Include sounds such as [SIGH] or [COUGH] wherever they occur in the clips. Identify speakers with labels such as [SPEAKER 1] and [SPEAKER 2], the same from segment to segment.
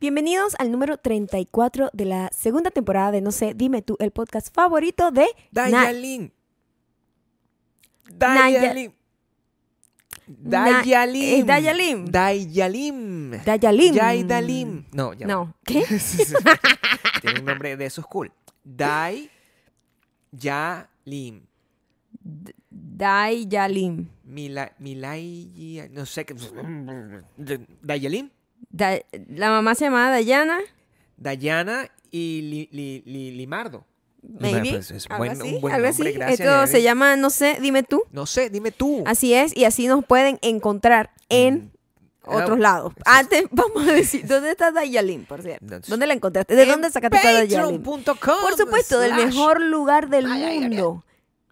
[SPEAKER 1] Bienvenidos al número 34 de la segunda temporada de No sé, dime tú, el podcast favorito de Na-
[SPEAKER 2] Dayalin. Dayalin.
[SPEAKER 1] Na- eh,
[SPEAKER 2] Dayalim.
[SPEAKER 1] Dayalim.
[SPEAKER 2] Dayalim.
[SPEAKER 1] Dayalim.
[SPEAKER 2] Yaidalim. No, ya va.
[SPEAKER 1] No, ¿qué?
[SPEAKER 2] [LAUGHS]
[SPEAKER 1] [LAUGHS]
[SPEAKER 2] Tiene un nombre de esos cool. Dayalim.
[SPEAKER 1] Dayalim.
[SPEAKER 2] Mila, Milay, no sé qué. Dayalim,
[SPEAKER 1] Da- la mamá se llamaba Dayana.
[SPEAKER 2] Dayana y Li- Li- Li- Limardo.
[SPEAKER 1] Maybe.
[SPEAKER 2] Pues es
[SPEAKER 1] algo
[SPEAKER 2] buen- un
[SPEAKER 1] así.
[SPEAKER 2] buen
[SPEAKER 1] algo
[SPEAKER 2] nombre,
[SPEAKER 1] así.
[SPEAKER 2] gracias, Uh.
[SPEAKER 1] Esto se
[SPEAKER 2] David.
[SPEAKER 1] llama No sé, dime tú.
[SPEAKER 2] No sé, dime tú.
[SPEAKER 1] Así es, y así nos pueden encontrar en
[SPEAKER 2] Ah,
[SPEAKER 1] otros lados.
[SPEAKER 2] eso es.
[SPEAKER 1] Antes [LAUGHS] vamos a decir, ¿dónde está Dayalin, por cierto?
[SPEAKER 2] That's-
[SPEAKER 1] ¿Dónde la encontraste? ¿De dónde sacaste a Dayalin?
[SPEAKER 2] Patreon.com.
[SPEAKER 1] Por supuesto, del
[SPEAKER 2] slash
[SPEAKER 1] mejor lugar del
[SPEAKER 2] Maya Gabriel.
[SPEAKER 1] mundo.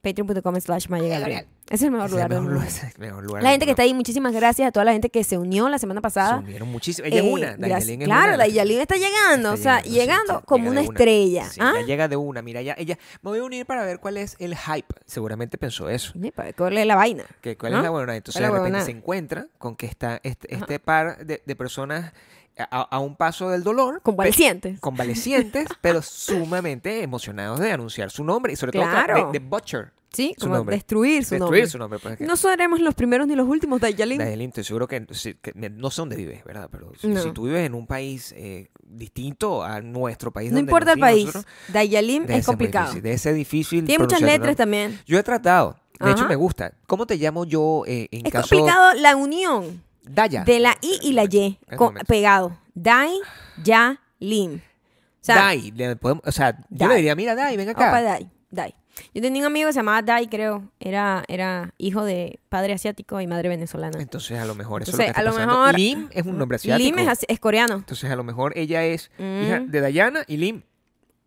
[SPEAKER 1] Patreon.com slash Maya Gabriel.
[SPEAKER 2] Gabriel.
[SPEAKER 1] Es el mejor
[SPEAKER 2] Es
[SPEAKER 1] lugar
[SPEAKER 2] el
[SPEAKER 1] del
[SPEAKER 2] mejor
[SPEAKER 1] mundo.
[SPEAKER 2] lugar- es el mejor lugar
[SPEAKER 1] La
[SPEAKER 2] del
[SPEAKER 1] gente que
[SPEAKER 2] mundo.
[SPEAKER 1] está ahí, muchísimas gracias a toda la gente que se unió la semana
[SPEAKER 2] Se
[SPEAKER 1] pasada.
[SPEAKER 2] unieron muchísimo. Ella es
[SPEAKER 1] Eh,
[SPEAKER 2] una.
[SPEAKER 1] gracias-
[SPEAKER 2] Dayalin es una de
[SPEAKER 1] Claro,
[SPEAKER 2] las-
[SPEAKER 1] Dayalin está llegando,
[SPEAKER 2] Está
[SPEAKER 1] o sea,
[SPEAKER 2] sí,
[SPEAKER 1] llegando
[SPEAKER 2] sí,
[SPEAKER 1] como
[SPEAKER 2] llega
[SPEAKER 1] una
[SPEAKER 2] de
[SPEAKER 1] estrella.
[SPEAKER 2] Sí,
[SPEAKER 1] ¿ah?
[SPEAKER 2] ya llega de una. Mira, ya, ella. Me voy a unir para ver cuál es el hype. Seguramente pensó eso.
[SPEAKER 1] Sí, Para cogerle la vaina.
[SPEAKER 2] que cuál
[SPEAKER 1] ¿no?
[SPEAKER 2] es la buena entonces
[SPEAKER 1] ¿Ah? ¿Cuál es la
[SPEAKER 2] de repente
[SPEAKER 1] huevonada?
[SPEAKER 2] se encuentra con que está este, este par de, de personas a, a un paso del dolor pe-
[SPEAKER 1] Convalecientes. [LAUGHS]
[SPEAKER 2] convalecientes pero sumamente emocionados de anunciar su nombre y sobre todo tra-
[SPEAKER 1] Claro.
[SPEAKER 2] de, de Butcher
[SPEAKER 1] Sí,
[SPEAKER 2] su
[SPEAKER 1] como
[SPEAKER 2] nombre.
[SPEAKER 1] destruir su
[SPEAKER 2] destruir
[SPEAKER 1] nombre.
[SPEAKER 2] su nombre pues, que-
[SPEAKER 1] No seremos los primeros ni los últimos, Dayalin.
[SPEAKER 2] Dayalin, estoy seguro que, si- que me- no sé dónde vives, ¿verdad? Pero si,
[SPEAKER 1] No.
[SPEAKER 2] si tú vives en un país eh, distinto a nuestro país,
[SPEAKER 1] No
[SPEAKER 2] donde
[SPEAKER 1] importa el
[SPEAKER 2] nacimos
[SPEAKER 1] país.
[SPEAKER 2] nosotros,
[SPEAKER 1] Dayalim
[SPEAKER 2] debe
[SPEAKER 1] es
[SPEAKER 2] ser muy
[SPEAKER 1] complicado.
[SPEAKER 2] difícil, debe ser difícil.
[SPEAKER 1] Tiene muchas
[SPEAKER 2] pronunciar tu
[SPEAKER 1] letras
[SPEAKER 2] nombre.
[SPEAKER 1] también.
[SPEAKER 2] Yo he tratado, de hecho
[SPEAKER 1] Ajá.
[SPEAKER 2] me gusta. ¿Cómo te llamo yo eh, en
[SPEAKER 1] Es
[SPEAKER 2] caso
[SPEAKER 1] complicado la unión
[SPEAKER 2] Daya?
[SPEAKER 1] de la I y la Y
[SPEAKER 2] Espera un
[SPEAKER 1] co-
[SPEAKER 2] momento.
[SPEAKER 1] pegado. Dai, ya, lim. O sea,
[SPEAKER 2] Dai, le podemos- o sea, yo
[SPEAKER 1] Dai.
[SPEAKER 2] le diría, mira, Dai, ven acá.
[SPEAKER 1] opa, Dai, Dai. Yo tenía un amigo que se llamaba Dai, creo. Era, era hijo de padre asiático y madre venezolana.
[SPEAKER 2] Entonces, a lo mejor eso es
[SPEAKER 1] Entonces, a
[SPEAKER 2] lo
[SPEAKER 1] lo
[SPEAKER 2] que está pasando.
[SPEAKER 1] mejor-
[SPEAKER 2] Lim es un nombre asiático.
[SPEAKER 1] Lim es, asi- es coreano.
[SPEAKER 2] Entonces, a lo mejor ella es
[SPEAKER 1] Mm.
[SPEAKER 2] hija de Dayana y Lim.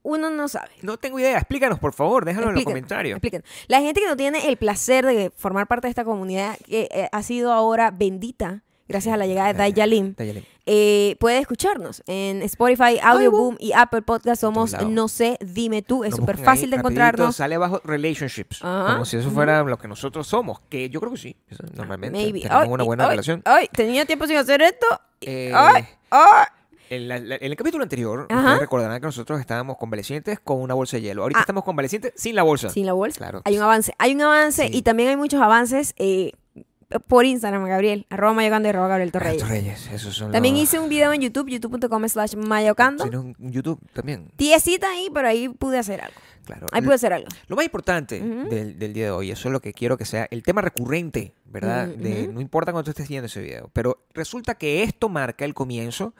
[SPEAKER 1] Uno no sabe.
[SPEAKER 2] No tengo idea, explícanos, por favor, déjalo en los
[SPEAKER 1] Explícanos,
[SPEAKER 2] comentarios.
[SPEAKER 1] explícanos. La gente que no tiene el placer de formar parte de esta comunidad que eh, ha sido ahora bendita gracias a la llegada de
[SPEAKER 2] Daya-
[SPEAKER 1] Dayalim.
[SPEAKER 2] Daya Lim.
[SPEAKER 1] Eh, puede escucharnos en Spotify, Audio Boom y Apple Podcast. Somos
[SPEAKER 2] todos lados.
[SPEAKER 1] No sé, dime tú. Es
[SPEAKER 2] Nos
[SPEAKER 1] súper
[SPEAKER 2] buscan ahí,
[SPEAKER 1] fácil de Ah.
[SPEAKER 2] rapidito,
[SPEAKER 1] encontrarnos.
[SPEAKER 2] Sale abajo relationships.
[SPEAKER 1] Ajá.
[SPEAKER 2] Como si eso fuera lo que nosotros somos, que yo creo que sí. eso Normalmente
[SPEAKER 1] Maybe.
[SPEAKER 2] tenemos
[SPEAKER 1] Ay,
[SPEAKER 2] una
[SPEAKER 1] y-
[SPEAKER 2] buena
[SPEAKER 1] ay,
[SPEAKER 2] relación.
[SPEAKER 1] Ay, tenía tiempo sin hacer esto. Y-
[SPEAKER 2] Eh,
[SPEAKER 1] ay, ay.
[SPEAKER 2] En, la- la- en el capítulo anterior,
[SPEAKER 1] Ajá.
[SPEAKER 2] ustedes recordarán que nosotros estábamos convalecientes con una bolsa de hielo. Ahorita
[SPEAKER 1] Ah.
[SPEAKER 2] estamos convalecientes sin la bolsa.
[SPEAKER 1] Sin la bolsa.
[SPEAKER 2] Claro.
[SPEAKER 1] Hay un avance. Hay un avance
[SPEAKER 2] Sí.
[SPEAKER 1] y también hay muchos avances eh, por Instagram, Gabriel. Arroba mayocando y arroba
[SPEAKER 2] Ah,
[SPEAKER 1] Gabriel Torreyes.
[SPEAKER 2] Estos reyes, esos son
[SPEAKER 1] También
[SPEAKER 2] los-
[SPEAKER 1] hice un video en YouTube, youtube.com slash mayocando.
[SPEAKER 2] Tiene un un YouTube también,
[SPEAKER 1] Tiesita ahí, pero ahí pude hacer algo.
[SPEAKER 2] claro.
[SPEAKER 1] Ahí
[SPEAKER 2] L-
[SPEAKER 1] pude hacer algo.
[SPEAKER 2] Lo más importante
[SPEAKER 1] Ujú.
[SPEAKER 2] del, del día de hoy, eso es lo que quiero que sea el tema recurrente, ¿verdad?
[SPEAKER 1] Ujú,
[SPEAKER 2] de,
[SPEAKER 1] ujú.
[SPEAKER 2] no importa cuánto estés viendo ese video, pero resulta que esto marca el comienzo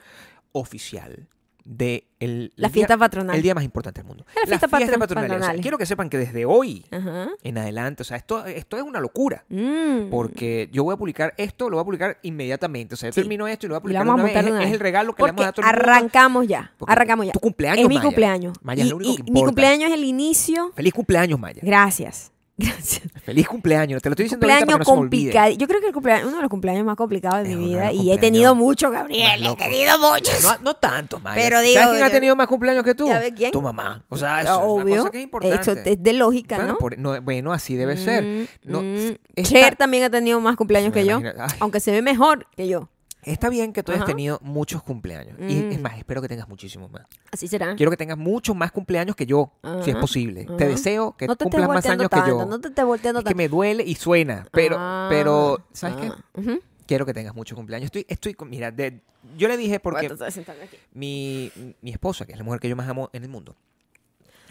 [SPEAKER 2] oficial de el,
[SPEAKER 1] La
[SPEAKER 2] el
[SPEAKER 1] fiesta
[SPEAKER 2] día,
[SPEAKER 1] patronal.
[SPEAKER 2] el día más importante del mundo.
[SPEAKER 1] La fiesta patron-
[SPEAKER 2] patronal. O sea,
[SPEAKER 1] patronales.
[SPEAKER 2] quiero que sepan que desde hoy
[SPEAKER 1] Ajá.
[SPEAKER 2] en adelante, o sea, esto, esto es una locura.
[SPEAKER 1] Mm.
[SPEAKER 2] Porque yo voy a publicar esto, lo voy a publicar inmediatamente. O sea, yo
[SPEAKER 1] Sí.
[SPEAKER 2] termino esto y lo voy a
[SPEAKER 1] Y la
[SPEAKER 2] publicar
[SPEAKER 1] vamos a
[SPEAKER 2] una vez.
[SPEAKER 1] montar de una
[SPEAKER 2] Es
[SPEAKER 1] vez.
[SPEAKER 2] el regalo que le
[SPEAKER 1] Porque
[SPEAKER 2] vamos a dar a todo el mundo.
[SPEAKER 1] arrancamos ya,
[SPEAKER 2] Porque
[SPEAKER 1] arrancamos ya.
[SPEAKER 2] Tu cumpleaños,
[SPEAKER 1] es mi
[SPEAKER 2] Maya.
[SPEAKER 1] cumpleaños.
[SPEAKER 2] Maya es
[SPEAKER 1] Y-
[SPEAKER 2] lo único
[SPEAKER 1] y
[SPEAKER 2] que
[SPEAKER 1] mi
[SPEAKER 2] importa.
[SPEAKER 1] cumpleaños es el inicio.
[SPEAKER 2] Feliz cumpleaños, Maya.
[SPEAKER 1] Gracias. [LAUGHS] Gracias.
[SPEAKER 2] Feliz cumpleaños. Te lo estoy diciendo ahorita para
[SPEAKER 1] Cumpleaños
[SPEAKER 2] que no se me olvide.
[SPEAKER 1] complicado. Yo creo que el cumpleaños, uno de los cumpleaños más complicados de
[SPEAKER 2] Es
[SPEAKER 1] mi
[SPEAKER 2] uno de
[SPEAKER 1] vida.
[SPEAKER 2] los
[SPEAKER 1] Y he
[SPEAKER 2] cumpleaños
[SPEAKER 1] tenido muchos,
[SPEAKER 2] más
[SPEAKER 1] Gabriel. He
[SPEAKER 2] locos.
[SPEAKER 1] tenido muchos.
[SPEAKER 2] No, no tanto, Maya.
[SPEAKER 1] Pero
[SPEAKER 2] ¿Sabes
[SPEAKER 1] digo,
[SPEAKER 2] quién ha
[SPEAKER 1] yo-
[SPEAKER 2] tenido más cumpleaños que tú?
[SPEAKER 1] ¿Sabe quién?
[SPEAKER 2] Tu mamá. O sea, Ah, eso es una
[SPEAKER 1] Obvio.
[SPEAKER 2] cosa que es importante.
[SPEAKER 1] Eso es de lógica,
[SPEAKER 2] Bueno,
[SPEAKER 1] ¿no?
[SPEAKER 2] por- no, bueno, así debe ser. No,
[SPEAKER 1] Mm,
[SPEAKER 2] está-
[SPEAKER 1] Cher también ha tenido más cumpleaños que yo.
[SPEAKER 2] Imagina- ay.
[SPEAKER 1] Aunque se ve mejor que yo.
[SPEAKER 2] Está bien que tú hayas
[SPEAKER 1] Ajá.
[SPEAKER 2] tenido muchos cumpleaños. Y es
[SPEAKER 1] Mm.
[SPEAKER 2] más, espero que tengas muchísimos más.
[SPEAKER 1] Así será.
[SPEAKER 2] Quiero que tengas muchos más cumpleaños que yo, si es
[SPEAKER 1] Ajá,
[SPEAKER 2] posible.
[SPEAKER 1] ajá.
[SPEAKER 2] Te deseo que
[SPEAKER 1] no te estés
[SPEAKER 2] cumplas más
[SPEAKER 1] volteando
[SPEAKER 2] años que
[SPEAKER 1] tanto.
[SPEAKER 2] yo.
[SPEAKER 1] No te estés volteando
[SPEAKER 2] es que
[SPEAKER 1] tanto.
[SPEAKER 2] me duele y suena, pero,
[SPEAKER 1] Ah,
[SPEAKER 2] pero ¿sabes qué?
[SPEAKER 1] ah, ujú.
[SPEAKER 2] Quiero que tengas muchos cumpleaños. Estoy, estoy, con- mira, de- yo le dije porque
[SPEAKER 1] Bueno, te voy a sentarme aquí.
[SPEAKER 2] mi, mi esposa, que es la mujer que yo más amo en el mundo,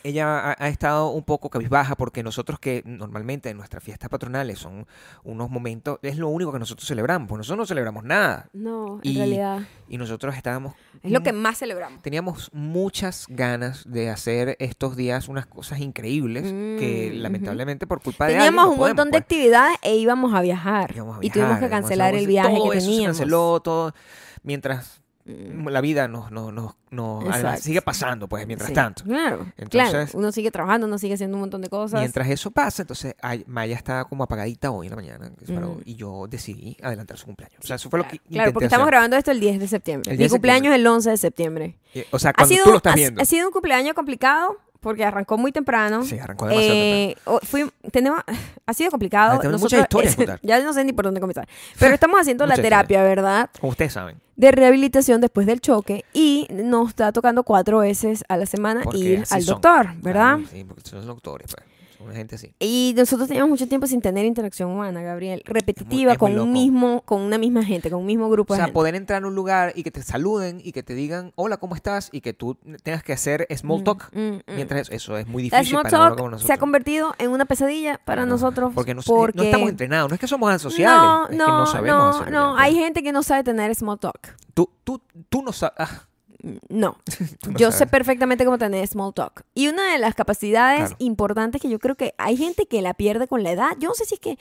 [SPEAKER 2] ella ha, ha estado un poco cabizbaja porque nosotros que normalmente en nuestras fiestas patronales son unos momentos, es lo único que nosotros celebramos, pues nosotros no celebramos nada.
[SPEAKER 1] No, en
[SPEAKER 2] Y-
[SPEAKER 1] realidad.
[SPEAKER 2] Y nosotros estábamos...
[SPEAKER 1] Es lo que más celebramos.
[SPEAKER 2] Teníamos muchas ganas de hacer estos días unas cosas increíbles que
[SPEAKER 1] Mm, ujú.
[SPEAKER 2] lamentablemente por culpa de alguien
[SPEAKER 1] Teníamos
[SPEAKER 2] no
[SPEAKER 1] un
[SPEAKER 2] podemos,
[SPEAKER 1] montón de
[SPEAKER 2] pues.
[SPEAKER 1] actividades e íbamos a viajar.
[SPEAKER 2] Íbamos a
[SPEAKER 1] y tuvimos
[SPEAKER 2] viajar,
[SPEAKER 1] que
[SPEAKER 2] íbamos a
[SPEAKER 1] cancelar
[SPEAKER 2] hacer-
[SPEAKER 1] el viaje
[SPEAKER 2] todo
[SPEAKER 1] que
[SPEAKER 2] eso se
[SPEAKER 1] teníamos.
[SPEAKER 2] canceló todo mientras
[SPEAKER 1] Mm,
[SPEAKER 2] la vida nos, nos, nos, nos- además,
[SPEAKER 1] Exacto.
[SPEAKER 2] sigue pasando, pues, mientras
[SPEAKER 1] sí.
[SPEAKER 2] tanto.
[SPEAKER 1] Claro, claro.
[SPEAKER 2] Entonces-
[SPEAKER 1] Uno sigue trabajando, uno sigue haciendo un montón de cosas.
[SPEAKER 2] Mientras eso pasa, entonces ay, Maya estaba como apagadita hoy en la mañana que se paró,
[SPEAKER 1] Ujú.
[SPEAKER 2] y yo decidí adelantar su cumpleaños. O sea, eso fue
[SPEAKER 1] Mm. claro,
[SPEAKER 2] lo que intenté
[SPEAKER 1] claro, porque estamos
[SPEAKER 2] hacer.
[SPEAKER 1] grabando esto el 10 de septiembre.
[SPEAKER 2] El
[SPEAKER 1] Mi
[SPEAKER 2] 10 de septiembre.
[SPEAKER 1] cumpleaños es el 11 de septiembre.
[SPEAKER 2] Eh, O sea,
[SPEAKER 1] Ha
[SPEAKER 2] cuando
[SPEAKER 1] sido,
[SPEAKER 2] tú lo estás
[SPEAKER 1] ha-
[SPEAKER 2] viendo.
[SPEAKER 1] ha sido un cumpleaños complicado porque arrancó muy temprano.
[SPEAKER 2] Sí, arrancó demasiado temprano.
[SPEAKER 1] Eh, o- fui- tenemos- [LAUGHS] ha sido complicado.
[SPEAKER 2] Ah, tenemos muchas
[SPEAKER 1] [LAUGHS]
[SPEAKER 2] historias que contar.
[SPEAKER 1] ya no sé ni por dónde comenzar. Pero estamos haciendo la
[SPEAKER 2] Muchas
[SPEAKER 1] terapia, ¿verdad?
[SPEAKER 2] Como ustedes saben.
[SPEAKER 1] De rehabilitación después del choque y nos está tocando cuatro veces a la semana
[SPEAKER 2] porque
[SPEAKER 1] ir
[SPEAKER 2] así
[SPEAKER 1] al
[SPEAKER 2] son.
[SPEAKER 1] doctor, ¿verdad?
[SPEAKER 2] Claro, sí, porque son doctores, pues. Son una gente así.
[SPEAKER 1] Y nosotros teníamos mucho tiempo sin tener interacción humana, Gabriel. Repetitiva,
[SPEAKER 2] es muy
[SPEAKER 1] con, un
[SPEAKER 2] loco.
[SPEAKER 1] mismo, con una misma gente, con un mismo grupo
[SPEAKER 2] o
[SPEAKER 1] de
[SPEAKER 2] sea,
[SPEAKER 1] gente.
[SPEAKER 2] poder entrar a un lugar y que te saluden y que te digan, hola, ¿cómo estás? Y que tú tengas que hacer small talk.
[SPEAKER 1] Mm, mm, mm.
[SPEAKER 2] Mientras eso es muy
[SPEAKER 1] La
[SPEAKER 2] difícil
[SPEAKER 1] small
[SPEAKER 2] para uno
[SPEAKER 1] talk
[SPEAKER 2] como
[SPEAKER 1] se ha
[SPEAKER 2] nosotros.
[SPEAKER 1] convertido en una pesadilla para
[SPEAKER 2] Claro,
[SPEAKER 1] nosotros.
[SPEAKER 2] Porque, no, no estamos entrenados. No es que somos asociales.
[SPEAKER 1] No,
[SPEAKER 2] es que
[SPEAKER 1] no,
[SPEAKER 2] no
[SPEAKER 1] no,
[SPEAKER 2] sabemos. hacer
[SPEAKER 1] no.
[SPEAKER 2] bien. pues.
[SPEAKER 1] Hay gente que no sabe tener small talk.
[SPEAKER 2] Tú, tú, tú no sabes. ah,
[SPEAKER 1] Mm, No,
[SPEAKER 2] [LAUGHS] tú no
[SPEAKER 1] yo sé
[SPEAKER 2] sabes.
[SPEAKER 1] perfectamente cómo tener small talk. Y una de las capacidades
[SPEAKER 2] Claro.
[SPEAKER 1] importantes que yo creo que hay gente que la pierde con la edad. Yo no sé si es que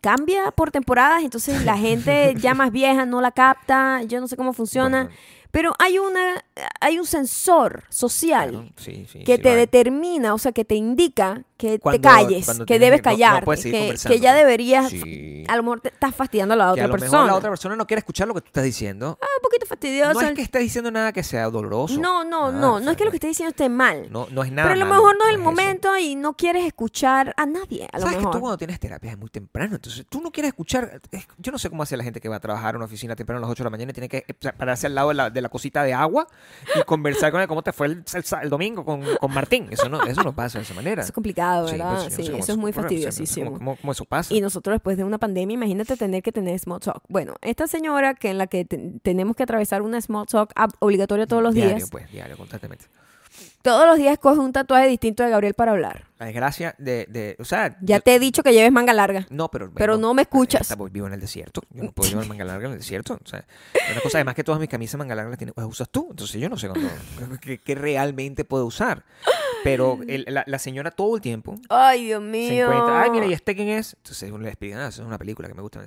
[SPEAKER 1] cambia por temporadas, entonces la
[SPEAKER 2] [LAUGHS]
[SPEAKER 1] gente ya más vieja no la capta, yo no sé cómo funciona.
[SPEAKER 2] Bueno,
[SPEAKER 1] Pero hay una hay un sensor social
[SPEAKER 2] claro, sí, sí,
[SPEAKER 1] que
[SPEAKER 2] sí
[SPEAKER 1] te
[SPEAKER 2] lo hay.
[SPEAKER 1] determina, o sea, que te indica que te
[SPEAKER 2] Cuando-
[SPEAKER 1] calles,
[SPEAKER 2] cuando
[SPEAKER 1] que
[SPEAKER 2] tienes
[SPEAKER 1] debes
[SPEAKER 2] que- no- no
[SPEAKER 1] callar,
[SPEAKER 2] puedes seguir
[SPEAKER 1] que,
[SPEAKER 2] conversando,
[SPEAKER 1] que ya
[SPEAKER 2] ¿no?
[SPEAKER 1] deberías,
[SPEAKER 2] Sí.
[SPEAKER 1] a lo mejor te estás fastidiando a la
[SPEAKER 2] Que
[SPEAKER 1] otra
[SPEAKER 2] a lo
[SPEAKER 1] persona.
[SPEAKER 2] mejor la otra persona no quiere escuchar lo que tú estás diciendo.
[SPEAKER 1] Ah, un poquito fastidioso.
[SPEAKER 2] no es que estés diciendo nada que sea doloroso.
[SPEAKER 1] no, no,
[SPEAKER 2] Ah,
[SPEAKER 1] no,
[SPEAKER 2] o
[SPEAKER 1] no
[SPEAKER 2] sea,
[SPEAKER 1] es que lo que esté diciendo esté mal.
[SPEAKER 2] No, no es nada.
[SPEAKER 1] pero a lo
[SPEAKER 2] malo,
[SPEAKER 1] mejor no es el
[SPEAKER 2] eso.
[SPEAKER 1] momento y no quieres escuchar a nadie, a lo
[SPEAKER 2] ¿Sabes que tú
[SPEAKER 1] mejor.
[SPEAKER 2] cuando tienes terapia es muy temprano? Entonces tú no quieres escuchar. es- Yo no sé cómo hace la gente que va a trabajar a una oficina temprano a las 8 de la mañana y tiene que eh, pa- pararse al lado de la, de la cosita de agua y conversar con él cómo te fue el, el sa- el domingo con, con Martín. Eso no, eso no pasa de esa manera.
[SPEAKER 1] Eso [LAUGHS] es complicado,
[SPEAKER 2] Sí,
[SPEAKER 1] ¿verdad?
[SPEAKER 2] pues, yo
[SPEAKER 1] Sí,
[SPEAKER 2] no sé cómo
[SPEAKER 1] eso es muy
[SPEAKER 2] ocurre, o sea, no sé
[SPEAKER 1] fastidiosísimo.
[SPEAKER 2] ¿Cómo, cómo- cómo eso pasa?
[SPEAKER 1] Y nosotros después de una pandemia, imagínate tener que tener small talk. Bueno, esta señora que en la que te- tenemos que atravesar una small talk ab- obligatoria todos los
[SPEAKER 2] diario,
[SPEAKER 1] días,
[SPEAKER 2] pues, diario, constantemente.
[SPEAKER 1] todos los días coge un tatuaje distinto de Gabriel para hablar.
[SPEAKER 2] La desgracia de. de- o sea.
[SPEAKER 1] Ya
[SPEAKER 2] yo-
[SPEAKER 1] te he dicho que lleves manga larga.
[SPEAKER 2] No, pero.
[SPEAKER 1] Pero no me escuchas.
[SPEAKER 2] Está, vivo en el desierto. Yo no puedo llevar manga larga en el desierto. O sea, una cosa, además que todas mis camisas manga larga las, tienes- las usas tú. Entonces yo no sé cuándo- qué, qué realmente puedo usar. Pero el- la, la señora todo el tiempo
[SPEAKER 1] Ay, Dios
[SPEAKER 2] se
[SPEAKER 1] mío.
[SPEAKER 2] encuentra. Ay, mira, ¿y este quién es? Entonces uno le explica, ah, eso es una película que me gusta.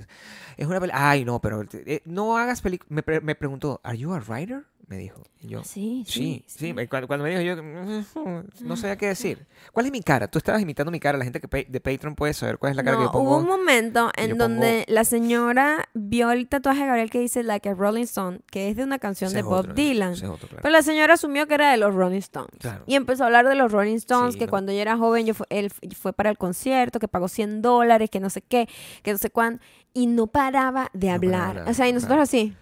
[SPEAKER 2] Es una película. Ay, no, pero eh, no hagas película. Me, pre- me preguntó, ¿Are you a writer? Me dijo. Y yo,
[SPEAKER 1] Sí,
[SPEAKER 2] Sí, sí, me- cuando, cuando me dijo yo, "Mm, no sabía qué decir. ¿Cuál es mi cara? Tú estabas imitando mi cara. La gente que pa- de Patreon puede saber cuál es la cara que
[SPEAKER 1] No,
[SPEAKER 2] yo pongo.
[SPEAKER 1] hubo un momento
[SPEAKER 2] que yo
[SPEAKER 1] en
[SPEAKER 2] pongo-
[SPEAKER 1] donde la señora vio el tatuaje de Gabriel que dice Like a Rolling Stone, que es de una canción
[SPEAKER 2] Ese
[SPEAKER 1] de
[SPEAKER 2] es
[SPEAKER 1] Bob
[SPEAKER 2] otro,
[SPEAKER 1] Dylan.
[SPEAKER 2] ese es otro, claro.
[SPEAKER 1] Pero la señora asumió que era de los Rolling Stones.
[SPEAKER 2] Claro.
[SPEAKER 1] Y empezó a hablar de los Rolling Stones,
[SPEAKER 2] Sí,
[SPEAKER 1] que
[SPEAKER 2] no.
[SPEAKER 1] cuando yo era joven yo fu- él f- fue para el concierto, que pagó 100 dólares, que no sé qué, que no sé cuán. Y no paraba de
[SPEAKER 2] No paraba de
[SPEAKER 1] hablar.
[SPEAKER 2] hablar,
[SPEAKER 1] o sea, y nosotros
[SPEAKER 2] claro.
[SPEAKER 1] así.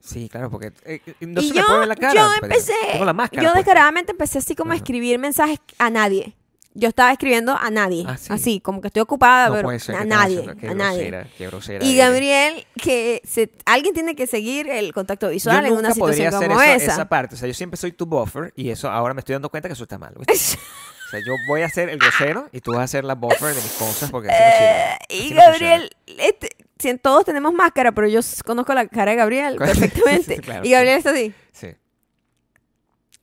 [SPEAKER 2] Sí, claro, porque eh, eh, no
[SPEAKER 1] Y
[SPEAKER 2] se me
[SPEAKER 1] yo-
[SPEAKER 2] puede ver la cara.
[SPEAKER 1] yo
[SPEAKER 2] pero
[SPEAKER 1] empecé-
[SPEAKER 2] Tengo la máscara. pues.
[SPEAKER 1] yo
[SPEAKER 2] puesta.
[SPEAKER 1] descaradamente empecé así como a
[SPEAKER 2] Ajá.
[SPEAKER 1] escribir mensajes a nadie. Yo estaba escribiendo a nadie.
[SPEAKER 2] Ah, sí.
[SPEAKER 1] Así, como que estoy ocupada,
[SPEAKER 2] No
[SPEAKER 1] pero
[SPEAKER 2] puede ser
[SPEAKER 1] a
[SPEAKER 2] que estás
[SPEAKER 1] nadie.
[SPEAKER 2] haciendo- qué
[SPEAKER 1] a nadie.
[SPEAKER 2] grosera, qué grosera
[SPEAKER 1] Y
[SPEAKER 2] eres.
[SPEAKER 1] Gabriel, que se- alguien tiene que seguir el contacto
[SPEAKER 2] Yo
[SPEAKER 1] visual en
[SPEAKER 2] nunca
[SPEAKER 1] una
[SPEAKER 2] podría
[SPEAKER 1] situación
[SPEAKER 2] hacer
[SPEAKER 1] como
[SPEAKER 2] esa,
[SPEAKER 1] esa.
[SPEAKER 2] esa parte. O sea, yo siempre soy tu buffer y eso ahora me estoy dando cuenta que eso está mal.
[SPEAKER 1] [LAUGHS]
[SPEAKER 2] ¿viste? O sea, yo voy a ser el grosero y tú vas a ser la buffer de mis cosas porque así no sirve.
[SPEAKER 1] Eh, y
[SPEAKER 2] Así no
[SPEAKER 1] Gabriel, este, si- todos tenemos máscara, pero yo s- conozco la cara de
[SPEAKER 2] [LAUGHS]
[SPEAKER 1] Gabriel
[SPEAKER 2] Claro.
[SPEAKER 1] perfectamente.
[SPEAKER 2] Claro,
[SPEAKER 1] y
[SPEAKER 2] sí.
[SPEAKER 1] Gabriel está así,
[SPEAKER 2] Sí.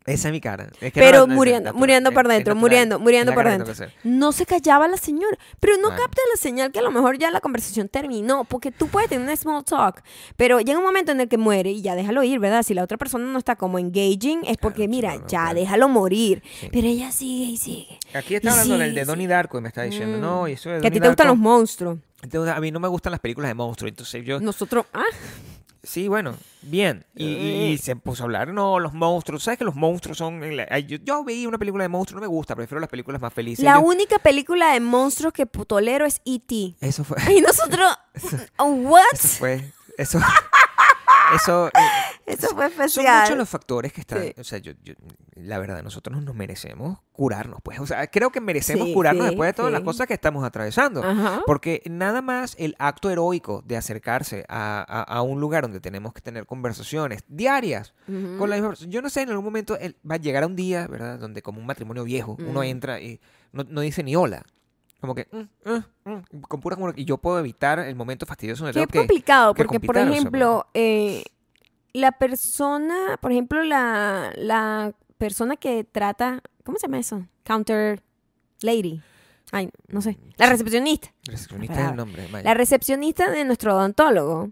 [SPEAKER 2] Esa es mi cara. Es que
[SPEAKER 1] pero
[SPEAKER 2] no- no- es
[SPEAKER 1] muriendo,
[SPEAKER 2] natural,
[SPEAKER 1] muriendo
[SPEAKER 2] es-
[SPEAKER 1] por
[SPEAKER 2] es
[SPEAKER 1] dentro,
[SPEAKER 2] natural,
[SPEAKER 1] muriendo,
[SPEAKER 2] es
[SPEAKER 1] muriendo
[SPEAKER 2] la
[SPEAKER 1] por
[SPEAKER 2] cara que
[SPEAKER 1] dentro.
[SPEAKER 2] tengo que hacer.
[SPEAKER 1] No se callaba la señora, pero no
[SPEAKER 2] Claro.
[SPEAKER 1] capta la señal que a lo mejor ya la conversación terminó, porque tú puedes tener un small talk, pero llega un momento en el que muere y ya déjalo ir, ¿verdad? Si la otra persona no está como engaging, es porque
[SPEAKER 2] sí,
[SPEAKER 1] mira,
[SPEAKER 2] no, no,
[SPEAKER 1] ya
[SPEAKER 2] claro.
[SPEAKER 1] déjalo morir.
[SPEAKER 2] Sí.
[SPEAKER 1] Pero ella sigue y sigue.
[SPEAKER 2] Aquí está
[SPEAKER 1] Y
[SPEAKER 2] hablando del
[SPEAKER 1] sí,
[SPEAKER 2] de
[SPEAKER 1] sí.
[SPEAKER 2] Donnie Darko y me está diciendo,
[SPEAKER 1] Mm.
[SPEAKER 2] no, y eso de
[SPEAKER 1] Que a ti
[SPEAKER 2] Donnie
[SPEAKER 1] te gustan los
[SPEAKER 2] Darko,
[SPEAKER 1] monstruos.
[SPEAKER 2] entonces, A mí no me gustan las películas de monstruos, entonces yo,
[SPEAKER 1] Nosotros, ah,
[SPEAKER 2] sí, bueno, bien. Y, y-
[SPEAKER 1] Mm.
[SPEAKER 2] y se puso a hablar, no, los monstruos, ¿sabes que los monstruos son... en la- ay, yo, yo vi una película de monstruos, no me gusta, prefiero las películas más felices.
[SPEAKER 1] la
[SPEAKER 2] Yo-
[SPEAKER 1] única película de monstruos que pu- tolero es E.T.
[SPEAKER 2] [LAUGHS] Eso fue...
[SPEAKER 1] Y
[SPEAKER 2] [LAUGHS]
[SPEAKER 1] nosotros, ¿what?
[SPEAKER 2] Eso fue...
[SPEAKER 1] [LAUGHS]
[SPEAKER 2] Eso... Eso... eh,
[SPEAKER 1] Eso fue
[SPEAKER 2] Son
[SPEAKER 1] especial.
[SPEAKER 2] muchos los factores que están.
[SPEAKER 1] Sí.
[SPEAKER 2] O sea, yo, yo- la verdad, nosotros nos merecemos curarnos, pues. O sea, creo que merecemos
[SPEAKER 1] Sí,
[SPEAKER 2] curarnos
[SPEAKER 1] sí,
[SPEAKER 2] después de todas las
[SPEAKER 1] sí.
[SPEAKER 2] cosas que estamos atravesando.
[SPEAKER 1] Ajá.
[SPEAKER 2] Porque nada más el acto heroico de acercarse a, a- a un lugar donde tenemos que tener conversaciones diarias
[SPEAKER 1] Ujú.
[SPEAKER 2] con la misma persona. Yo no sé, en algún momento él va a llegar a un día, ¿verdad? Donde como un matrimonio viejo, uno
[SPEAKER 1] Mm.
[SPEAKER 2] entra y no, no dice ni hola. Como que, mm, mm, mm, con pura comunicación. Y yo puedo evitar el momento fastidioso en el
[SPEAKER 1] Qué
[SPEAKER 2] tengo que-
[SPEAKER 1] complicado,
[SPEAKER 2] que
[SPEAKER 1] porque por
[SPEAKER 2] compitar, o sea,
[SPEAKER 1] ejemplo, eh, la persona, por ejemplo, la, la persona que trata, ¿cómo se llama eso? Counter lady. Ay, no sé. La
[SPEAKER 2] Sí.
[SPEAKER 1] recepcionista.
[SPEAKER 2] Recepcionista es el nombre. vaya.
[SPEAKER 1] La recepcionista de nuestro odontólogo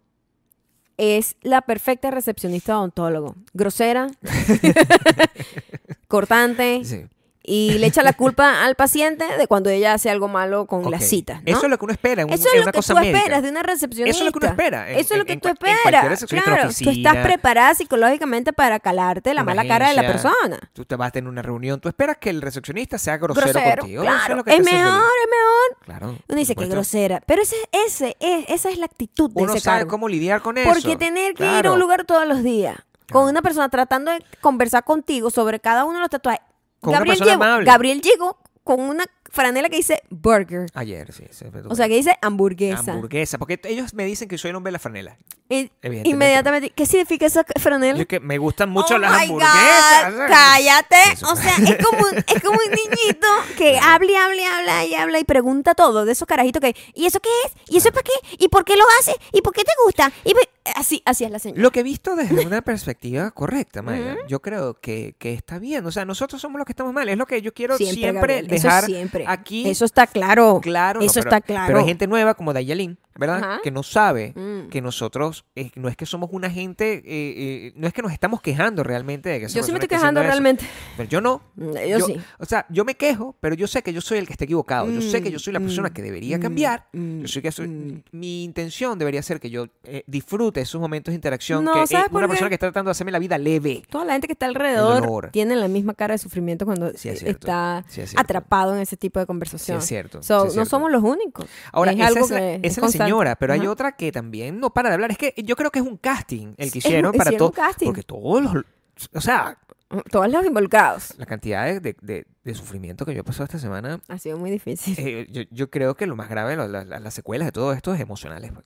[SPEAKER 1] es la perfecta recepcionista de odontólogo. Grosera, [LAUGHS] cortante,
[SPEAKER 2] Sí.
[SPEAKER 1] y le echa la culpa al paciente de cuando ella hace algo malo con
[SPEAKER 2] Ok.
[SPEAKER 1] las citas. ¿no?
[SPEAKER 2] Eso es lo que uno espera en, un-
[SPEAKER 1] Eso es
[SPEAKER 2] en
[SPEAKER 1] lo
[SPEAKER 2] una
[SPEAKER 1] que
[SPEAKER 2] cosa
[SPEAKER 1] tú
[SPEAKER 2] médica.
[SPEAKER 1] esperas de una recepcionista.
[SPEAKER 2] Eso es lo que uno espera en-
[SPEAKER 1] Eso es lo
[SPEAKER 2] en-
[SPEAKER 1] que
[SPEAKER 2] en
[SPEAKER 1] tú
[SPEAKER 2] cua- en cualquier
[SPEAKER 1] esperas.
[SPEAKER 2] recepcionista,
[SPEAKER 1] claro, tú estás
[SPEAKER 2] oficina.
[SPEAKER 1] preparada psicológicamente para calarte la
[SPEAKER 2] Una
[SPEAKER 1] mala cara de la
[SPEAKER 2] agencia.
[SPEAKER 1] persona.
[SPEAKER 2] Tú te vas a tener una reunión, tú esperas que el recepcionista sea grosero, contigo.
[SPEAKER 1] claro.
[SPEAKER 2] Eso es lo que te
[SPEAKER 1] es
[SPEAKER 2] hace
[SPEAKER 1] mejor,
[SPEAKER 2] feliz.
[SPEAKER 1] es mejor.
[SPEAKER 2] Claro. por
[SPEAKER 1] Uno dice que
[SPEAKER 2] supuesto.
[SPEAKER 1] grosera, pero ese, ese, es, esa es la actitud de
[SPEAKER 2] Uno
[SPEAKER 1] ese
[SPEAKER 2] sabe
[SPEAKER 1] cargo.
[SPEAKER 2] cómo lidiar con eso.
[SPEAKER 1] Porque tener que ir a
[SPEAKER 2] Claro.
[SPEAKER 1] un lugar todos los días con
[SPEAKER 2] Claro.
[SPEAKER 1] una persona tratando de conversar contigo sobre cada uno de los tatuajes.
[SPEAKER 2] Con una
[SPEAKER 1] Gabriel
[SPEAKER 2] persona
[SPEAKER 1] llegó,
[SPEAKER 2] amable.
[SPEAKER 1] Gabriel llegó con una franela que dice burger,
[SPEAKER 2] Ayer, sí. se me
[SPEAKER 1] o sea que dice hamburguesa.
[SPEAKER 2] hamburguesa. Porque t- ellos me dicen que soy el hombre de la franela.
[SPEAKER 1] Y-
[SPEAKER 2] Evidentemente.
[SPEAKER 1] inmediatamente, ¿qué significa esa franela?
[SPEAKER 2] Yo es que me gustan mucho
[SPEAKER 1] Oh
[SPEAKER 2] las
[SPEAKER 1] my
[SPEAKER 2] hamburguesas.
[SPEAKER 1] God, cállate.
[SPEAKER 2] Eso.
[SPEAKER 1] O sea, es como, un- es como un niñito
[SPEAKER 2] [LAUGHS]
[SPEAKER 1] que habla y habla y habla y habla y pregunta todo. De esos carajitos que, ¿y eso qué es? ¿Y eso es para qué? ¿Y por qué lo hace? ¿Y por qué te gusta? Y pe- así, así es la señora.
[SPEAKER 2] Lo que he
[SPEAKER 1] [LAUGHS]
[SPEAKER 2] visto desde una perspectiva correcta, Maya, yo creo que, que está bien. O sea, nosotros somos los que estamos mal. Es lo que yo quiero siempre,
[SPEAKER 1] Gabriel, eso
[SPEAKER 2] dejar
[SPEAKER 1] siempre.
[SPEAKER 2] aquí
[SPEAKER 1] Eso está claro.
[SPEAKER 2] claro. no,
[SPEAKER 1] Eso
[SPEAKER 2] pero-
[SPEAKER 1] está claro.
[SPEAKER 2] Pero hay gente nueva como Dayalin, ¿verdad?
[SPEAKER 1] Ajá.
[SPEAKER 2] Que no sabe
[SPEAKER 1] Mm.
[SPEAKER 2] que nosotros, eh, no es que somos una gente, eh, eh, no es que nos estamos quejando realmente de que esa
[SPEAKER 1] Yo sí me estoy
[SPEAKER 2] persona
[SPEAKER 1] quejando
[SPEAKER 2] está haciendo
[SPEAKER 1] realmente.
[SPEAKER 2] eso.
[SPEAKER 1] Mm,
[SPEAKER 2] Pero yo no.
[SPEAKER 1] Yo, sí.
[SPEAKER 2] O sea, yo me quejo, pero yo sé que yo soy el que está equivocado. yo sé que yo soy la
[SPEAKER 1] Mm,
[SPEAKER 2] persona
[SPEAKER 1] mm,
[SPEAKER 2] que debería
[SPEAKER 1] mm,
[SPEAKER 2] cambiar.
[SPEAKER 1] mm,
[SPEAKER 2] yo soy que soy-
[SPEAKER 1] mm.
[SPEAKER 2] Mi intención debería ser que yo eh, disfrute esos momentos de interacción.
[SPEAKER 1] No,
[SPEAKER 2] que eh,
[SPEAKER 1] ¿sabes por
[SPEAKER 2] una
[SPEAKER 1] qué?
[SPEAKER 2] persona que está tratando de hacerme la vida leve.
[SPEAKER 1] Toda la gente que está
[SPEAKER 2] El dolor.
[SPEAKER 1] alrededor tiene la misma cara de sufrimiento cuando e,
[SPEAKER 2] Sí, es cierto.
[SPEAKER 1] está
[SPEAKER 2] Sí, es cierto.
[SPEAKER 1] atrapado en ese tipo de
[SPEAKER 2] Sí,
[SPEAKER 1] conversación.
[SPEAKER 2] es cierto.
[SPEAKER 1] So,
[SPEAKER 2] sí es
[SPEAKER 1] no
[SPEAKER 2] cierto.
[SPEAKER 1] somos los únicos.
[SPEAKER 2] Ahora,
[SPEAKER 1] es
[SPEAKER 2] esa,
[SPEAKER 1] algo
[SPEAKER 2] es la,
[SPEAKER 1] que
[SPEAKER 2] esa
[SPEAKER 1] es
[SPEAKER 2] es la
[SPEAKER 1] constante.
[SPEAKER 2] señora, pero hay
[SPEAKER 1] Ajá.
[SPEAKER 2] otra que también no para de hablar. Es que yo creo que es un casting el que
[SPEAKER 1] Es un-
[SPEAKER 2] hicieron para
[SPEAKER 1] hicieron
[SPEAKER 2] todo.
[SPEAKER 1] un casting.
[SPEAKER 2] Porque todos los. O sea,
[SPEAKER 1] Mm, Todos los involucrados.
[SPEAKER 2] la cantidad de, de- de- de sufrimiento que yo he pasado esta semana.
[SPEAKER 1] [LAUGHS] Ha sido muy difícil.
[SPEAKER 2] eh, yo, yo creo que lo más grave, lo- la- la- las secuelas de todo esto es emocionales, pues,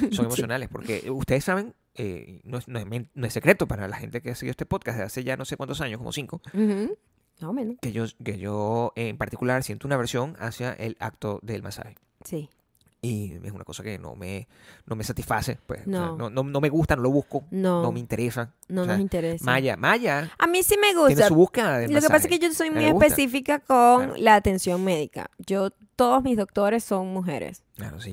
[SPEAKER 1] [LAUGHS]
[SPEAKER 2] Son
[SPEAKER 1] Sí.
[SPEAKER 2] emocionales, porque ustedes saben, eh, no, es, no es men- no es secreto para la gente que ha seguido este podcast de hace ya no sé cuántos años, como cinco,
[SPEAKER 1] Ujú. Más o menos.
[SPEAKER 2] que yo, que yo eh, en particular siento una aversión hacia el acto del masaje.
[SPEAKER 1] Sí.
[SPEAKER 2] Y es una cosa que no me, no me satisface, pues. o sea,
[SPEAKER 1] No.
[SPEAKER 2] no, no- no me gusta, no lo busco,
[SPEAKER 1] No,
[SPEAKER 2] no,
[SPEAKER 1] no,
[SPEAKER 2] me interesa. o sea,
[SPEAKER 1] nos interesa.
[SPEAKER 2] Maya, Maya
[SPEAKER 1] A mí sí me
[SPEAKER 2] tiene
[SPEAKER 1] gusta.
[SPEAKER 2] su búsqueda de
[SPEAKER 1] Lo que pasa es que yo soy
[SPEAKER 2] A
[SPEAKER 1] muy
[SPEAKER 2] ella le gusta.
[SPEAKER 1] específica con
[SPEAKER 2] Claro.
[SPEAKER 1] la atención médica. Yo, todos mis doctores son mujeres,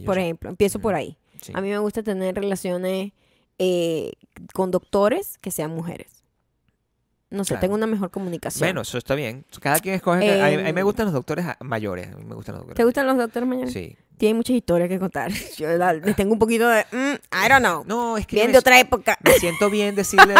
[SPEAKER 1] por ejemplo. Empiezo por
[SPEAKER 2] Ujú.
[SPEAKER 1] ahí. A mí me gusta tener relaciones eh, con doctores que sean mujeres. No sé,
[SPEAKER 2] Claro.
[SPEAKER 1] tengo una mejor comunicación.
[SPEAKER 2] Bueno, eso está bien. Cada quien escoge. a, mí, a mí me
[SPEAKER 1] Em,
[SPEAKER 2] gustan los doctores a- mayores. A mí me gustan los doctores.
[SPEAKER 1] ¿Te gustan los doctores mayores?
[SPEAKER 2] Sí.
[SPEAKER 1] Tienen muchas historias que contar. [LAUGHS] Yo la- les tengo un poquito de... mm, I don't know.
[SPEAKER 2] No, es que. yo
[SPEAKER 1] Bien
[SPEAKER 2] me-
[SPEAKER 1] de otra época.
[SPEAKER 2] me siento bien decirle.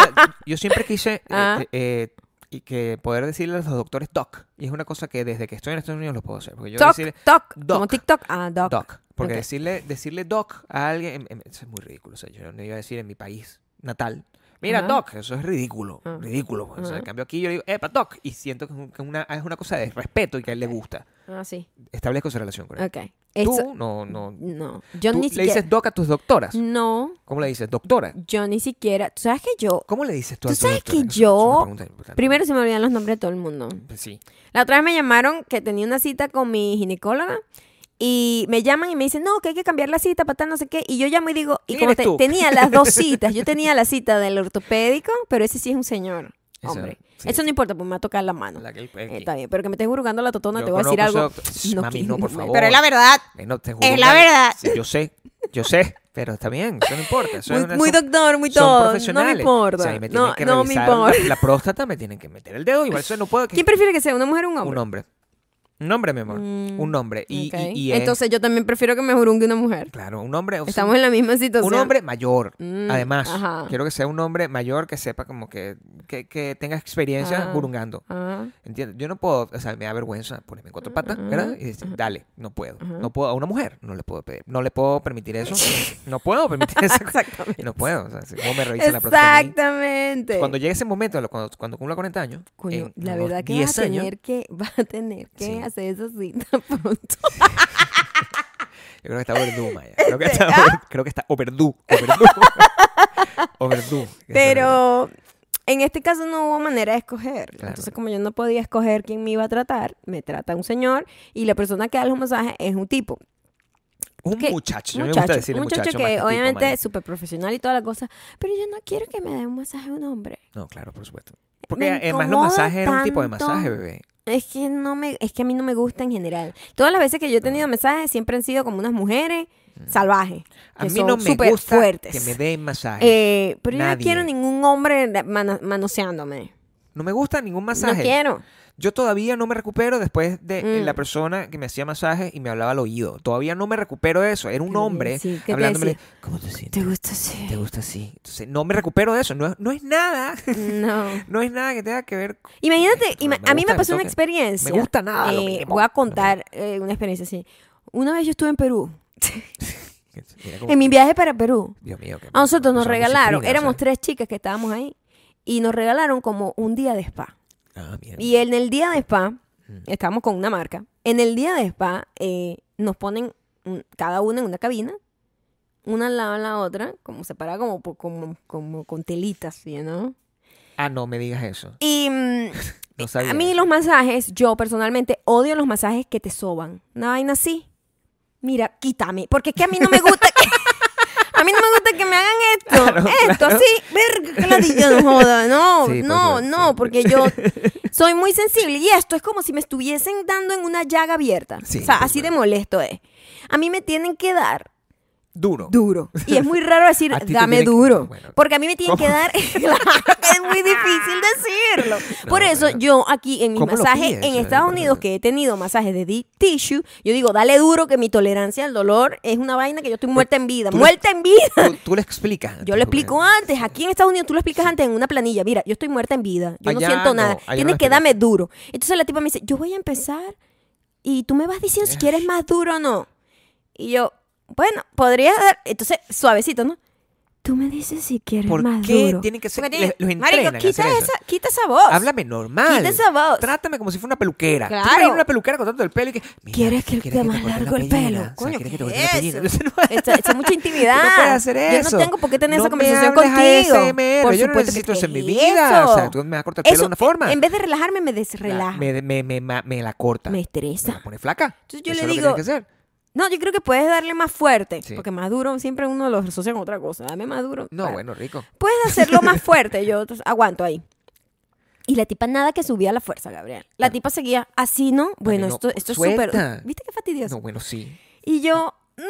[SPEAKER 2] yo siempre quise eh,
[SPEAKER 1] Ah.
[SPEAKER 2] eh, y que poder decirle a los doctores doc. Y es una cosa que desde que estoy en Estados Unidos lo puedo hacer. Porque yo
[SPEAKER 1] Toc,
[SPEAKER 2] decirle
[SPEAKER 1] toc,
[SPEAKER 2] doc.
[SPEAKER 1] como TikTok. Ah, doc.
[SPEAKER 2] doc. Porque
[SPEAKER 1] ok.
[SPEAKER 2] decirle, decirle doc a alguien. em, em, eso es muy ridículo. O sea, yo no iba a decir en mi país natal. Mira,
[SPEAKER 1] Ajá.
[SPEAKER 2] doc, eso es ridículo,
[SPEAKER 1] Ah.
[SPEAKER 2] ridículo. pues, O sea,
[SPEAKER 1] Ajá.
[SPEAKER 2] en cambio aquí yo digo, epa, doc, y siento que es un- que es una, es una cosa de respeto y que a él le gusta.
[SPEAKER 1] Ah, sí.
[SPEAKER 2] Establezco esa relación con él.
[SPEAKER 1] Ok. Eso-
[SPEAKER 2] Tú, no, no.
[SPEAKER 1] no, yo
[SPEAKER 2] Tú
[SPEAKER 1] ni
[SPEAKER 2] le
[SPEAKER 1] siquiera...
[SPEAKER 2] dices doc a tus doctoras.
[SPEAKER 1] No,
[SPEAKER 2] ¿Cómo le dices? Doctora.
[SPEAKER 1] yo ni siquiera... ¿Tú sabes que yo...
[SPEAKER 2] ¿Cómo le dices tú,
[SPEAKER 1] Tú
[SPEAKER 2] a tu
[SPEAKER 1] sabes
[SPEAKER 2] doctora?
[SPEAKER 1] que
[SPEAKER 2] Eso- eso es una
[SPEAKER 1] yo-
[SPEAKER 2] pregunta importante.
[SPEAKER 1] Primero se me olvidan los nombres de todo el mundo.
[SPEAKER 2] Pues Sí.
[SPEAKER 1] La otra vez me llamaron que tenía una cita con mi ginecóloga y me llaman y me dicen, no, que hay que cambiar la cita para tal, no sé qué. Y yo llamo y digo, y
[SPEAKER 2] ¿Quién
[SPEAKER 1] como
[SPEAKER 2] eres
[SPEAKER 1] te-
[SPEAKER 2] tú?
[SPEAKER 1] tenía las
[SPEAKER 2] [LAUGHS]
[SPEAKER 1] dos citas, yo tenía la cita del ortopédico, pero ese sí es un señor,
[SPEAKER 2] Eso-
[SPEAKER 1] hombre.
[SPEAKER 2] sí,
[SPEAKER 1] Eso no importa, pues me va a tocar la mano.
[SPEAKER 2] la que él-
[SPEAKER 1] Eh, está bien, pero que me estés hurgando la totona,
[SPEAKER 2] Yo
[SPEAKER 1] te voy a decir
[SPEAKER 2] conozco
[SPEAKER 1] algo.
[SPEAKER 2] ese doctor- Mami,
[SPEAKER 1] quiero-
[SPEAKER 2] no, por favor.
[SPEAKER 1] Pero es la verdad,
[SPEAKER 2] Eh, no, te juro,
[SPEAKER 1] es la
[SPEAKER 2] Mari.
[SPEAKER 1] verdad.
[SPEAKER 2] Sí, yo sé, yo sé, pero está bien, eso no importa. Eso es
[SPEAKER 1] Muy,
[SPEAKER 2] una-
[SPEAKER 1] muy
[SPEAKER 2] son-
[SPEAKER 1] doctor, muy
[SPEAKER 2] son
[SPEAKER 1] todo. No me
[SPEAKER 2] profesionales.
[SPEAKER 1] importa.
[SPEAKER 2] O sea, me tienen
[SPEAKER 1] no,
[SPEAKER 2] que
[SPEAKER 1] no me
[SPEAKER 2] revisar la- [LAUGHS]
[SPEAKER 1] importa.
[SPEAKER 2] La, próstata, me tienen que meter el dedo, igual eso no puedo. que-
[SPEAKER 1] ¿Quién prefiere que sea una mujer o un hombre?
[SPEAKER 2] un hombre. Un hombre, mi amor.
[SPEAKER 1] Mm,
[SPEAKER 2] un hombre. Y, y-
[SPEAKER 1] Ok.
[SPEAKER 2] y es-
[SPEAKER 1] Entonces yo también prefiero que me jurungue una mujer.
[SPEAKER 2] claro, un hombre. o sea,
[SPEAKER 1] Estamos en la misma situación.
[SPEAKER 2] un hombre mayor.
[SPEAKER 1] Mm,
[SPEAKER 2] Además,
[SPEAKER 1] ajá.
[SPEAKER 2] quiero que sea un hombre mayor que sepa como que, que, que tenga experiencia
[SPEAKER 1] Ah.
[SPEAKER 2] burungando.
[SPEAKER 1] Ah,
[SPEAKER 2] ¿Entiendes? Yo no puedo, o sea, me da vergüenza ponerme en cuatro patas,
[SPEAKER 1] Ajá,
[SPEAKER 2] ¿verdad? Y decir, dale, no puedo.
[SPEAKER 1] Ajá.
[SPEAKER 2] No puedo, a una mujer no le puedo pedir, no le puedo permitir eso. no puedo permitir
[SPEAKER 1] [LAUGHS]
[SPEAKER 2] eso.
[SPEAKER 1] exactamente.
[SPEAKER 2] No puedo, o sea, si- ¿cómo me revisan la próstata? a mí?
[SPEAKER 1] Exactamente.
[SPEAKER 2] Cuando llegue ese momento, lo- cuando, cuando cumpla 40 años,
[SPEAKER 1] Coño,
[SPEAKER 2] en
[SPEAKER 1] la
[SPEAKER 2] unos
[SPEAKER 1] verdad que
[SPEAKER 2] 10
[SPEAKER 1] vas a
[SPEAKER 2] años,
[SPEAKER 1] tener que, vas a tener que
[SPEAKER 2] Sí.
[SPEAKER 1] hacer esa cita [LAUGHS] pronto.
[SPEAKER 2] yo creo que está overdue,
[SPEAKER 1] [LAUGHS]
[SPEAKER 2] Maya. Creo que está, over- creo que está overdue, overdue. Overdue. Eso es verdad.
[SPEAKER 1] Pero en este caso no hubo manera de escoger.
[SPEAKER 2] Claro.
[SPEAKER 1] Entonces, como yo no podía escoger quién me iba a tratar, me trata un señor y la persona que da los masajes es un tipo.
[SPEAKER 2] Un
[SPEAKER 1] que-
[SPEAKER 2] muchacho,
[SPEAKER 1] un
[SPEAKER 2] yo me gusta
[SPEAKER 1] muchacho,
[SPEAKER 2] decirle
[SPEAKER 1] un muchacho,
[SPEAKER 2] muchacho, más
[SPEAKER 1] que
[SPEAKER 2] tipo,
[SPEAKER 1] obviamente
[SPEAKER 2] Maya.
[SPEAKER 1] es súper profesional y toda la cosa, pero yo no quiero que me dé un masaje un hombre.
[SPEAKER 2] No, claro, por supuesto. Porque
[SPEAKER 1] Me
[SPEAKER 2] además los
[SPEAKER 1] incomoda
[SPEAKER 2] masajes era un tipo de
[SPEAKER 1] tanto.
[SPEAKER 2] masaje, bebé.
[SPEAKER 1] Es que no me, es que a mí no me gusta en general. Todas las veces que yo he
[SPEAKER 2] Ah.
[SPEAKER 1] tenido mensajes siempre han sido como unas mujeres salvajes,
[SPEAKER 2] Mm. A
[SPEAKER 1] que
[SPEAKER 2] mí
[SPEAKER 1] son
[SPEAKER 2] no me
[SPEAKER 1] súper
[SPEAKER 2] gusta
[SPEAKER 1] fuertes.
[SPEAKER 2] que me den masaje.
[SPEAKER 1] Eh, pero yo no
[SPEAKER 2] Nadie.
[SPEAKER 1] quiero ningún hombre na- mano- manoseándome.
[SPEAKER 2] No me gusta ningún
[SPEAKER 1] No
[SPEAKER 2] masaje.
[SPEAKER 1] quiero.
[SPEAKER 2] Yo todavía no me recupero después de eh,
[SPEAKER 1] Mm.
[SPEAKER 2] la persona que me hacía masajes y me hablaba al oído. Todavía no me recupero de eso. Era un
[SPEAKER 1] Pero,
[SPEAKER 2] hombre
[SPEAKER 1] sí, ¿qué te
[SPEAKER 2] hablándome.
[SPEAKER 1] decía?
[SPEAKER 2] ¿Cómo te sientes?
[SPEAKER 1] ¿Te gusta sí?
[SPEAKER 2] ¿Te gusta así? Entonces, no me recupero de eso. No, no es nada.
[SPEAKER 1] [LAUGHS]
[SPEAKER 2] [LAUGHS]
[SPEAKER 1] No.
[SPEAKER 2] No es nada que tenga que ver. con-
[SPEAKER 1] Imagínate,
[SPEAKER 2] Me
[SPEAKER 1] ima-
[SPEAKER 2] gusta
[SPEAKER 1] a mí me
[SPEAKER 2] el
[SPEAKER 1] pasó una
[SPEAKER 2] toque.
[SPEAKER 1] experiencia.
[SPEAKER 2] Me gusta nada. lo
[SPEAKER 1] Eh,
[SPEAKER 2] mínimo.
[SPEAKER 1] voy a contar eh, una experiencia así. Una vez yo estuve en Perú,
[SPEAKER 2] Mira cómo-
[SPEAKER 1] en mi viaje para Perú.
[SPEAKER 2] Dios mío. qué-
[SPEAKER 1] A nosotros nos
[SPEAKER 2] son
[SPEAKER 1] regalaron,
[SPEAKER 2] disciplinas,
[SPEAKER 1] éramos
[SPEAKER 2] o
[SPEAKER 1] tres chicas que estábamos ahí, y nos regalaron como un día de spa.
[SPEAKER 2] sea. Ah, mira.
[SPEAKER 1] Y en el día de spa, estábamos con una marca, en el día de spa eh, nos ponen un- cada una en una cabina, una al lado de la otra, como separada como, por- como, como con telitas, ¿sí, ¿no?
[SPEAKER 2] Ah, no me digas eso.
[SPEAKER 1] Y mm,
[SPEAKER 2] No sabía.
[SPEAKER 1] a mí los masajes, yo personalmente odio los masajes que te soban. Una vaina así. Mira, quítame. Porque es que a mí no me gusta
[SPEAKER 2] [LAUGHS]
[SPEAKER 1] que... A mí no me gusta que me hagan esto.
[SPEAKER 2] Claro,
[SPEAKER 1] esto,
[SPEAKER 2] claro.
[SPEAKER 1] así. Verga, qué ladilla, no
[SPEAKER 2] [LAUGHS]
[SPEAKER 1] joda. No,
[SPEAKER 2] Sí,
[SPEAKER 1] no,
[SPEAKER 2] pasa,
[SPEAKER 1] no.
[SPEAKER 2] sí. pues.
[SPEAKER 1] Porque
[SPEAKER 2] [LAUGHS]
[SPEAKER 1] yo soy muy sensible. Y esto es como si me estuviesen dando en una llaga abierta.
[SPEAKER 2] Sí, pues,
[SPEAKER 1] o sea,
[SPEAKER 2] por
[SPEAKER 1] así de molesto es. A mí me tienen que dar
[SPEAKER 2] Duro.
[SPEAKER 1] duro. Y es muy raro decir,
[SPEAKER 2] [LAUGHS] A ti te
[SPEAKER 1] dame
[SPEAKER 2] tiene que-
[SPEAKER 1] duro.
[SPEAKER 2] bueno.
[SPEAKER 1] porque a mí me tienen que
[SPEAKER 2] ¿Cómo?
[SPEAKER 1] dar. [LAUGHS] es muy difícil decirlo.
[SPEAKER 2] [LAUGHS] No,
[SPEAKER 1] Por eso
[SPEAKER 2] bueno.
[SPEAKER 1] yo aquí en mi
[SPEAKER 2] ¿Cómo lo
[SPEAKER 1] masaje
[SPEAKER 2] pides?
[SPEAKER 1] en
[SPEAKER 2] Es
[SPEAKER 1] Estados Unidos,
[SPEAKER 2] importante.
[SPEAKER 1] que he tenido masajes de deep tissue, yo digo, dale duro, que mi tolerancia al dolor es una vaina que yo estoy muerta en vida.
[SPEAKER 2] tú le-
[SPEAKER 1] ¡Muerta en vida!
[SPEAKER 2] Tú, tú le explicas.
[SPEAKER 1] Yo lo explico antes, aquí en Estados Unidos tú lo explicas antes en una planilla, mira, yo estoy muerta en vida, yo no
[SPEAKER 2] Allá
[SPEAKER 1] siento
[SPEAKER 2] no,
[SPEAKER 1] nada,
[SPEAKER 2] allá no
[SPEAKER 1] tienes
[SPEAKER 2] las
[SPEAKER 1] que
[SPEAKER 2] tenés.
[SPEAKER 1] darme duro. Entonces la tipa me dice, yo voy a empezar y tú me vas diciendo si quieres más duro o no. Y yo, bueno, podrías dar, entonces suavecito, ¿no? Tú me dices si quieres
[SPEAKER 2] ¿Por
[SPEAKER 1] más
[SPEAKER 2] qué
[SPEAKER 1] duro.
[SPEAKER 2] tienen que ser-
[SPEAKER 1] Porque
[SPEAKER 2] les- los entrenan a
[SPEAKER 1] Marico, quita
[SPEAKER 2] hacer eso?
[SPEAKER 1] esa, quita esa voz.
[SPEAKER 2] Háblame normal.
[SPEAKER 1] Quita esa voz.
[SPEAKER 2] Trátame como si fuera una peluquera. Tú
[SPEAKER 1] Claro.
[SPEAKER 2] imaginas una peluquera cortando el pelo y que. mira,
[SPEAKER 1] ¿Quieres que te
[SPEAKER 2] corte
[SPEAKER 1] más
[SPEAKER 2] la
[SPEAKER 1] largo el
[SPEAKER 2] pellina?
[SPEAKER 1] pelo?
[SPEAKER 2] O sea,
[SPEAKER 1] Coño,
[SPEAKER 2] ¿quieres que
[SPEAKER 1] ¿qué
[SPEAKER 2] te corte
[SPEAKER 1] es
[SPEAKER 2] la
[SPEAKER 1] eso?
[SPEAKER 2] pellina? [LAUGHS] Entonces, no-
[SPEAKER 1] Esa, esa es
[SPEAKER 2] [LAUGHS]
[SPEAKER 1] mucha intimidad.
[SPEAKER 2] No puedes hacer eso.
[SPEAKER 1] Yo no tengo por qué tener
[SPEAKER 2] No
[SPEAKER 1] esa
[SPEAKER 2] me
[SPEAKER 1] conversación
[SPEAKER 2] hables a
[SPEAKER 1] contigo.
[SPEAKER 2] ASMR,
[SPEAKER 1] Por
[SPEAKER 2] yo no
[SPEAKER 1] supuesto
[SPEAKER 2] necesito
[SPEAKER 1] que
[SPEAKER 2] eso en mi
[SPEAKER 1] es
[SPEAKER 2] vida. O sea,
[SPEAKER 1] eso.
[SPEAKER 2] tú me vas a cortar el pelo de
[SPEAKER 1] Eso,
[SPEAKER 2] una forma.
[SPEAKER 1] En vez de relajarme, me desrelaja.
[SPEAKER 2] Me, me, me, ma- me la corta.
[SPEAKER 1] me
[SPEAKER 2] me la
[SPEAKER 1] estresa.
[SPEAKER 2] pone flaca.
[SPEAKER 1] Entonces yo le
[SPEAKER 2] Eso es lo que
[SPEAKER 1] digo-
[SPEAKER 2] tienes que hacer.
[SPEAKER 1] No, yo creo que puedes darle más fuerte.
[SPEAKER 2] Sí.
[SPEAKER 1] Porque más duro siempre uno lo asocia con otra cosa. Dame más duro.
[SPEAKER 2] No,
[SPEAKER 1] Claro.
[SPEAKER 2] bueno, rico.
[SPEAKER 1] Puedes hacerlo
[SPEAKER 2] [LAUGHS]
[SPEAKER 1] más fuerte. Yo t- aguanto ahí. Y la tipa nada que subía la fuerza, Gabriel. La tipa seguía así, ¿no? Bueno,
[SPEAKER 2] no,
[SPEAKER 1] esto, esto es
[SPEAKER 2] suelta.
[SPEAKER 1] súper. ¿Viste qué fastidioso?
[SPEAKER 2] No, bueno, sí.
[SPEAKER 1] Y yo, no,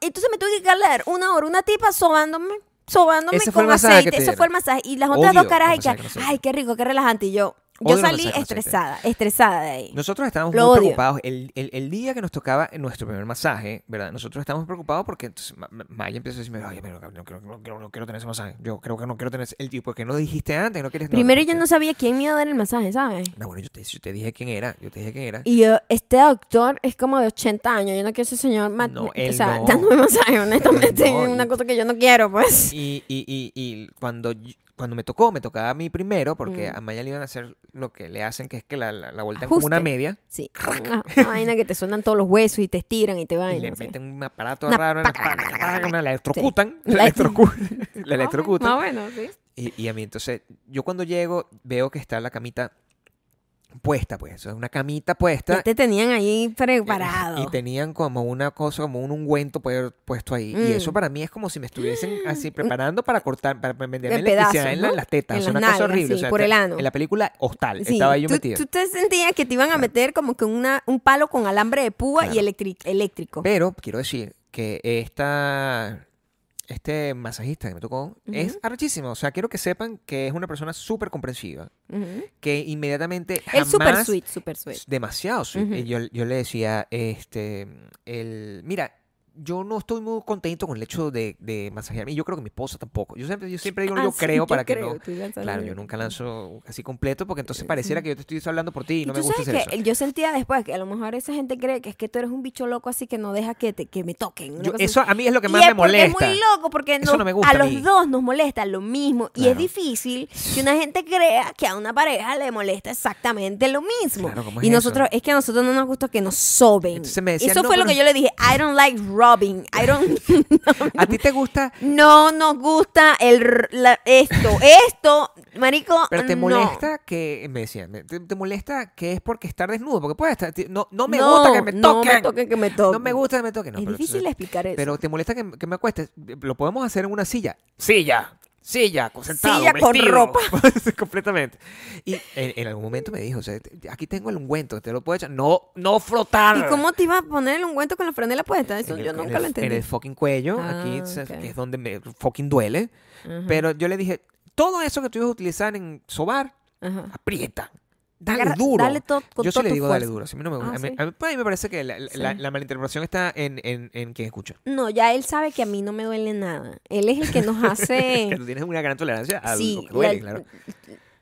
[SPEAKER 1] entonces me tuve que calar una hora, una tipa sobándome, sobándome
[SPEAKER 2] Ese fue
[SPEAKER 1] con
[SPEAKER 2] el masaje que
[SPEAKER 1] aceite.
[SPEAKER 2] te
[SPEAKER 1] Eso
[SPEAKER 2] dieron.
[SPEAKER 1] fue el masaje. Y las otras
[SPEAKER 2] Odio
[SPEAKER 1] dos caras,
[SPEAKER 2] los
[SPEAKER 1] y que,
[SPEAKER 2] masajes con aceite.
[SPEAKER 1] ay, qué rico, qué relajante. Y yo, yo
[SPEAKER 2] Odio los
[SPEAKER 1] salí
[SPEAKER 2] masajes con aceite.
[SPEAKER 1] estresada, estresada de ahí.
[SPEAKER 2] Nosotros estábamos
[SPEAKER 1] Lo
[SPEAKER 2] muy
[SPEAKER 1] odio.
[SPEAKER 2] preocupados. El, el- el día que nos tocaba nuestro primer masaje, ¿verdad? Nosotros estábamos preocupados porque entonces, Ma- Ma- Maya empezó a decirme, oye, pero no quiero, no quiero- no quiero tener ese masaje. Yo creo que no quiero tener ese. El tipo, ¿por qué no dijiste antes? No querías
[SPEAKER 1] Primero yo
[SPEAKER 2] porque-
[SPEAKER 1] no sabía quién me iba a dar el masaje, ¿sabes?
[SPEAKER 2] No, bueno, yo te, yo te dije quién era. Yo te dije quién era.
[SPEAKER 1] Y yo, este doctor es como de 80 años. Yo no quiero ese señor ma-
[SPEAKER 2] No,
[SPEAKER 1] o
[SPEAKER 2] él
[SPEAKER 1] sea, [LAUGHS]
[SPEAKER 2] no.
[SPEAKER 1] dándome masaje, honestamente.
[SPEAKER 2] Él no,
[SPEAKER 1] es una
[SPEAKER 2] y-
[SPEAKER 1] cosa que yo no quiero, pues.
[SPEAKER 2] [LAUGHS] Y, y, y, y cuando, yo- cuando me tocó, me tocaba a mí primero, porque
[SPEAKER 1] Mm.
[SPEAKER 2] a Maya le iban a hacer lo que le hacen, que es que la, la, la vuelta como una
[SPEAKER 1] Ajuste.
[SPEAKER 2] media
[SPEAKER 1] Sí, una una vaina que te suenan todos los huesos y te estiran y te
[SPEAKER 2] y le
[SPEAKER 1] van.
[SPEAKER 2] meten un aparato
[SPEAKER 1] Una
[SPEAKER 2] raro, en la,
[SPEAKER 1] paca, paca, paca, paca. [LAUGHS]
[SPEAKER 2] la electrocutan,
[SPEAKER 1] Sí.
[SPEAKER 2] la electrocutan, [LAUGHS] la electrocutan.
[SPEAKER 1] Ah, bueno, sí.
[SPEAKER 2] Y, y a mí entonces, yo cuando llego veo que está la camita puesta, pues, eso es una camita puesta.
[SPEAKER 1] Ya te Este tenían ahí
[SPEAKER 2] eh,
[SPEAKER 1] preparado.
[SPEAKER 2] Y tenían como una cosa, como un ungüento pues, puesto ahí. Y
[SPEAKER 1] Mm.
[SPEAKER 2] eso para mí es como si
[SPEAKER 1] [GASPS]
[SPEAKER 2] me estuviesen así preparando para cortar, para
[SPEAKER 1] En
[SPEAKER 2] venderme electricidad
[SPEAKER 1] pedazos,
[SPEAKER 2] en la-
[SPEAKER 1] ¿no?
[SPEAKER 2] las tetas.
[SPEAKER 1] En
[SPEAKER 2] es
[SPEAKER 1] las
[SPEAKER 2] una cosa
[SPEAKER 1] nalgas,
[SPEAKER 2] horrible. o
[SPEAKER 1] sí,
[SPEAKER 2] sea,
[SPEAKER 1] por
[SPEAKER 2] te-
[SPEAKER 1] el ano.
[SPEAKER 2] En la película Hostal
[SPEAKER 1] Sí,
[SPEAKER 2] estaba yo
[SPEAKER 1] tú,
[SPEAKER 2] metido.
[SPEAKER 1] tú te sentías que te iban a meter como que una, un palo con alambre de púa y
[SPEAKER 2] Claro.
[SPEAKER 1] electri- eléctrico.
[SPEAKER 2] Pero quiero decir que esta, este masajista que me tocó es arrechísimo. O sea, quiero que sepan que es una persona súper comprensiva.
[SPEAKER 1] Ujú.
[SPEAKER 2] Que inmediatamente
[SPEAKER 1] El
[SPEAKER 2] jamás...
[SPEAKER 1] super sweet, super sweet.
[SPEAKER 2] s- Demasiado sweet.
[SPEAKER 1] Pues. Ujú.
[SPEAKER 2] Y yo, yo le decía, este, el, mira, yo no estoy muy contento con el hecho de, de masajearme. Y yo creo que mi esposa tampoco. Yo siempre, yo siempre digo,
[SPEAKER 1] Ah,
[SPEAKER 2] yo
[SPEAKER 1] sí,
[SPEAKER 2] creo para que
[SPEAKER 1] creo,
[SPEAKER 2] no.
[SPEAKER 1] tú ibas a
[SPEAKER 2] Claro,
[SPEAKER 1] decir.
[SPEAKER 2] yo nunca lanzo así completo porque entonces pareciera que yo te estoy hablando por ti y
[SPEAKER 1] Eh, Y
[SPEAKER 2] no me
[SPEAKER 1] tú
[SPEAKER 2] gusta
[SPEAKER 1] sabes
[SPEAKER 2] hacer
[SPEAKER 1] que
[SPEAKER 2] eso.
[SPEAKER 1] yo sentía después que a lo mejor esa gente cree que es que tú eres un bicho loco así que no deja que, te, que me toquen. una
[SPEAKER 2] Yo-
[SPEAKER 1] cosa
[SPEAKER 2] eso
[SPEAKER 1] así.
[SPEAKER 2] a mí es lo que
[SPEAKER 1] Y
[SPEAKER 2] más
[SPEAKER 1] es
[SPEAKER 2] me
[SPEAKER 1] porque
[SPEAKER 2] molesta.
[SPEAKER 1] Es muy loco porque
[SPEAKER 2] Eso
[SPEAKER 1] nos-
[SPEAKER 2] no me gusta
[SPEAKER 1] a
[SPEAKER 2] a
[SPEAKER 1] los
[SPEAKER 2] mí.
[SPEAKER 1] dos nos molesta lo mismo y es
[SPEAKER 2] Claro.
[SPEAKER 1] difícil que una gente crea que a una pareja le molesta exactamente lo mismo.
[SPEAKER 2] Claro, ¿cómo es
[SPEAKER 1] y
[SPEAKER 2] eso?
[SPEAKER 1] nosotros es que a nosotros no nos gusta que nos soben.
[SPEAKER 2] Entonces me decían,
[SPEAKER 1] eso
[SPEAKER 2] "No,
[SPEAKER 1] fue lo
[SPEAKER 2] pero-
[SPEAKER 1] que yo le dije, I don't like robbing, I don't
[SPEAKER 2] [LAUGHS] ¿A ti te gusta?
[SPEAKER 1] no nos gusta el r- la- esto, esto, marico,
[SPEAKER 2] Pero te
[SPEAKER 1] no.
[SPEAKER 2] molesta que, eh, me decían, me- te, te molesta que es porque estar desnudo, porque puede estar, ti- no, no me
[SPEAKER 1] No,
[SPEAKER 2] gusta que me toquen.
[SPEAKER 1] no me toquen, que me
[SPEAKER 2] No me
[SPEAKER 1] toquen.
[SPEAKER 2] gusta que me toquen. No,
[SPEAKER 1] es
[SPEAKER 2] pero
[SPEAKER 1] difícil
[SPEAKER 2] entonces-
[SPEAKER 1] explicar eso.
[SPEAKER 2] Pero te molesta que, que me acuestes. Lo podemos hacer en una silla. Silla. Silla, sentado,
[SPEAKER 1] Silla con [LAUGHS]
[SPEAKER 2] vestido.
[SPEAKER 1] ropa.
[SPEAKER 2] Completamente. Y en, en algún momento me dijo, o sea, te- aquí tengo el ungüento, te lo puedo echar. No, no frotar.
[SPEAKER 1] ¿Y cómo te iba a poner el ungüento con la franela puesta? Eso
[SPEAKER 2] ah. En el-
[SPEAKER 1] yo
[SPEAKER 2] en
[SPEAKER 1] nunca
[SPEAKER 2] el-
[SPEAKER 1] lo entendí.
[SPEAKER 2] En el fucking cuello,
[SPEAKER 1] Ah,
[SPEAKER 2] aquí, o sea,
[SPEAKER 1] ok.
[SPEAKER 2] que es donde me fucking duele.
[SPEAKER 1] Ajá.
[SPEAKER 2] Pero yo le dije, todo eso que tú ibas a utilizar en sobar,
[SPEAKER 1] Ajá.
[SPEAKER 2] aprieta. Dale
[SPEAKER 1] Agarra-
[SPEAKER 2] duro.
[SPEAKER 1] Dale todo con
[SPEAKER 2] Yo sí
[SPEAKER 1] toda
[SPEAKER 2] le
[SPEAKER 1] tu
[SPEAKER 2] digo
[SPEAKER 1] fuerza.
[SPEAKER 2] dale duro. si a mí no me gusta.
[SPEAKER 1] Ah,
[SPEAKER 2] A mí-
[SPEAKER 1] ¿sí?
[SPEAKER 2] a mí para mí me parece que la, la-
[SPEAKER 1] Sí.
[SPEAKER 2] la- la malinterpretación está en, en, en quien escucha.
[SPEAKER 1] No, ya él sabe que a mí no me duele nada. Él es el que
[SPEAKER 2] [LAUGHS]
[SPEAKER 1] nos hace...
[SPEAKER 2] Que tú tienes una gran tolerancia a
[SPEAKER 1] Sí,
[SPEAKER 2] lo que duele,
[SPEAKER 1] la-
[SPEAKER 2] claro.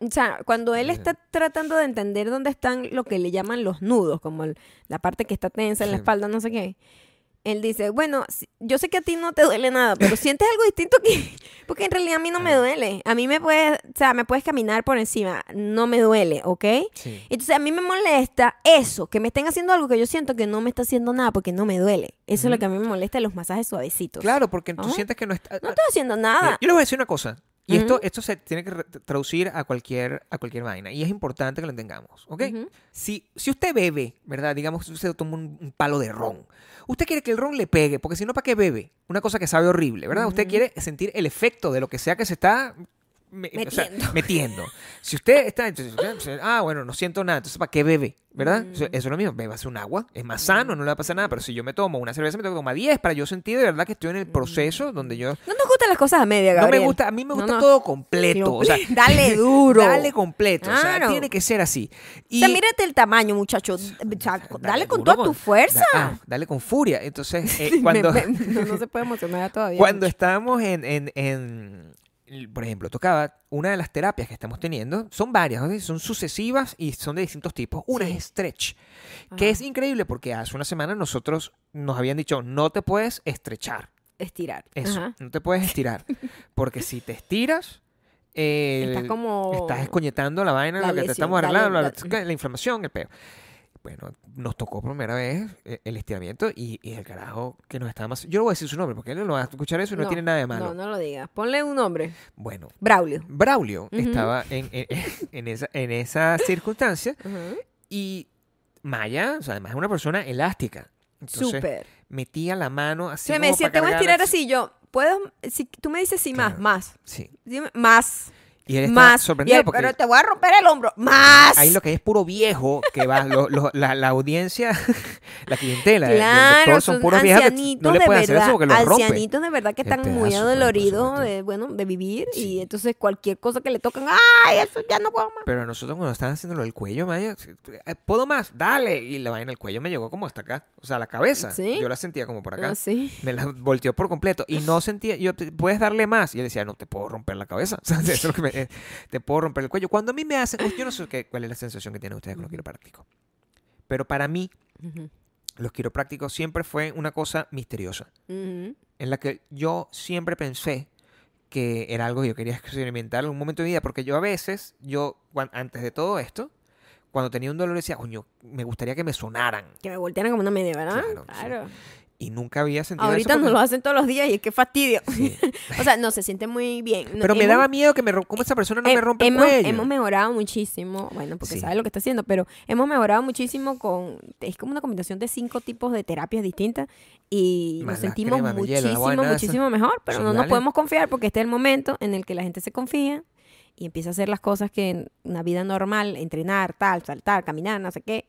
[SPEAKER 1] O sea, cuando él
[SPEAKER 2] Ujú.
[SPEAKER 1] está tratando de entender dónde están lo que le llaman los nudos, como el- la parte que está tensa en la
[SPEAKER 2] Sí.
[SPEAKER 1] espalda, no sé qué. Él dice, bueno, si- yo sé que a ti no te duele nada, pero sientes algo distinto aquí. [LAUGHS] Porque en realidad a mí no me
[SPEAKER 2] Ajá.
[SPEAKER 1] duele. A mí me puedes, o sea, me puedes caminar por encima. No me duele, ¿ok?
[SPEAKER 2] Sí.
[SPEAKER 1] Entonces a mí me molesta eso, que me estén haciendo algo que yo siento que no me está haciendo nada porque no me duele. Eso es lo
[SPEAKER 2] Ujú.
[SPEAKER 1] que a mí me molesta de los masajes suavecitos.
[SPEAKER 2] Claro, porque tú
[SPEAKER 1] Ajá.
[SPEAKER 2] sientes que no está.
[SPEAKER 1] No estoy haciendo
[SPEAKER 2] Mira,
[SPEAKER 1] nada.
[SPEAKER 2] yo les voy a decir una cosa. Y esto,
[SPEAKER 1] Ujú.
[SPEAKER 2] esto se tiene que re- traducir a cualquier, a cualquier vaina. Y es importante que lo entendamos. ¿Ok?
[SPEAKER 1] Ujú.
[SPEAKER 2] si, si usted bebe, ¿verdad? Digamos que usted toma un, un palo de ron. Usted quiere que el ron le pegue, porque si no, ¿para qué bebe? Una cosa que sabe horrible, ¿verdad? Usted
[SPEAKER 1] Ujú.
[SPEAKER 2] quiere sentir el efecto de lo que sea que se está me- o sea,
[SPEAKER 1] Metiendo.
[SPEAKER 2] [LAUGHS] metiendo. Si usted está, entonces, usted- ah, bueno, no siento nada, entonces ¿para qué bebe? ¿Verdad?
[SPEAKER 1] Mm.
[SPEAKER 2] Eso eso es lo mismo, bebas un agua, es más sano, no le va a pasar nada, pero si yo me tomo una cerveza, me tengo que tomar 10 para yo sentir de verdad que estoy en el proceso donde yo...
[SPEAKER 1] No nos gustan las cosas a media,
[SPEAKER 2] No
[SPEAKER 1] Gabriel.
[SPEAKER 2] me gusta, a mí me
[SPEAKER 1] No,
[SPEAKER 2] gusta
[SPEAKER 1] no.
[SPEAKER 2] todo
[SPEAKER 1] [LAUGHS]
[SPEAKER 2] completo. o sea, [LAUGHS]
[SPEAKER 1] Dale duro.
[SPEAKER 2] Dale completo, o sea,
[SPEAKER 1] Claro.
[SPEAKER 2] tiene que ser así.
[SPEAKER 1] O
[SPEAKER 2] Y,
[SPEAKER 1] sea, mírate el tamaño, muchacho. O sea, dale, con
[SPEAKER 2] duro
[SPEAKER 1] toda tu [LAUGHS] fuerza.
[SPEAKER 2] da- ah, dale con furia.
[SPEAKER 1] [LAUGHS]
[SPEAKER 2] Entonces, eh, cuando, [LAUGHS]
[SPEAKER 1] Me- me- no, no se puede emocionar todavía.
[SPEAKER 2] cuando
[SPEAKER 1] mucho.
[SPEAKER 2] estábamos en, en- en- por ejemplo, tocaba una de las terapias que estamos teniendo, son varias, ¿ok? son sucesivas y son de distintos tipos. Una es stretch, que
[SPEAKER 1] Ajá.
[SPEAKER 2] es increíble porque hace una semana nosotros nos habían dicho, no te puedes estrechar.
[SPEAKER 1] Estirar.
[SPEAKER 2] Eso,
[SPEAKER 1] Ajá.
[SPEAKER 2] no te
[SPEAKER 1] [LAUGHS]
[SPEAKER 2] puedes estirar. Porque si te estiras, el-
[SPEAKER 1] Está como...
[SPEAKER 2] estás escoñetando la vaina,
[SPEAKER 1] La
[SPEAKER 2] lo que te
[SPEAKER 1] lesión,
[SPEAKER 2] estamos
[SPEAKER 1] la
[SPEAKER 2] arreglando,
[SPEAKER 1] le-
[SPEAKER 2] la,
[SPEAKER 1] la-
[SPEAKER 2] la inflamación, el peo. Bueno, nos tocó por primera vez eh, el estiramiento y, y el carajo que nos estaba más. Yo no voy a decir su nombre porque él no va a escuchar eso y no, tiene nada de malo.
[SPEAKER 1] No, no lo digas. Ponle un nombre.
[SPEAKER 2] Bueno,
[SPEAKER 1] Braulio.
[SPEAKER 2] Braulio
[SPEAKER 1] Ujú.
[SPEAKER 2] estaba en, en- [LAUGHS] en esa, en esa circunstancia
[SPEAKER 1] Ajá.
[SPEAKER 2] y Maya, o sea, además es una persona elástica. Entonces,
[SPEAKER 1] Súper.
[SPEAKER 2] metía la mano
[SPEAKER 1] O
[SPEAKER 2] así.
[SPEAKER 1] sea, me
[SPEAKER 2] como
[SPEAKER 1] decía,
[SPEAKER 2] para
[SPEAKER 1] te voy a
[SPEAKER 2] cargar
[SPEAKER 1] estirar así. Yo, puedo... Si, tú me dices sí, más,
[SPEAKER 2] Claro.
[SPEAKER 1] más.
[SPEAKER 2] Sí.
[SPEAKER 1] Dime, más,
[SPEAKER 2] Y él estaba
[SPEAKER 1] más.
[SPEAKER 2] sorprendido
[SPEAKER 1] Y él,
[SPEAKER 2] porque
[SPEAKER 1] Pero te voy a romper el hombro. Más.
[SPEAKER 2] Ahí lo que hay es puro viejo que va, lo- lo- la, la audiencia, [LAUGHS] la clientela, del- del
[SPEAKER 1] Claro,
[SPEAKER 2] doctor son puros viejos que
[SPEAKER 1] ancianitos
[SPEAKER 2] no le
[SPEAKER 1] de
[SPEAKER 2] pueden hacer
[SPEAKER 1] verdad,
[SPEAKER 2] eso porque los rompe.
[SPEAKER 1] ancianitos de verdad que
[SPEAKER 2] El
[SPEAKER 1] están muy
[SPEAKER 2] pedazo, pues, por
[SPEAKER 1] adoloridos
[SPEAKER 2] supuesto.
[SPEAKER 1] de, bueno, de vivir
[SPEAKER 2] Sí.
[SPEAKER 1] y entonces cualquier cosa que le tocan, ¡ay, eso ya no puedo más!
[SPEAKER 2] Pero a nosotros cuando estaban haciendo lo del cuello, Maya, eh, ¿puedo más? ¡Dale! Y la vaina del cuello me llegó como hasta acá, o sea, la cabeza.
[SPEAKER 1] ¿Sí?
[SPEAKER 2] Yo la sentía como por acá.
[SPEAKER 1] Ah, sí.
[SPEAKER 2] Me la volteó por completo y no sentía, yo, "Te- ¿puedes darle más? Y él decía, no, te puedo romper la cabeza, [LAUGHS] O sea, eso es lo que me- eh, te puedo romper el cuello. Cuando a mí me hacen, yo no sé qué, cuál es la sensación que tienen ustedes con los quiroprácticos, pero para mí
[SPEAKER 1] Ujú.
[SPEAKER 2] los quiroprácticos siempre fue una cosa misteriosa.
[SPEAKER 1] Ujú.
[SPEAKER 2] en la que yo siempre pensé que era algo que yo quería experimentar en un momento de mi vida, porque yo a veces, yo cuan- antes de todo esto, cuando tenía un dolor decía, coño, me gustaría que me sonaran.
[SPEAKER 1] Que me voltearan como una media, ¿verdad?
[SPEAKER 2] Claro, sí. Y nunca había sentido
[SPEAKER 1] Ahorita
[SPEAKER 2] eso.
[SPEAKER 1] nos
[SPEAKER 2] porque-
[SPEAKER 1] lo hacen todos los días y es que fastidio.
[SPEAKER 2] Sí.
[SPEAKER 1] o sea, no se siente muy bien. [LAUGHS] No, Em,
[SPEAKER 2] Pero me
[SPEAKER 1] hemos-
[SPEAKER 2] daba miedo que me rom- cómo esa persona no
[SPEAKER 1] he-
[SPEAKER 2] me rompe
[SPEAKER 1] hemos,
[SPEAKER 2] el cuello.
[SPEAKER 1] hemos mejorado muchísimo, bueno, porque
[SPEAKER 2] Sí.
[SPEAKER 1] sabe lo que está haciendo, pero hemos mejorado muchísimo con, es como una combinación de cinco tipos de terapias distintas y
[SPEAKER 2] Más
[SPEAKER 1] nos
[SPEAKER 2] la
[SPEAKER 1] sentimos
[SPEAKER 2] crema, mi hielo, la
[SPEAKER 1] muchísimo,
[SPEAKER 2] vaina esa.
[SPEAKER 1] muchísimo mejor, pero
[SPEAKER 2] Sí,
[SPEAKER 1] no nos
[SPEAKER 2] vale.
[SPEAKER 1] podemos confiar porque este es el momento en el que la gente se confía y empieza a hacer las cosas que en una vida normal, entrenar, tal, saltar, caminar, no sé qué,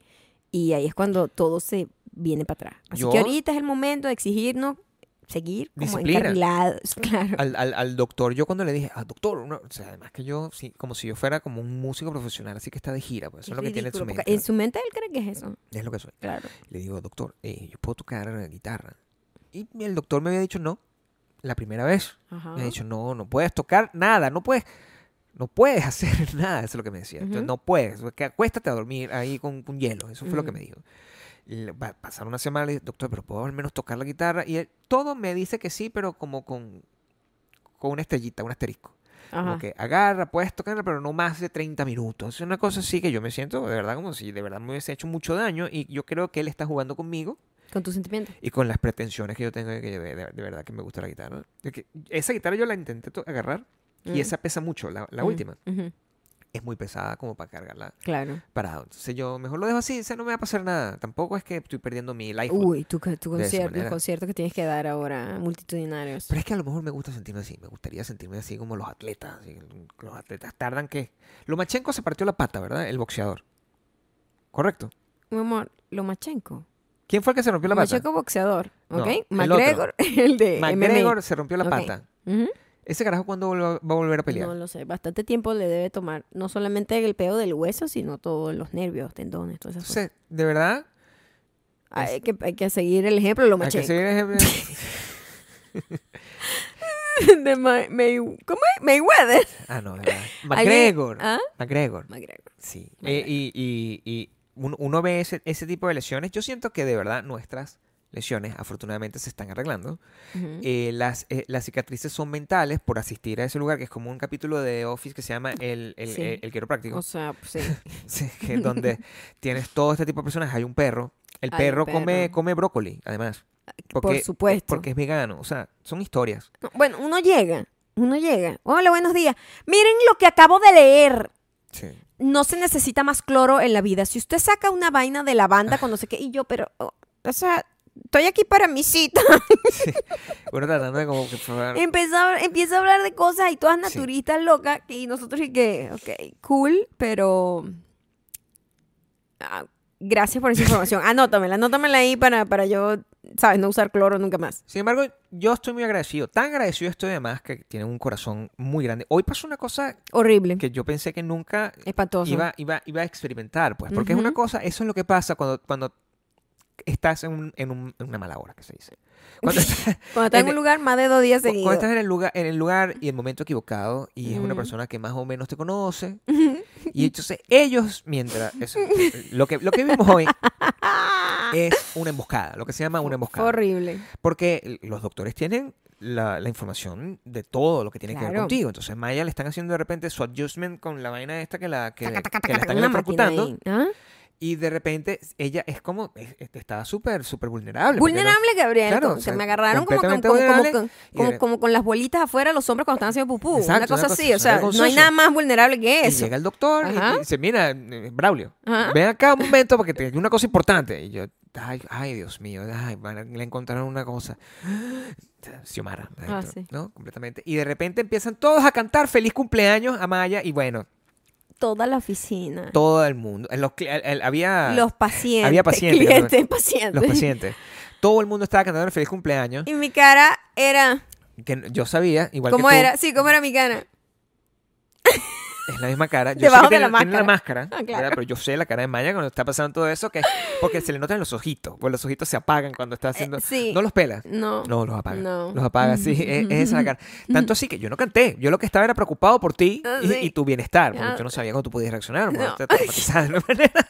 [SPEAKER 1] y ahí es cuando todo se viene para atrás. Así
[SPEAKER 2] Yo-
[SPEAKER 1] que ahorita es el momento de exigirnos seguir como
[SPEAKER 2] Disciplina.
[SPEAKER 1] encarrilados, claro.
[SPEAKER 2] al, al- al doctor, yo cuando le dije, al doctor, uno- o sea, además que yo, sí, como si yo fuera como un músico profesional, así que está de gira, pues eso
[SPEAKER 1] [LAUGHS]
[SPEAKER 2] es lo que tiene en su
[SPEAKER 1] Ridículo,
[SPEAKER 2] mente.
[SPEAKER 1] porque en su mente él cree que es eso,
[SPEAKER 2] Es lo que soy.
[SPEAKER 1] claro.
[SPEAKER 2] Le digo, doctor, eh, yo puedo tocar la guitarra. Y el doctor me había dicho no, la primera vez.
[SPEAKER 1] Ajá.
[SPEAKER 2] Me había dicho, no, no puedes tocar nada, no puedes, no puedes [LAUGHS] hacer nada, eso es lo que me decía. Entonces,
[SPEAKER 1] Ujú.
[SPEAKER 2] no puedes, que acuéstate a dormir ahí con, con hielo, eso fue lo que
[SPEAKER 1] Ujú.
[SPEAKER 2] me dijo. Le- pa- Pasaron una semana, le dije, doctor, pero puedo al menos tocar la guitarra. Y él, todo me dice que sí, pero como con, con una estrellita, un asterisco. Como
[SPEAKER 1] Ajá.
[SPEAKER 2] que agarra, puedes tocarla, pero no más de 30 minutos. Es una cosa así que yo me siento de verdad como si de verdad me hubiese hecho mucho daño y yo creo que él está jugando conmigo
[SPEAKER 1] Con tus sentimientos.
[SPEAKER 2] y con las pretensiones que yo tengo de que de, de- de verdad que me gusta la guitarra. De que esa guitarra yo la intenté to- agarrar y
[SPEAKER 1] Mm.
[SPEAKER 2] esa pesa mucho, la, la
[SPEAKER 1] Mm,
[SPEAKER 2] última.
[SPEAKER 1] ujú,
[SPEAKER 2] Es muy pesada como para cargarla
[SPEAKER 1] Claro.
[SPEAKER 2] parado. Entonces yo mejor lo dejo así, o sea, no me va a pasar nada. Tampoco es que estoy perdiendo mi life.
[SPEAKER 1] Uy, tu, ca- tu
[SPEAKER 2] de esa
[SPEAKER 1] concierto, los
[SPEAKER 2] manera.
[SPEAKER 1] conciertos que tienes que dar ahora, multitudinarios.
[SPEAKER 2] Pero es que a lo mejor me gusta sentirme así. Me gustaría sentirme así como los atletas. así, Los atletas tardan que. Lomachenko se partió la pata, ¿verdad? El boxeador. Correcto.
[SPEAKER 1] Mi amor, Lomachenko.
[SPEAKER 2] ¿Quién fue el que se rompió la pata?
[SPEAKER 1] Lomachenko boxeador,
[SPEAKER 2] No,
[SPEAKER 1] ¿ok?
[SPEAKER 2] el
[SPEAKER 1] McGregor, [LAUGHS] el, de MMA.
[SPEAKER 2] McGregor se rompió la
[SPEAKER 1] Ok.
[SPEAKER 2] pata.
[SPEAKER 1] Ujú.
[SPEAKER 2] ¿Ese carajo cuándo vuelva- va a volver a pelear?
[SPEAKER 1] No lo sé, bastante tiempo le debe tomar, no solamente el peo del hueso, sino todos los nervios, tendones, todas esas cosas.
[SPEAKER 2] Entonces, de verdad,
[SPEAKER 1] Hay que, hay que seguir el ejemplo de lo
[SPEAKER 2] hay que
[SPEAKER 1] maché.
[SPEAKER 2] seguir el ejemplo.
[SPEAKER 1] [LAUGHS] De Ma- May- ¿Cómo es? Mayweather.
[SPEAKER 2] Ah, no, de verdad.
[SPEAKER 1] [LAUGHS] Alguien-
[SPEAKER 2] McGregor.
[SPEAKER 1] ¿Ah?
[SPEAKER 2] McGregor.
[SPEAKER 1] McGregor.
[SPEAKER 2] Sí.
[SPEAKER 1] Vale,
[SPEAKER 2] Eh, y y- y un- uno ve ese, ese tipo de lesiones. Yo siento que de verdad nuestras lesiones afortunadamente se están arreglando.
[SPEAKER 1] Ujú.
[SPEAKER 2] Eh, las, eh, las cicatrices son mentales por asistir a ese lugar, que es como un capítulo de Office que se llama El, el, eh,
[SPEAKER 1] Sí.
[SPEAKER 2] el- el quiropráctico,
[SPEAKER 1] O sea, pues, sí.
[SPEAKER 2] [LAUGHS] Sí, que
[SPEAKER 1] [LAUGHS]
[SPEAKER 2] es donde tienes todo este tipo de personas. Hay un perro. El
[SPEAKER 1] Hay un
[SPEAKER 2] perro, Come,
[SPEAKER 1] perro. Ah,
[SPEAKER 2] come brócoli, además.
[SPEAKER 1] Por supuesto.
[SPEAKER 2] Porque es vegano. O sea, son historias.
[SPEAKER 1] No, bueno, uno llega, uno llega. Hola, buenos días. Miren lo que acabo de leer.
[SPEAKER 2] Sí.
[SPEAKER 1] No se necesita más cloro en la vida. Si usted saca una vaina de lavanda con no sé qué, y yo, pero, oh, o sea, estoy aquí para mi cita.
[SPEAKER 2] Bueno, tratando de como que...
[SPEAKER 1] [LAUGHS] Empieza, a- empieza a hablar de cosas y todas
[SPEAKER 2] Sí.
[SPEAKER 1] naturistas locas que- y nosotros y que, ok, cool, pero... ah, gracias por esa
[SPEAKER 2] [LAUGHS]
[SPEAKER 1] información. Anótamela, anótamela ahí para, para yo, ¿sabes? No usar cloro nunca más.
[SPEAKER 2] Sin embargo, yo estoy muy agradecido. Tan agradecido estoy además que tienen un corazón muy grande. Hoy pasó una cosa
[SPEAKER 1] Horrible.
[SPEAKER 2] que yo pensé que nunca
[SPEAKER 1] Espantoso.
[SPEAKER 2] iba, iba, iba a experimentar, pues. Porque es una
[SPEAKER 1] Ujú.
[SPEAKER 2] cosa, eso es lo que pasa cuando, cuando estás en, un- en un- en una mala hora, que se dice.
[SPEAKER 1] [LAUGHS]
[SPEAKER 2] Cuando estás,
[SPEAKER 1] Cuando estás en un
[SPEAKER 2] en-
[SPEAKER 1] lugar más de dos días
[SPEAKER 2] cuando
[SPEAKER 1] seguidos.
[SPEAKER 2] estás en, el lugar, en el lugar y el momento equivocado y es una
[SPEAKER 1] Ujú.
[SPEAKER 2] persona que más o menos
[SPEAKER 1] [LAUGHS]
[SPEAKER 2] te conoce. y entonces ellos, mientras... eso, lo, que, lo que vimos
[SPEAKER 1] [LAUGHS]
[SPEAKER 2] hoy es una emboscada, lo que se llama una
[SPEAKER 1] Fue
[SPEAKER 2] emboscada.
[SPEAKER 1] horrible.
[SPEAKER 2] Porque l- los doctores tienen la, la información de todo lo que tiene que ver
[SPEAKER 1] Claro.
[SPEAKER 2] contigo. Entonces, Maya le están haciendo de repente su adjustment con la vaina esta que la, que,
[SPEAKER 1] Taca, taca,
[SPEAKER 2] que la
[SPEAKER 1] taca, taca,
[SPEAKER 2] están
[SPEAKER 1] una máquina
[SPEAKER 2] electrocutando.
[SPEAKER 1] ahí. ¿Ah?
[SPEAKER 2] Y de repente, ella es como, es- es- está súper, súper vulnerable. porque no-
[SPEAKER 1] Vulnerable, Gabriel.
[SPEAKER 2] Claro,
[SPEAKER 1] como
[SPEAKER 2] o
[SPEAKER 1] que
[SPEAKER 2] sea,
[SPEAKER 1] me agarraron como, como,
[SPEAKER 2] completamente
[SPEAKER 1] como, como, con-
[SPEAKER 2] vulnerable y
[SPEAKER 1] como-
[SPEAKER 2] de-
[SPEAKER 1] como con las bolitas afuera los hombres cuando están haciendo pupú.
[SPEAKER 2] Exacto,
[SPEAKER 1] una cosa así. O sea,
[SPEAKER 2] algo
[SPEAKER 1] no hay
[SPEAKER 2] sucio.
[SPEAKER 1] nada más vulnerable que
[SPEAKER 2] y
[SPEAKER 1] eso.
[SPEAKER 2] llega el doctor y-
[SPEAKER 1] Ajá.
[SPEAKER 2] y, dice, mira, eh, Braulio,
[SPEAKER 1] Ajá.
[SPEAKER 2] ven acá un momento porque te- hay una cosa importante. Y yo, ay, ay, Dios mío, ay, van a- le encontraron una cosa. [GASPS] Xiomara,
[SPEAKER 1] Ah,
[SPEAKER 2] adentro,
[SPEAKER 1] sí.
[SPEAKER 2] ¿no? Completamente. Y de repente empiezan todos a cantar feliz cumpleaños a Maya y bueno,
[SPEAKER 1] Toda la oficina.
[SPEAKER 2] todo el mundo. En Los, cli- el- el- había
[SPEAKER 1] los pacientes.
[SPEAKER 2] había pacientes,
[SPEAKER 1] [LAUGHS] Clientes,
[SPEAKER 2] perdón.
[SPEAKER 1] pacientes.
[SPEAKER 2] los pacientes. Todo el mundo estaba cantando el feliz cumpleaños.
[SPEAKER 1] Y mi cara era.
[SPEAKER 2] Que n- yo sabía, igual
[SPEAKER 1] ¿Cómo
[SPEAKER 2] que tú,
[SPEAKER 1] era? Sí, ¿cómo era mi cara?
[SPEAKER 2] es la misma cara. Yo
[SPEAKER 1] Debajo
[SPEAKER 2] sé que
[SPEAKER 1] de la
[SPEAKER 2] tiene- tiene
[SPEAKER 1] máscara.
[SPEAKER 2] máscara,
[SPEAKER 1] Ah, claro.
[SPEAKER 2] ¿verdad? pero yo sé la cara de Maya cuando está pasando todo eso, que porque se le notan los ojitos, pues los ojitos se apagan cuando está haciendo.
[SPEAKER 1] Eh, sí.
[SPEAKER 2] No los pelas.
[SPEAKER 1] No.
[SPEAKER 2] No, los apaga.
[SPEAKER 1] No. Mm,
[SPEAKER 2] Los apaga, sí, e-, es, es esa la cara. Tanto así que yo no canté. Yo lo que estaba era preocupado por ti
[SPEAKER 1] Ah,
[SPEAKER 2] y,
[SPEAKER 1] sí.
[SPEAKER 2] y tu bienestar, porque
[SPEAKER 1] Ah.
[SPEAKER 2] yo no sabía cómo tú podías reaccionar. porque
[SPEAKER 1] No.
[SPEAKER 2] te traumatizaba de una [LAUGHS] manera.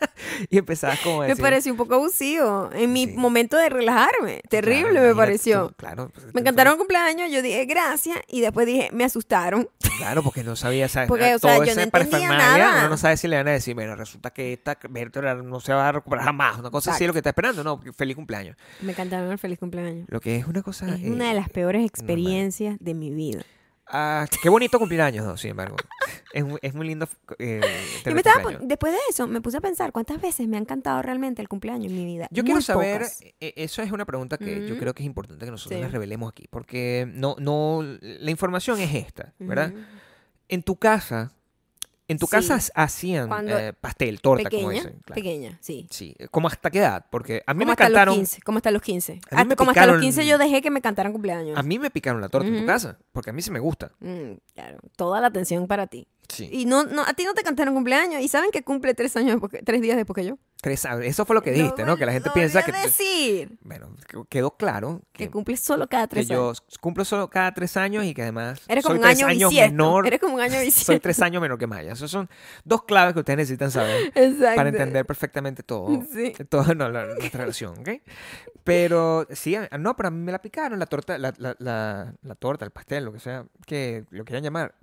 [SPEAKER 2] y empezabas como a
[SPEAKER 1] Me
[SPEAKER 2] decir,
[SPEAKER 1] pareció un poco abusivo. En mi
[SPEAKER 2] Sí.
[SPEAKER 1] momento de relajarme.
[SPEAKER 2] claro,
[SPEAKER 1] Terrible me
[SPEAKER 2] imagínate
[SPEAKER 1] pareció.
[SPEAKER 2] tú, claro. pues,
[SPEAKER 1] Me
[SPEAKER 2] entonces-
[SPEAKER 1] encantaron cumpleaños, yo dije gracias y después dije, me asustaron.
[SPEAKER 2] Claro, porque no sabía, ¿sabes?
[SPEAKER 1] Porque, o sea,
[SPEAKER 2] Todo
[SPEAKER 1] yo no
[SPEAKER 2] ese
[SPEAKER 1] entendía
[SPEAKER 2] parafernalia,
[SPEAKER 1] nada.
[SPEAKER 2] Uno no sabe si le van a decir, bueno, resulta que esta vértebra no se va a recuperar jamás. Una cosa así es lo que está esperando, ¿no? Feliz cumpleaños.
[SPEAKER 1] Me cantaron el feliz cumpleaños.
[SPEAKER 2] Lo que es una cosa...
[SPEAKER 1] Es
[SPEAKER 2] eh,
[SPEAKER 1] una de las peores experiencias de mi vida.
[SPEAKER 2] ah, qué bonito cumplir años, ¿no? sin embargo. es, muy- es muy lindo
[SPEAKER 1] [LAUGHS]
[SPEAKER 2] eh,
[SPEAKER 1] Yo
[SPEAKER 2] tener
[SPEAKER 1] me estaba pon-
[SPEAKER 2] cumpleaños.
[SPEAKER 1] después de eso, me puse a pensar cuántas veces me han cantado realmente el cumpleaños en mi vida.
[SPEAKER 2] Yo
[SPEAKER 1] Muy
[SPEAKER 2] quiero saber,
[SPEAKER 1] pocas.
[SPEAKER 2] eh, eso es una pregunta que yo
[SPEAKER 1] Ujú.
[SPEAKER 2] creo que es importante que nosotros
[SPEAKER 1] Sí.
[SPEAKER 2] la revelemos aquí, porque no, no, la información es esta, ¿verdad?
[SPEAKER 1] Ujú.
[SPEAKER 2] En tu casa, en tu
[SPEAKER 1] Sí.
[SPEAKER 2] casa hacían
[SPEAKER 1] Cuando-
[SPEAKER 2] eh, pastel, torta, como
[SPEAKER 1] Pequeña,
[SPEAKER 2] dicen. claro.
[SPEAKER 1] pequeña, sí.
[SPEAKER 2] Sí, ¿cómo hasta qué edad? Porque a mí
[SPEAKER 1] Como
[SPEAKER 2] me
[SPEAKER 1] hasta los
[SPEAKER 2] cantaron
[SPEAKER 1] 15, como hasta los 15.
[SPEAKER 2] A mí me
[SPEAKER 1] Hasta- como hasta los
[SPEAKER 2] picaron-
[SPEAKER 1] 15 yo dejé que me cantaran cumpleaños.
[SPEAKER 2] a mí me picaron la torta en tu
[SPEAKER 1] Ujú.
[SPEAKER 2] casa, porque a mí se me gusta.
[SPEAKER 1] Mm, claro, toda la atención para ti.
[SPEAKER 2] Sí.
[SPEAKER 1] Y no, no, a ti no te cantaron cumpleaños y saben que cumple tres años, después que- tres días después que yo.
[SPEAKER 2] Eso fue lo que dijiste, ¿no? Que la gente
[SPEAKER 1] lo
[SPEAKER 2] piensa que
[SPEAKER 1] volví a decir
[SPEAKER 2] bueno, qu- quedó claro
[SPEAKER 1] que
[SPEAKER 2] que,
[SPEAKER 1] cumples solo cada
[SPEAKER 2] que
[SPEAKER 1] tres años.
[SPEAKER 2] yo cumplo solo cada tres años y que además
[SPEAKER 1] Eres
[SPEAKER 2] soy
[SPEAKER 1] como un
[SPEAKER 2] tres
[SPEAKER 1] año
[SPEAKER 2] años
[SPEAKER 1] bisiesto.
[SPEAKER 2] menor.
[SPEAKER 1] Eres como un año
[SPEAKER 2] [LAUGHS] Soy
[SPEAKER 1] bisiesto. [LAUGHS]
[SPEAKER 2] tres años menor que Maya. Esas son dos claves que ustedes necesitan saber
[SPEAKER 1] [LAUGHS] Exacto.
[SPEAKER 2] para entender perfectamente todo,
[SPEAKER 1] Sí.
[SPEAKER 2] [LAUGHS] todo no, la- nuestra relación, ¿ok? Pero sí, a- no, pero a mí me la picaron la torta, la, la- la- la torta, el pastel, lo que sea, que lo quieran llamar,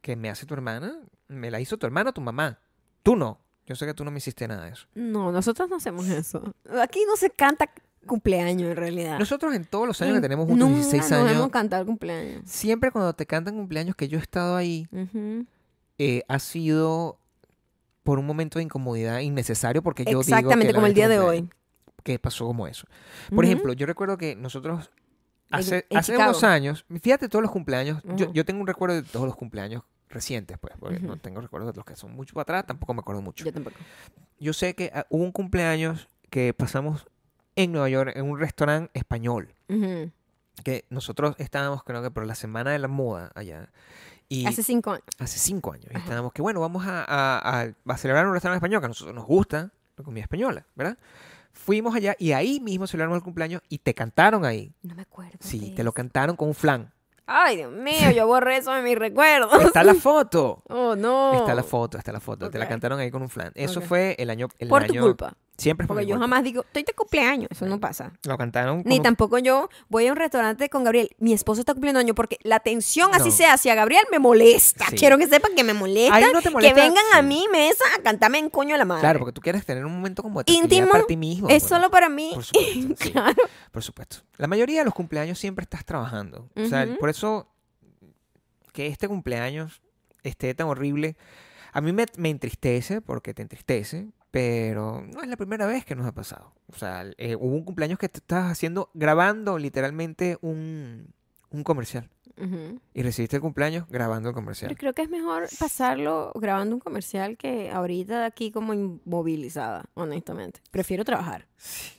[SPEAKER 2] que me hace tu hermana, me la hizo tu hermana o tu mamá. Tú no. Yo sé que tú no me hiciste nada de eso.
[SPEAKER 1] No, nosotros no hacemos eso. Aquí no se canta cumpleaños en realidad.
[SPEAKER 2] Nosotros en todos los años que
[SPEAKER 1] Nun-
[SPEAKER 2] tenemos juntos,
[SPEAKER 1] Ah. nunca
[SPEAKER 2] 16
[SPEAKER 1] Nos
[SPEAKER 2] años,
[SPEAKER 1] hemos cantado cumpleaños.
[SPEAKER 2] siempre cuando te cantan cumpleaños que yo he estado ahí,
[SPEAKER 1] Ujú.
[SPEAKER 2] eh, ha sido por un momento de incomodidad innecesario porque yo digo que
[SPEAKER 1] Exactamente,
[SPEAKER 2] la
[SPEAKER 1] como el
[SPEAKER 2] vez
[SPEAKER 1] día
[SPEAKER 2] que
[SPEAKER 1] de
[SPEAKER 2] cumpleaños,
[SPEAKER 1] hoy.
[SPEAKER 2] que pasó como eso. Por
[SPEAKER 1] Ujú.
[SPEAKER 2] ejemplo, yo recuerdo que nosotros
[SPEAKER 1] En-
[SPEAKER 2] hace,
[SPEAKER 1] en
[SPEAKER 2] hace unos
[SPEAKER 1] Chicago.
[SPEAKER 2] años, fíjate todos los cumpleaños, yo,
[SPEAKER 1] Ujú.
[SPEAKER 2] yo tengo un recuerdo de todos los cumpleaños recientes, pues, porque no
[SPEAKER 1] Ujú.
[SPEAKER 2] tengo recuerdos de los que son mucho para atrás, tampoco me acuerdo mucho.
[SPEAKER 1] Yo tampoco.
[SPEAKER 2] Yo sé que ah, hubo un cumpleaños que pasamos en Nueva York, en un restaurante español.
[SPEAKER 1] Ujú.
[SPEAKER 2] que nosotros estábamos, creo que por la semana de la moda allá. Y
[SPEAKER 1] Hace cinco años.
[SPEAKER 2] hace cinco años. Y estábamos que, bueno, vamos a, a- a- a celebrar en un restaurante español, que a nosotros nos gusta la comida española, ¿verdad? Fuimos allá y ahí mismo celebramos el cumpleaños y te cantaron ahí.
[SPEAKER 1] No me acuerdo. de
[SPEAKER 2] Sí, te lo
[SPEAKER 1] eso.
[SPEAKER 2] cantaron con
[SPEAKER 1] [LAUGHS]
[SPEAKER 2] un flan.
[SPEAKER 1] Ay, Dios mío, yo borré eso de mis recuerdos.
[SPEAKER 2] Está la foto.
[SPEAKER 1] [LAUGHS] Oh, no.
[SPEAKER 2] Está la foto, está la foto. Te la
[SPEAKER 1] Ok.
[SPEAKER 2] cantaron ahí con un flan. Eso
[SPEAKER 1] Ok.
[SPEAKER 2] fue el año. El
[SPEAKER 1] Por
[SPEAKER 2] año,
[SPEAKER 1] tu culpa.
[SPEAKER 2] Siempre es por
[SPEAKER 1] Porque
[SPEAKER 2] mi
[SPEAKER 1] yo
[SPEAKER 2] culpa.
[SPEAKER 1] jamás digo, estoy de cumpleaños. Eso no pasa.
[SPEAKER 2] Lo cantaron.
[SPEAKER 1] Ni
[SPEAKER 2] con-
[SPEAKER 1] tampoco yo voy a un restaurante con Gabriel. Mi esposo está cumpliendo año porque la atención, así
[SPEAKER 2] No.
[SPEAKER 1] sea, hacia Gabriel me molesta.
[SPEAKER 2] Sí.
[SPEAKER 1] Quiero que sepan que me molesta.
[SPEAKER 2] Ahí no te molesta,
[SPEAKER 1] que vengan a
[SPEAKER 2] sí.
[SPEAKER 1] mi mesa a cantarme en coño a la madre.
[SPEAKER 2] Claro, porque tú quieres tener un momento como de tranquilidad
[SPEAKER 1] Íntimo
[SPEAKER 2] para ti mismo. pues,
[SPEAKER 1] es
[SPEAKER 2] bueno.
[SPEAKER 1] solo para mí. [LAUGHS]
[SPEAKER 2] Por supuesto, sí.
[SPEAKER 1] claro.
[SPEAKER 2] Por supuesto. La mayoría de los cumpleaños siempre estás trabajando. O sea,
[SPEAKER 1] Ujú.
[SPEAKER 2] por eso que este cumpleaños esté tan horrible. A mí me, me entristece porque te entristece, pero no es la primera vez que nos ha pasado. O sea, eh, hubo un cumpleaños que te estabas haciendo, grabando literalmente un, un comercial.
[SPEAKER 1] Ujú.
[SPEAKER 2] Y recibiste el cumpleaños grabando el comercial.
[SPEAKER 1] Pero creo que es mejor pasarlo grabando un comercial que ahorita aquí como inmovilizada, honestamente. Prefiero trabajar.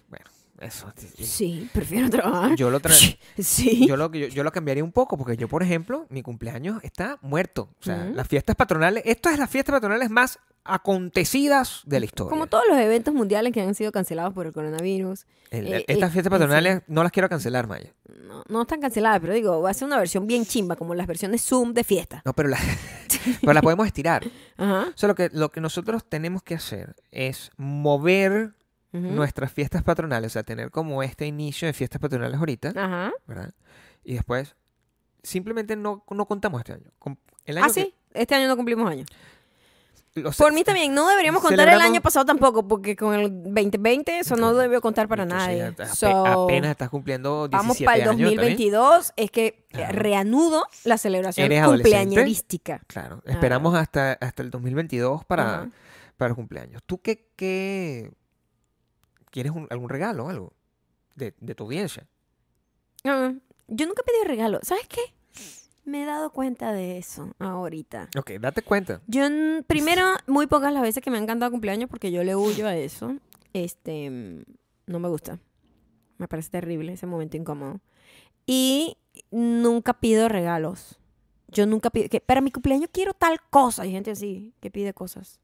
[SPEAKER 2] Bueno, eso. sí, sí.
[SPEAKER 1] Sí, prefiero trabajar. [LAUGHS]
[SPEAKER 2] Yo lo tra-
[SPEAKER 1] sí.
[SPEAKER 2] yo lo, yo, yo lo cambiaría un poco, porque yo, por ejemplo, mi cumpleaños está muerto. O sea,
[SPEAKER 1] Ujú.
[SPEAKER 2] las fiestas patronales, estas es las fiestas patronales más acontecidas de la historia.
[SPEAKER 1] Como todos los eventos mundiales que han sido cancelados por el coronavirus.
[SPEAKER 2] El-
[SPEAKER 1] eh,
[SPEAKER 2] estas
[SPEAKER 1] eh,
[SPEAKER 2] fiestas
[SPEAKER 1] en
[SPEAKER 2] patronales no las quiero cancelar, Maya.
[SPEAKER 1] No, no están canceladas, pero digo, va a ser una versión bien chimba, como las versiones Zoom de fiesta.
[SPEAKER 2] No, pero
[SPEAKER 1] [LAUGHS]
[SPEAKER 2] las [LAUGHS] pero las podemos estirar.
[SPEAKER 1] Ajá.
[SPEAKER 2] O sea, lo que, lo que nosotros tenemos que hacer es mover
[SPEAKER 1] ujú,
[SPEAKER 2] nuestras fiestas patronales, o sea, tener como este inicio de fiestas patronales ahorita,
[SPEAKER 1] Ajá.
[SPEAKER 2] ¿verdad? Y después, simplemente no, no contamos este año. Com- El año
[SPEAKER 1] Ah, sí. Este año no cumplimos año.
[SPEAKER 2] que- o sea,
[SPEAKER 1] Por mí también, no deberíamos contar el
[SPEAKER 2] Pues, este, celebramos-
[SPEAKER 1] año pasado tampoco, porque con el 2020 eso no
[SPEAKER 2] Correcto.
[SPEAKER 1] debió contar para
[SPEAKER 2] entonces ya
[SPEAKER 1] nadie.
[SPEAKER 2] ape-
[SPEAKER 1] So,
[SPEAKER 2] apenas estás cumpliendo 17
[SPEAKER 1] vamos para el
[SPEAKER 2] años también.
[SPEAKER 1] 2022, es que eh,
[SPEAKER 2] Ajá.
[SPEAKER 1] reanudo la celebración
[SPEAKER 2] ¿Eres adolescente?
[SPEAKER 1] cumpleañerística.
[SPEAKER 2] Claro, esperamos hasta, hasta el 2022 para,
[SPEAKER 1] Ah. Ajá.
[SPEAKER 2] para el cumpleaños. ¿Tú qué, qué- quieres un- algún regalo o algo de, de tu audiencia?
[SPEAKER 1] Ah, Yo nunca he pedido regalo. ¿Sabes qué? Me he dado cuenta de eso ahorita.
[SPEAKER 2] Ok, date cuenta.
[SPEAKER 1] Yo, n- primero, muy pocas las veces que me han cantado cumpleaños porque yo le huyo a eso. Este, mm, no me gusta. Me parece terrible ese momento incómodo. Y nunca pido regalos. Yo nunca pido, que para mi cumpleaños quiero tal cosa. Hay gente así que pide cosas.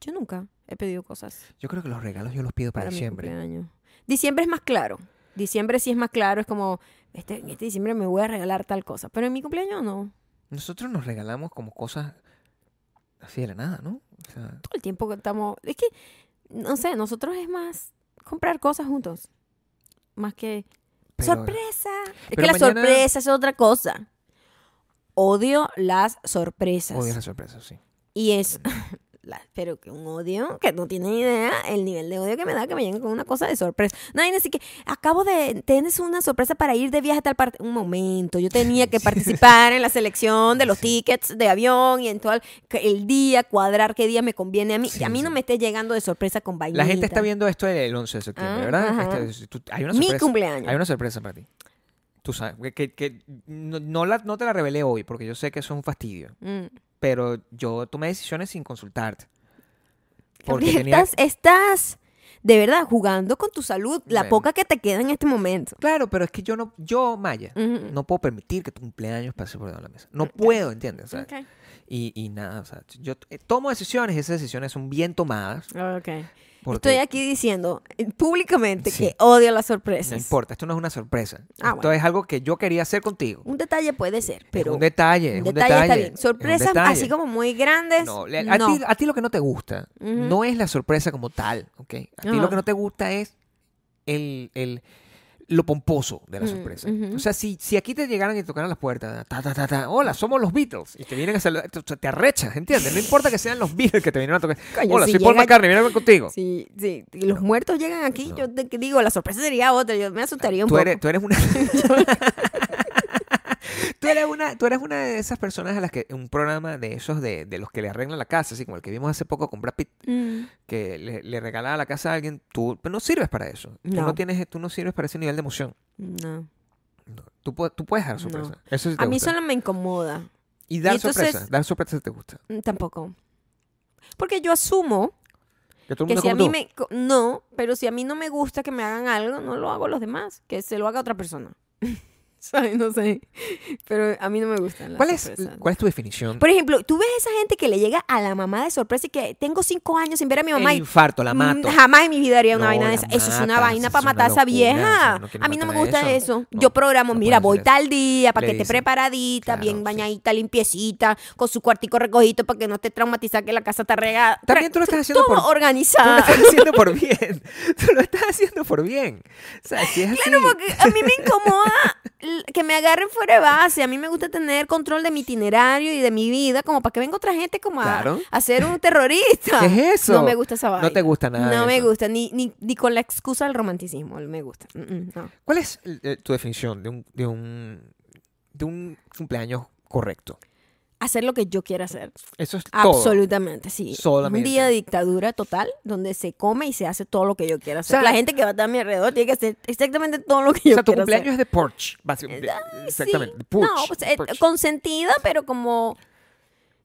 [SPEAKER 1] Yo nunca he pedido cosas
[SPEAKER 2] Yo creo que los regalos yo los pido para,
[SPEAKER 1] para, mi
[SPEAKER 2] diciembre.
[SPEAKER 1] cumpleaños. Diciembre es más claro. Diciembre sí es más claro. Es como, este, en este diciembre me voy a regalar tal cosa. Pero en mi cumpleaños no.
[SPEAKER 2] Nosotros nos regalamos como cosas así de la nada, ¿no? O sea,
[SPEAKER 1] todo el tiempo que estamos. Es que, no sé, nosotros es más comprar cosas juntos. Más que.
[SPEAKER 2] pero-
[SPEAKER 1] ¡Sorpresa! Es
[SPEAKER 2] pero
[SPEAKER 1] que la
[SPEAKER 2] mañana-
[SPEAKER 1] sorpresa es otra cosa. Odio las sorpresas.
[SPEAKER 2] Odio las sorpresas, sí.
[SPEAKER 1] Y es. [LAUGHS] la- pero que un odio que no tienen idea el nivel de odio que me da que me lleguen con una cosa de sorpresa. No, hay así que acabo de. Tienes una sorpresa para ir de viaje a tal parte. Un momento, yo tenía
[SPEAKER 2] [LAUGHS]
[SPEAKER 1] que participar en la selección de los
[SPEAKER 2] Sí.
[SPEAKER 1] tickets de avión y en todo el, que el día, cuadrar qué día me conviene a mí.
[SPEAKER 2] Sí,
[SPEAKER 1] a mí no
[SPEAKER 2] sí.
[SPEAKER 1] me esté llegando de sorpresa con vainita.
[SPEAKER 2] La gente está viendo esto el 11 de septiembre,
[SPEAKER 1] Ah,
[SPEAKER 2] ¿verdad?
[SPEAKER 1] ajá.
[SPEAKER 2] Este, tú- hay una
[SPEAKER 1] Mi
[SPEAKER 2] sorpresa.
[SPEAKER 1] cumpleaños.
[SPEAKER 2] Hay una sorpresa para ti. Tú sabes, que, que- que no, no la- no te la revelé hoy porque yo sé que eso es un fastidio.
[SPEAKER 1] Mm.
[SPEAKER 2] pero yo tomé decisiones sin consultarte.
[SPEAKER 1] Gabriel, estás, estás de verdad jugando con tu salud, la
[SPEAKER 2] Bueno.
[SPEAKER 1] poca que te queda en este momento.
[SPEAKER 2] Claro, pero es que yo no, yo, Maya,
[SPEAKER 1] Ujú.
[SPEAKER 2] no puedo permitir que tu cumpleaños pase por debajo de la mesa. No puedo, ¿entiendes? O sea,
[SPEAKER 1] Ok.
[SPEAKER 2] y, y nada, o sea, yo eh, tomo decisiones, esas decisiones son bien tomadas.
[SPEAKER 1] Ok.
[SPEAKER 2] Porque
[SPEAKER 1] Estoy aquí diciendo eh, públicamente
[SPEAKER 2] Sí.
[SPEAKER 1] que odio las
[SPEAKER 2] no
[SPEAKER 1] sorpresas.
[SPEAKER 2] importa, esto no es una sorpresa.
[SPEAKER 1] Ah,
[SPEAKER 2] esto es algo que yo quería hacer contigo.
[SPEAKER 1] Un detalle puede ser, pero
[SPEAKER 2] es un detalle, es
[SPEAKER 1] un
[SPEAKER 2] un
[SPEAKER 1] detalle está bien.
[SPEAKER 2] es un
[SPEAKER 1] Sorpresas
[SPEAKER 2] detalle.
[SPEAKER 1] así como muy grandes.
[SPEAKER 2] No,
[SPEAKER 1] No,
[SPEAKER 2] le- a, Ti, a ti lo que no te gusta
[SPEAKER 1] Ujú. Ah.
[SPEAKER 2] no es la sorpresa como tal, ¿ok? A ti
[SPEAKER 1] Ajá.
[SPEAKER 2] lo que no te gusta es el, el- lo pomposo de la
[SPEAKER 1] Mm,
[SPEAKER 2] sorpresa.
[SPEAKER 1] ujú.
[SPEAKER 2] O sea, si, si aquí te llegaran y tocaran las puertas, ta, ta, ta, ta, hola, somos los Beatles, y te vienen a saludar, te, te arrechas, ¿entiendes? No importa que sean los Beatles que te vinieron a tocar.
[SPEAKER 1] Coño,
[SPEAKER 2] hola,
[SPEAKER 1] si
[SPEAKER 2] soy Paul
[SPEAKER 1] llega-
[SPEAKER 2] McCartney, viene contigo.
[SPEAKER 1] Sí, sí. Y los
[SPEAKER 2] No.
[SPEAKER 1] muertos llegan aquí,
[SPEAKER 2] No.
[SPEAKER 1] yo te que digo, la sorpresa sería otra. Yo me asustaría un
[SPEAKER 2] tú,
[SPEAKER 1] poco.
[SPEAKER 2] eres, tú eres
[SPEAKER 1] [LAUGHS]
[SPEAKER 2] una... Tú eres, una, tú eres una de esas personas a las que un programa de esos de, de los que le arreglan la casa, así como el que vimos hace poco con Brad Pitt,
[SPEAKER 1] Mm.
[SPEAKER 2] que le, le regalaba la casa a alguien, tú pero no sirves para eso. Tú
[SPEAKER 1] No.
[SPEAKER 2] no tienes, tú no sirves para ese nivel de emoción.
[SPEAKER 1] No.
[SPEAKER 2] No. Tú, pu- tú puedes dar
[SPEAKER 1] No.
[SPEAKER 2] sorpresa. Eso sí te
[SPEAKER 1] A mí
[SPEAKER 2] gusta.
[SPEAKER 1] solo me incomoda.
[SPEAKER 2] Y dar
[SPEAKER 1] y entonces-
[SPEAKER 2] sorpresa. Dar sorpresa te gusta.
[SPEAKER 1] Mm, Tampoco. Porque yo asumo
[SPEAKER 2] Que todo el
[SPEAKER 1] que
[SPEAKER 2] mundo
[SPEAKER 1] si a
[SPEAKER 2] como
[SPEAKER 1] mí
[SPEAKER 2] tú.
[SPEAKER 1] me... co- No, pero si a mí no me gusta que me hagan algo, no lo hago a los demás. Que se lo haga a otra persona. [LAUGHS] ¿sabes? No sé. Pero a mí no me gustan las
[SPEAKER 2] ¿Cuál es,
[SPEAKER 1] sorpresas.
[SPEAKER 2] ¿Cuál es tu definición?
[SPEAKER 1] Por ejemplo, tú ves esa gente que le llega a la mamá de sorpresa y que tengo cinco años sin ver a mi mamá
[SPEAKER 2] el
[SPEAKER 1] y
[SPEAKER 2] infarto, la mato.
[SPEAKER 1] Mm, Jamás en mi vida haría una
[SPEAKER 2] No,
[SPEAKER 1] vaina de
[SPEAKER 2] la
[SPEAKER 1] esa. eso es una
[SPEAKER 2] matas,
[SPEAKER 1] vaina
[SPEAKER 2] eso
[SPEAKER 1] para
[SPEAKER 2] es una
[SPEAKER 1] matar a esa
[SPEAKER 2] locura,
[SPEAKER 1] vieja.
[SPEAKER 2] eso no quiere
[SPEAKER 1] a mí no me
[SPEAKER 2] matar
[SPEAKER 1] gusta
[SPEAKER 2] eso.
[SPEAKER 1] eso.
[SPEAKER 2] No,
[SPEAKER 1] Yo programo,
[SPEAKER 2] no
[SPEAKER 1] mira,
[SPEAKER 2] puedes
[SPEAKER 1] voy
[SPEAKER 2] hacer eso.
[SPEAKER 1] tal día para
[SPEAKER 2] Le
[SPEAKER 1] que esté
[SPEAKER 2] dicen.
[SPEAKER 1] preparadita,
[SPEAKER 2] Claro,
[SPEAKER 1] bien
[SPEAKER 2] sí.
[SPEAKER 1] bañadita, limpiecita, con su cuartico recogido para que no esté traumatizada que la casa está regada.
[SPEAKER 2] También tú lo estás haciendo
[SPEAKER 1] Todo
[SPEAKER 2] por- Tú lo
[SPEAKER 1] organizado.
[SPEAKER 2] estás haciendo por bien. [LAUGHS] Tú lo estás haciendo por bien. O sea, si es
[SPEAKER 1] Claro,
[SPEAKER 2] así.
[SPEAKER 1] porque a mí me incomoda l- que me agarren fuera de base. A mí me gusta tener control de mi itinerario y de mi vida, como para que venga otra gente como a,
[SPEAKER 2] Claro.
[SPEAKER 1] a ser un terrorista.
[SPEAKER 2] ¿Qué es eso?
[SPEAKER 1] No me gusta esa
[SPEAKER 2] No
[SPEAKER 1] vaina.
[SPEAKER 2] te gusta nada de
[SPEAKER 1] No me
[SPEAKER 2] eso.
[SPEAKER 1] gusta, ni, ni, ni con la excusa del romanticismo. Me gusta. Mm, mm, no.
[SPEAKER 2] ¿Cuál es eh, tu definición de un, de un, de un cumpleaños correcto?
[SPEAKER 1] Hacer lo que yo quiera hacer.
[SPEAKER 2] Eso es todo.
[SPEAKER 1] Absolutamente, sí.
[SPEAKER 2] Solamente.
[SPEAKER 1] Un día de dictadura total donde se come y se hace todo lo que yo quiera hacer.
[SPEAKER 2] sea,
[SPEAKER 1] la gente que va a estar a mi alrededor tiene que hacer exactamente todo lo que
[SPEAKER 2] O
[SPEAKER 1] [LAUGHS] yo
[SPEAKER 2] sea, tu
[SPEAKER 1] quiero hacer.
[SPEAKER 2] cumpleaños es de Porch. básicamente.
[SPEAKER 1] Ay, sí.
[SPEAKER 2] Exactamente. de Porch.
[SPEAKER 1] No, pues, eh,
[SPEAKER 2] Porch.
[SPEAKER 1] consentida, pero como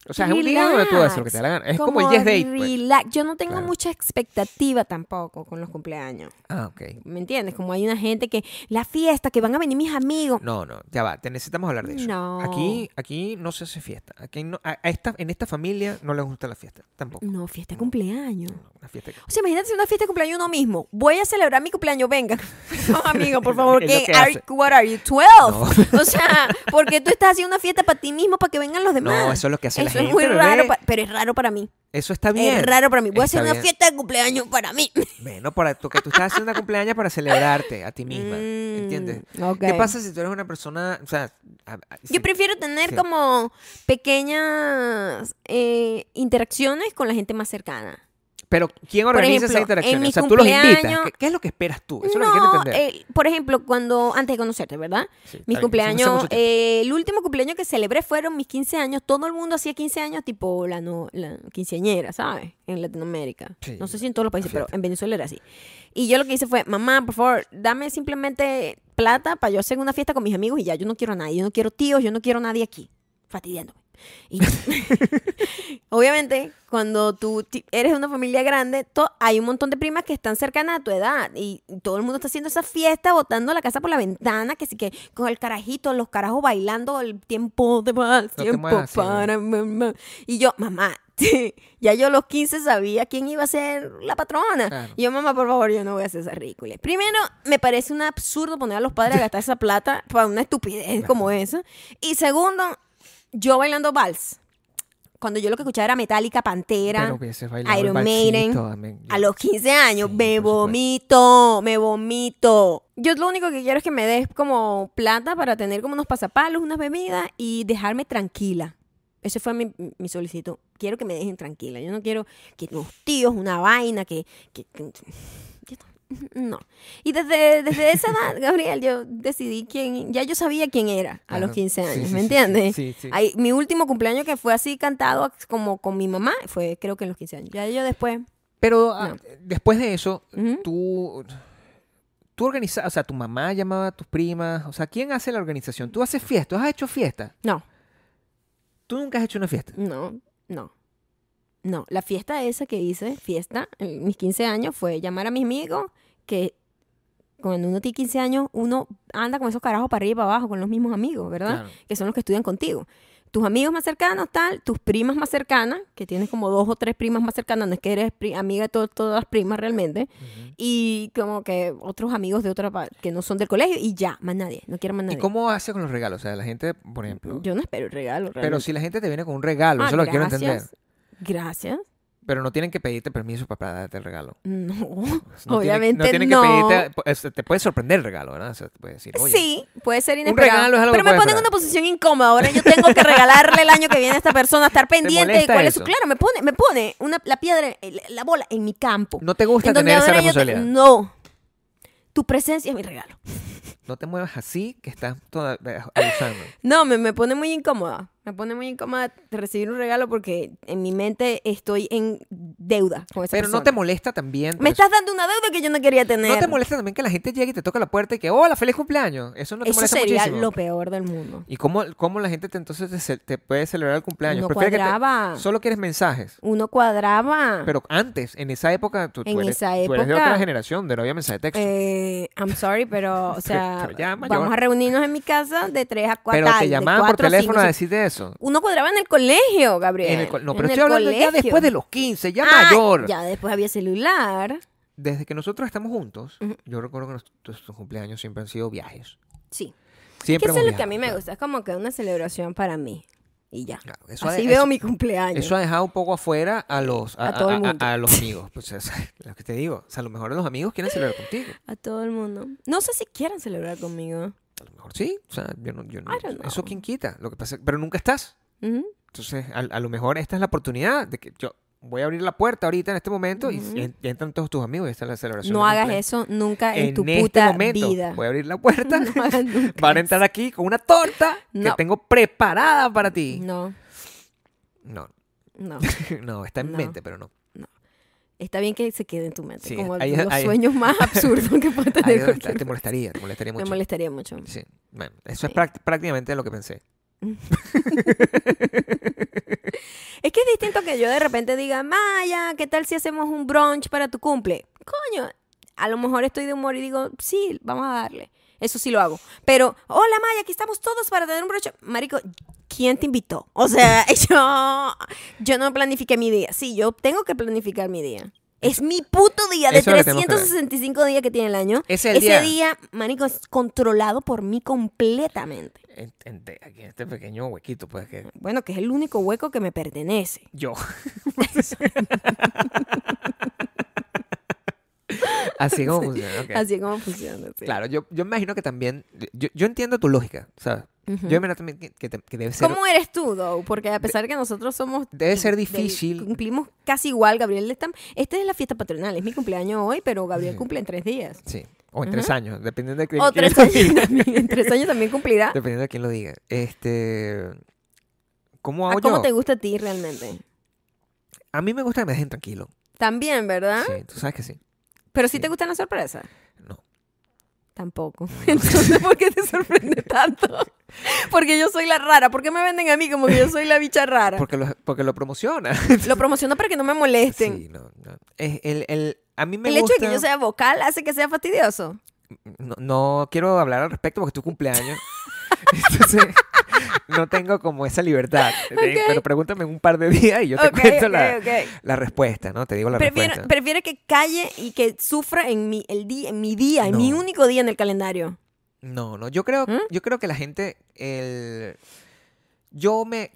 [SPEAKER 2] o sea, es un día donde tú haces lo que te da la gana. Es como, el yes date. pues.
[SPEAKER 1] relax. Yo no tengo
[SPEAKER 2] Claro.
[SPEAKER 1] mucha expectativa tampoco con los cumpleaños.
[SPEAKER 2] Ah, ok.
[SPEAKER 1] ¿Me entiendes? Como hay una gente que. La fiesta, que van a venir mis amigos.
[SPEAKER 2] No, no, ya va, te necesitamos hablar de eso.
[SPEAKER 1] No.
[SPEAKER 2] Aquí, aquí no se hace fiesta. Aquí no, a, a esta, en esta familia no les gusta la fiesta, tampoco.
[SPEAKER 1] No, fiesta de cumpleaños.
[SPEAKER 2] No, una
[SPEAKER 1] [LAUGHS]
[SPEAKER 2] fiesta que-
[SPEAKER 1] O sea, imagínate hacer una fiesta de cumpleaños uno mismo. Voy a celebrar mi cumpleaños, venga. [LAUGHS] No, amigo, por
[SPEAKER 2] [LAUGHS]
[SPEAKER 1] favor,
[SPEAKER 2] Es lo
[SPEAKER 1] ¿qué?
[SPEAKER 2] que
[SPEAKER 1] Are-
[SPEAKER 2] hace.
[SPEAKER 1] what are you, 12? O sea, ¿por qué tú estás haciendo una fiesta para ti mismo, para que vengan los demás?
[SPEAKER 2] No, eso es lo que hace la
[SPEAKER 1] Eso
[SPEAKER 2] gente.
[SPEAKER 1] es muy
[SPEAKER 2] bebé.
[SPEAKER 1] raro, pa- pero es raro para mí.
[SPEAKER 2] Eso está bien.
[SPEAKER 1] Es raro para mí. Voy a hacer
[SPEAKER 2] Está
[SPEAKER 1] una
[SPEAKER 2] bien.
[SPEAKER 1] fiesta de cumpleaños para mí.
[SPEAKER 2] Bueno, para tú, que tú estás haciendo una cumpleaños para celebrarte a ti misma.
[SPEAKER 1] Mm,
[SPEAKER 2] ¿Entiendes?
[SPEAKER 1] ok.
[SPEAKER 2] ¿Qué pasa si tú eres una persona, o sea, a- a- si-
[SPEAKER 1] Yo prefiero tener
[SPEAKER 2] sí.
[SPEAKER 1] como pequeñas eh, interacciones con la gente más cercana.
[SPEAKER 2] pero quién
[SPEAKER 1] ejemplo,
[SPEAKER 2] organiza esas
[SPEAKER 1] en
[SPEAKER 2] interacciones?
[SPEAKER 1] mi
[SPEAKER 2] O sea, tú los invitas.
[SPEAKER 1] cumpleaños-
[SPEAKER 2] ¿Qué, qué es lo que esperas tú? Eso es lo que quiero
[SPEAKER 1] no,
[SPEAKER 2] entender.
[SPEAKER 1] eh, por ejemplo, cuando antes de conocerte, ¿verdad?
[SPEAKER 2] Sí, está bien,
[SPEAKER 1] Mis
[SPEAKER 2] hace
[SPEAKER 1] cumpleaños,
[SPEAKER 2] mucho tiempo.
[SPEAKER 1] eh, el último cumpleaños que celebré fueron mis 15 años. Todo el mundo hacía 15 años, tipo la, no, la quinceañera, ¿sabes? En Latinoamérica.
[SPEAKER 2] Sí,
[SPEAKER 1] no sé si en todos los países, pero
[SPEAKER 2] fíjate.
[SPEAKER 1] en Venezuela era así. Y yo lo que hice fue, mamá, por favor, dame simplemente plata para yo hacer una fiesta con mis amigos y ya. Yo no quiero a nadie, yo no quiero tíos, yo no quiero a nadie aquí, fastidiándome. Y [LAUGHS] obviamente, cuando tú ti- eres de una familia grande, to- hay un montón de primas que están cercanas a tu edad y todo el mundo está haciendo esa fiesta, botando la casa por la ventana, que sí que con el carajito, los carajos bailando el tiempo de mal,
[SPEAKER 2] te
[SPEAKER 1] tiempo
[SPEAKER 2] muevas, sí,
[SPEAKER 1] para mamá. Y yo, mamá, [LAUGHS] ya yo a los 15 sabía quién iba a ser la patrona.
[SPEAKER 2] Claro.
[SPEAKER 1] Y yo, mamá, por favor, yo no voy a hacer esa ridícula. Primero, me parece un absurdo poner a los padres a gastar esa plata para una estupidez como esa. Y segundo, yo bailando vals. Cuando yo lo que escuchaba era Metallica, Pantera,
[SPEAKER 2] Pero hubieses bailado el
[SPEAKER 1] Iron
[SPEAKER 2] valsito,
[SPEAKER 1] Maiden,
[SPEAKER 2] amén.
[SPEAKER 1] a los 15 años,
[SPEAKER 2] Sí,
[SPEAKER 1] me
[SPEAKER 2] por supuesto.
[SPEAKER 1] vomito, me vomito. Yo lo único que quiero es que me des como plata para tener como unos pasapalos, unas bebidas y dejarme tranquila. Ese fue mi, mi solicitud. Quiero que me dejen tranquila. Yo no quiero que unos tíos, una vaina, que... que- que- yo no. [LAUGHS] no. Y desde, desde esa edad, Gabriel, yo decidí quién... Ya yo sabía quién era a
[SPEAKER 2] Claro.
[SPEAKER 1] los 15
[SPEAKER 2] Sí,
[SPEAKER 1] años,
[SPEAKER 2] sí,
[SPEAKER 1] ¿me
[SPEAKER 2] sí,
[SPEAKER 1] entiendes?
[SPEAKER 2] sí, sí.
[SPEAKER 1] Ahí, mi último cumpleaños que fue así cantado como con mi mamá, fue creo que en los 15 años. Ya yo después...
[SPEAKER 2] Pero ah,
[SPEAKER 1] No.
[SPEAKER 2] después de eso,
[SPEAKER 1] Ujú.
[SPEAKER 2] tú, tú organizas, o sea, tu mamá llamaba a tus primas, o sea, ¿quién hace la organización? ¿Tú haces fiesta? ¿Tú has hecho fiesta?
[SPEAKER 1] No.
[SPEAKER 2] ¿Tú nunca has hecho una fiesta?
[SPEAKER 1] No, no. No, la fiesta esa que hice, fiesta, en mis 15 años, fue llamar a mis amigos que cuando uno tiene 15 años, uno anda con esos carajos para arriba y para abajo, con los mismos amigos, ¿verdad?
[SPEAKER 2] Claro.
[SPEAKER 1] Que son los que estudian contigo. Tus amigos más cercanos, tal, tus primas más cercanas, que tienes como dos o tres primas más cercanas, no es que eres pri- amiga de to- todas las primas realmente, y como que otros amigos de otra parte, que no son del colegio, y ya, más nadie, no quiero más
[SPEAKER 2] ¿Y
[SPEAKER 1] nadie.
[SPEAKER 2] cómo haces con los regalos? O sea, la gente, por ejemplo.
[SPEAKER 1] Yo no espero el regalo,
[SPEAKER 2] pero
[SPEAKER 1] realmente.
[SPEAKER 2] si la gente te viene con un regalo,
[SPEAKER 1] Ah,
[SPEAKER 2] eso es lo que quiero
[SPEAKER 1] gracias,
[SPEAKER 2] entender.
[SPEAKER 1] Gracias.
[SPEAKER 2] Pero no tienen que pedirte permiso para darte el regalo.
[SPEAKER 1] No,
[SPEAKER 2] No tienen-
[SPEAKER 1] obviamente no.
[SPEAKER 2] no. tienen que pedirte, o sea, te puede sorprender el regalo, ¿verdad? O sea, te puede decir, [LAUGHS] oye,
[SPEAKER 1] Sí, puede ser
[SPEAKER 2] Un
[SPEAKER 1] inesperado.
[SPEAKER 2] regalo es algo que
[SPEAKER 1] pero me
[SPEAKER 2] puedes
[SPEAKER 1] pone en
[SPEAKER 2] esperar.
[SPEAKER 1] una posición incómoda. Ahora yo tengo que regalarle el año que viene a esta persona,
[SPEAKER 2] [LAUGHS]
[SPEAKER 1] estar pendiente de
[SPEAKER 2] molesta
[SPEAKER 1] cuál es su.
[SPEAKER 2] eso?
[SPEAKER 1] Claro, me pone, me pone una, la piedra, el- la bola en mi campo.
[SPEAKER 2] no te gusta
[SPEAKER 1] en donde
[SPEAKER 2] tener esa
[SPEAKER 1] ahora yo te-
[SPEAKER 2] responsabilidad.
[SPEAKER 1] No. Tu presencia es mi regalo.
[SPEAKER 2] No te muevas así que estás toda eh, abusando.
[SPEAKER 1] No, me, me pone muy incómoda. Me pone muy incómoda recibir un regalo porque en mi mente estoy en deuda con esa
[SPEAKER 2] Pero no
[SPEAKER 1] persona.
[SPEAKER 2] te molesta también.
[SPEAKER 1] Me
[SPEAKER 2] por eso-
[SPEAKER 1] estás dando una deuda que yo no quería tener.
[SPEAKER 2] no te molesta también que la gente llegue y te toque la puerta y que, hola, feliz cumpleaños. Eso no te
[SPEAKER 1] Eso
[SPEAKER 2] molesta
[SPEAKER 1] sería
[SPEAKER 2] muchísimo.
[SPEAKER 1] lo peor del mundo.
[SPEAKER 2] ¿Y cómo, cómo la gente te- entonces te, ce- te puede celebrar el cumpleaños?
[SPEAKER 1] Uno
[SPEAKER 2] Prefiere que te-
[SPEAKER 1] cuadraba.
[SPEAKER 2] solo quieres mensajes.
[SPEAKER 1] Uno cuadraba.
[SPEAKER 2] Pero antes, en esa época, tú, tú
[SPEAKER 1] En
[SPEAKER 2] eres,
[SPEAKER 1] esa
[SPEAKER 2] tú eres de
[SPEAKER 1] época-
[SPEAKER 2] otra generación, de no había mensaje de texto.
[SPEAKER 1] Eh, I'm sorry, pero, o sea,
[SPEAKER 2] pero ya mayor.
[SPEAKER 1] vamos a reunirnos en mi casa de 3 a 4.
[SPEAKER 2] pero te llamaban por teléfono a decirte eso.
[SPEAKER 1] Uno cuadraba en el colegio, Gabriel.
[SPEAKER 2] En el co- no, pero
[SPEAKER 1] En
[SPEAKER 2] estoy
[SPEAKER 1] el
[SPEAKER 2] hablando ya
[SPEAKER 1] colegio.
[SPEAKER 2] después de los 15, ya
[SPEAKER 1] Ah,
[SPEAKER 2] mayor.
[SPEAKER 1] Ya después había celular.
[SPEAKER 2] Desde que nosotros estamos juntos, yo recuerdo que nuestros cumpleaños siempre han sido viajes.
[SPEAKER 1] Sí.
[SPEAKER 2] Siempre
[SPEAKER 1] que eso
[SPEAKER 2] hemos
[SPEAKER 1] es lo que a mí me
[SPEAKER 2] viajado,
[SPEAKER 1] gusta. Es como que una celebración para mí. Y ya.
[SPEAKER 2] claro. Claro, eso ha-
[SPEAKER 1] Así
[SPEAKER 2] eso-
[SPEAKER 1] veo mi cumpleaños.
[SPEAKER 2] Eso ha dejado un poco afuera a los a,
[SPEAKER 1] A todo el
[SPEAKER 2] a- a-
[SPEAKER 1] mundo.
[SPEAKER 2] a los amigos. Pues, [LAUGHS] o sea, lo que te digo, o sea, a lo mejor los amigos quieren celebrar contigo.
[SPEAKER 1] A todo el mundo. No sé si quieran celebrar conmigo.
[SPEAKER 2] A lo mejor sí, o sea, yo no, yo no-
[SPEAKER 1] I don't know.
[SPEAKER 2] eso quién quita. Lo que pasa, pero nunca estás.
[SPEAKER 1] Ujú.
[SPEAKER 2] Entonces, a, a lo mejor esta es la oportunidad de que yo voy a abrir la puerta ahorita en este momento y-
[SPEAKER 1] Ujú.
[SPEAKER 2] y, en- y entran todos tus amigos y esta es la celebración.
[SPEAKER 1] No
[SPEAKER 2] de
[SPEAKER 1] hagas
[SPEAKER 2] cumpleaños.
[SPEAKER 1] eso nunca en, tu
[SPEAKER 2] este
[SPEAKER 1] puta
[SPEAKER 2] momento,
[SPEAKER 1] vida.
[SPEAKER 2] Voy a abrir la puerta.
[SPEAKER 1] [LAUGHS] No hagas nunca
[SPEAKER 2] [LAUGHS] Van a entrar aquí con una torta
[SPEAKER 1] No.
[SPEAKER 2] que tengo preparada para ti.
[SPEAKER 1] No,
[SPEAKER 2] No, [LAUGHS]
[SPEAKER 1] no.
[SPEAKER 2] no, está en
[SPEAKER 1] No.
[SPEAKER 2] mente,
[SPEAKER 1] [LAUGHS]
[SPEAKER 2] pero no.
[SPEAKER 1] Está bien que se quede en tu mente.
[SPEAKER 2] Sí,
[SPEAKER 1] como
[SPEAKER 2] ahí-
[SPEAKER 1] los
[SPEAKER 2] ahí-
[SPEAKER 1] sueños más absurdos que puedas tener.
[SPEAKER 2] Ahí donde
[SPEAKER 1] cualquier-
[SPEAKER 2] está- te molestaría, te molestaría
[SPEAKER 1] Me
[SPEAKER 2] mucho.
[SPEAKER 1] molestaría mucho.
[SPEAKER 2] Sí, bueno, eso es
[SPEAKER 1] Sí.
[SPEAKER 2] práct- prácticamente lo que pensé.
[SPEAKER 1] Es que es distinto que yo de repente diga, Maya, ¿qué tal si hacemos un brunch para tu cumple? Coño, a lo mejor estoy de humor y digo, sí, vamos a darle. Eso sí lo hago. Pero, hola Maya, aquí estamos todos para tener un brunch. Marico, ¿quién te invitó? O sea, [LAUGHS] yo, yo no planifiqué mi día. Sí, yo tengo que planificar mi día. Es mi puto día de
[SPEAKER 2] Eso es lo que tenemos que ver.
[SPEAKER 1] 365 días que tiene el año.
[SPEAKER 2] Ese es el
[SPEAKER 1] Ese
[SPEAKER 2] día.
[SPEAKER 1] día, marico, es controlado por mí completamente.
[SPEAKER 2] En- en- de- aquí en este pequeño huequito, pues que
[SPEAKER 1] Bueno, que es el único hueco que me pertenece.
[SPEAKER 2] yo. [LAUGHS] Así como funciona. ok.
[SPEAKER 1] Así es como funciona. sí.
[SPEAKER 2] Claro, yo, yo imagino que también. Yo, yo entiendo tu lógica, ¿sabes?
[SPEAKER 1] Ujú.
[SPEAKER 2] Yo imagino también que, que te- que debe ser.
[SPEAKER 1] ¿Cómo eres tú, Dou? Porque a pesar que nosotros somos...
[SPEAKER 2] Debe ser
[SPEAKER 1] del-
[SPEAKER 2] difícil.
[SPEAKER 1] cumplimos casi igual, Gabriel. Esta, esta es la fiesta patronal, es mi cumpleaños hoy, pero Gabriel
[SPEAKER 2] Sí.
[SPEAKER 1] cumple en tres días.
[SPEAKER 2] Sí, o en tres años, dependiendo de, que-
[SPEAKER 1] O
[SPEAKER 2] quién
[SPEAKER 1] tres
[SPEAKER 2] lo
[SPEAKER 1] años [LAUGHS]
[SPEAKER 2] diga.
[SPEAKER 1] también, en tres años también cumplirá.
[SPEAKER 2] [LAUGHS] Dependiendo de quién lo diga. Este. ¿Cómo
[SPEAKER 1] ¿A
[SPEAKER 2] hago
[SPEAKER 1] Ah, ¿Cómo
[SPEAKER 2] yo?
[SPEAKER 1] te gusta a ti realmente?
[SPEAKER 2] A mí me gusta que me dejen tranquilo.
[SPEAKER 1] También, ¿verdad?
[SPEAKER 2] Sí, tú sabes que sí.
[SPEAKER 1] Pero sí,
[SPEAKER 2] sí.
[SPEAKER 1] te gustan las sorpresas.
[SPEAKER 2] No.
[SPEAKER 1] Tampoco. [LAUGHS] Entonces, ¿por qué te sorprende tanto? Porque yo soy la rara. ¿Por qué me venden a mí como que yo soy la bicha rara?
[SPEAKER 2] Porque lo, porque lo
[SPEAKER 1] [LAUGHS]
[SPEAKER 2] promociona. [LAUGHS]
[SPEAKER 1] Lo promociono para que no me molesten.
[SPEAKER 2] Sí, no, no. Es el, el- a mí me
[SPEAKER 1] Este El hecho de
[SPEAKER 2] gusta-
[SPEAKER 1] que yo sea vocal hace que sea fastidioso.
[SPEAKER 2] No, no quiero hablar al respecto porque es
[SPEAKER 1] [LAUGHS]
[SPEAKER 2] tu cumpleaños. Entonces, [LAUGHS] no tengo como esa libertad. Te-
[SPEAKER 1] Ok.
[SPEAKER 2] Pero pregúntame en un par de días y yo te
[SPEAKER 1] Ok,
[SPEAKER 2] cuento
[SPEAKER 1] ok,
[SPEAKER 2] la,
[SPEAKER 1] ok.
[SPEAKER 2] la respuesta, ¿no? Te digo la
[SPEAKER 1] Prefiero,
[SPEAKER 2] respuesta.
[SPEAKER 1] prefiero que calle y que sufra en mi, el día, en mi día, en mi
[SPEAKER 2] No.
[SPEAKER 1] único día en el calendario.
[SPEAKER 2] No, no, yo creo,
[SPEAKER 1] ¿Mm?
[SPEAKER 2] yo creo que la gente, el, yo me,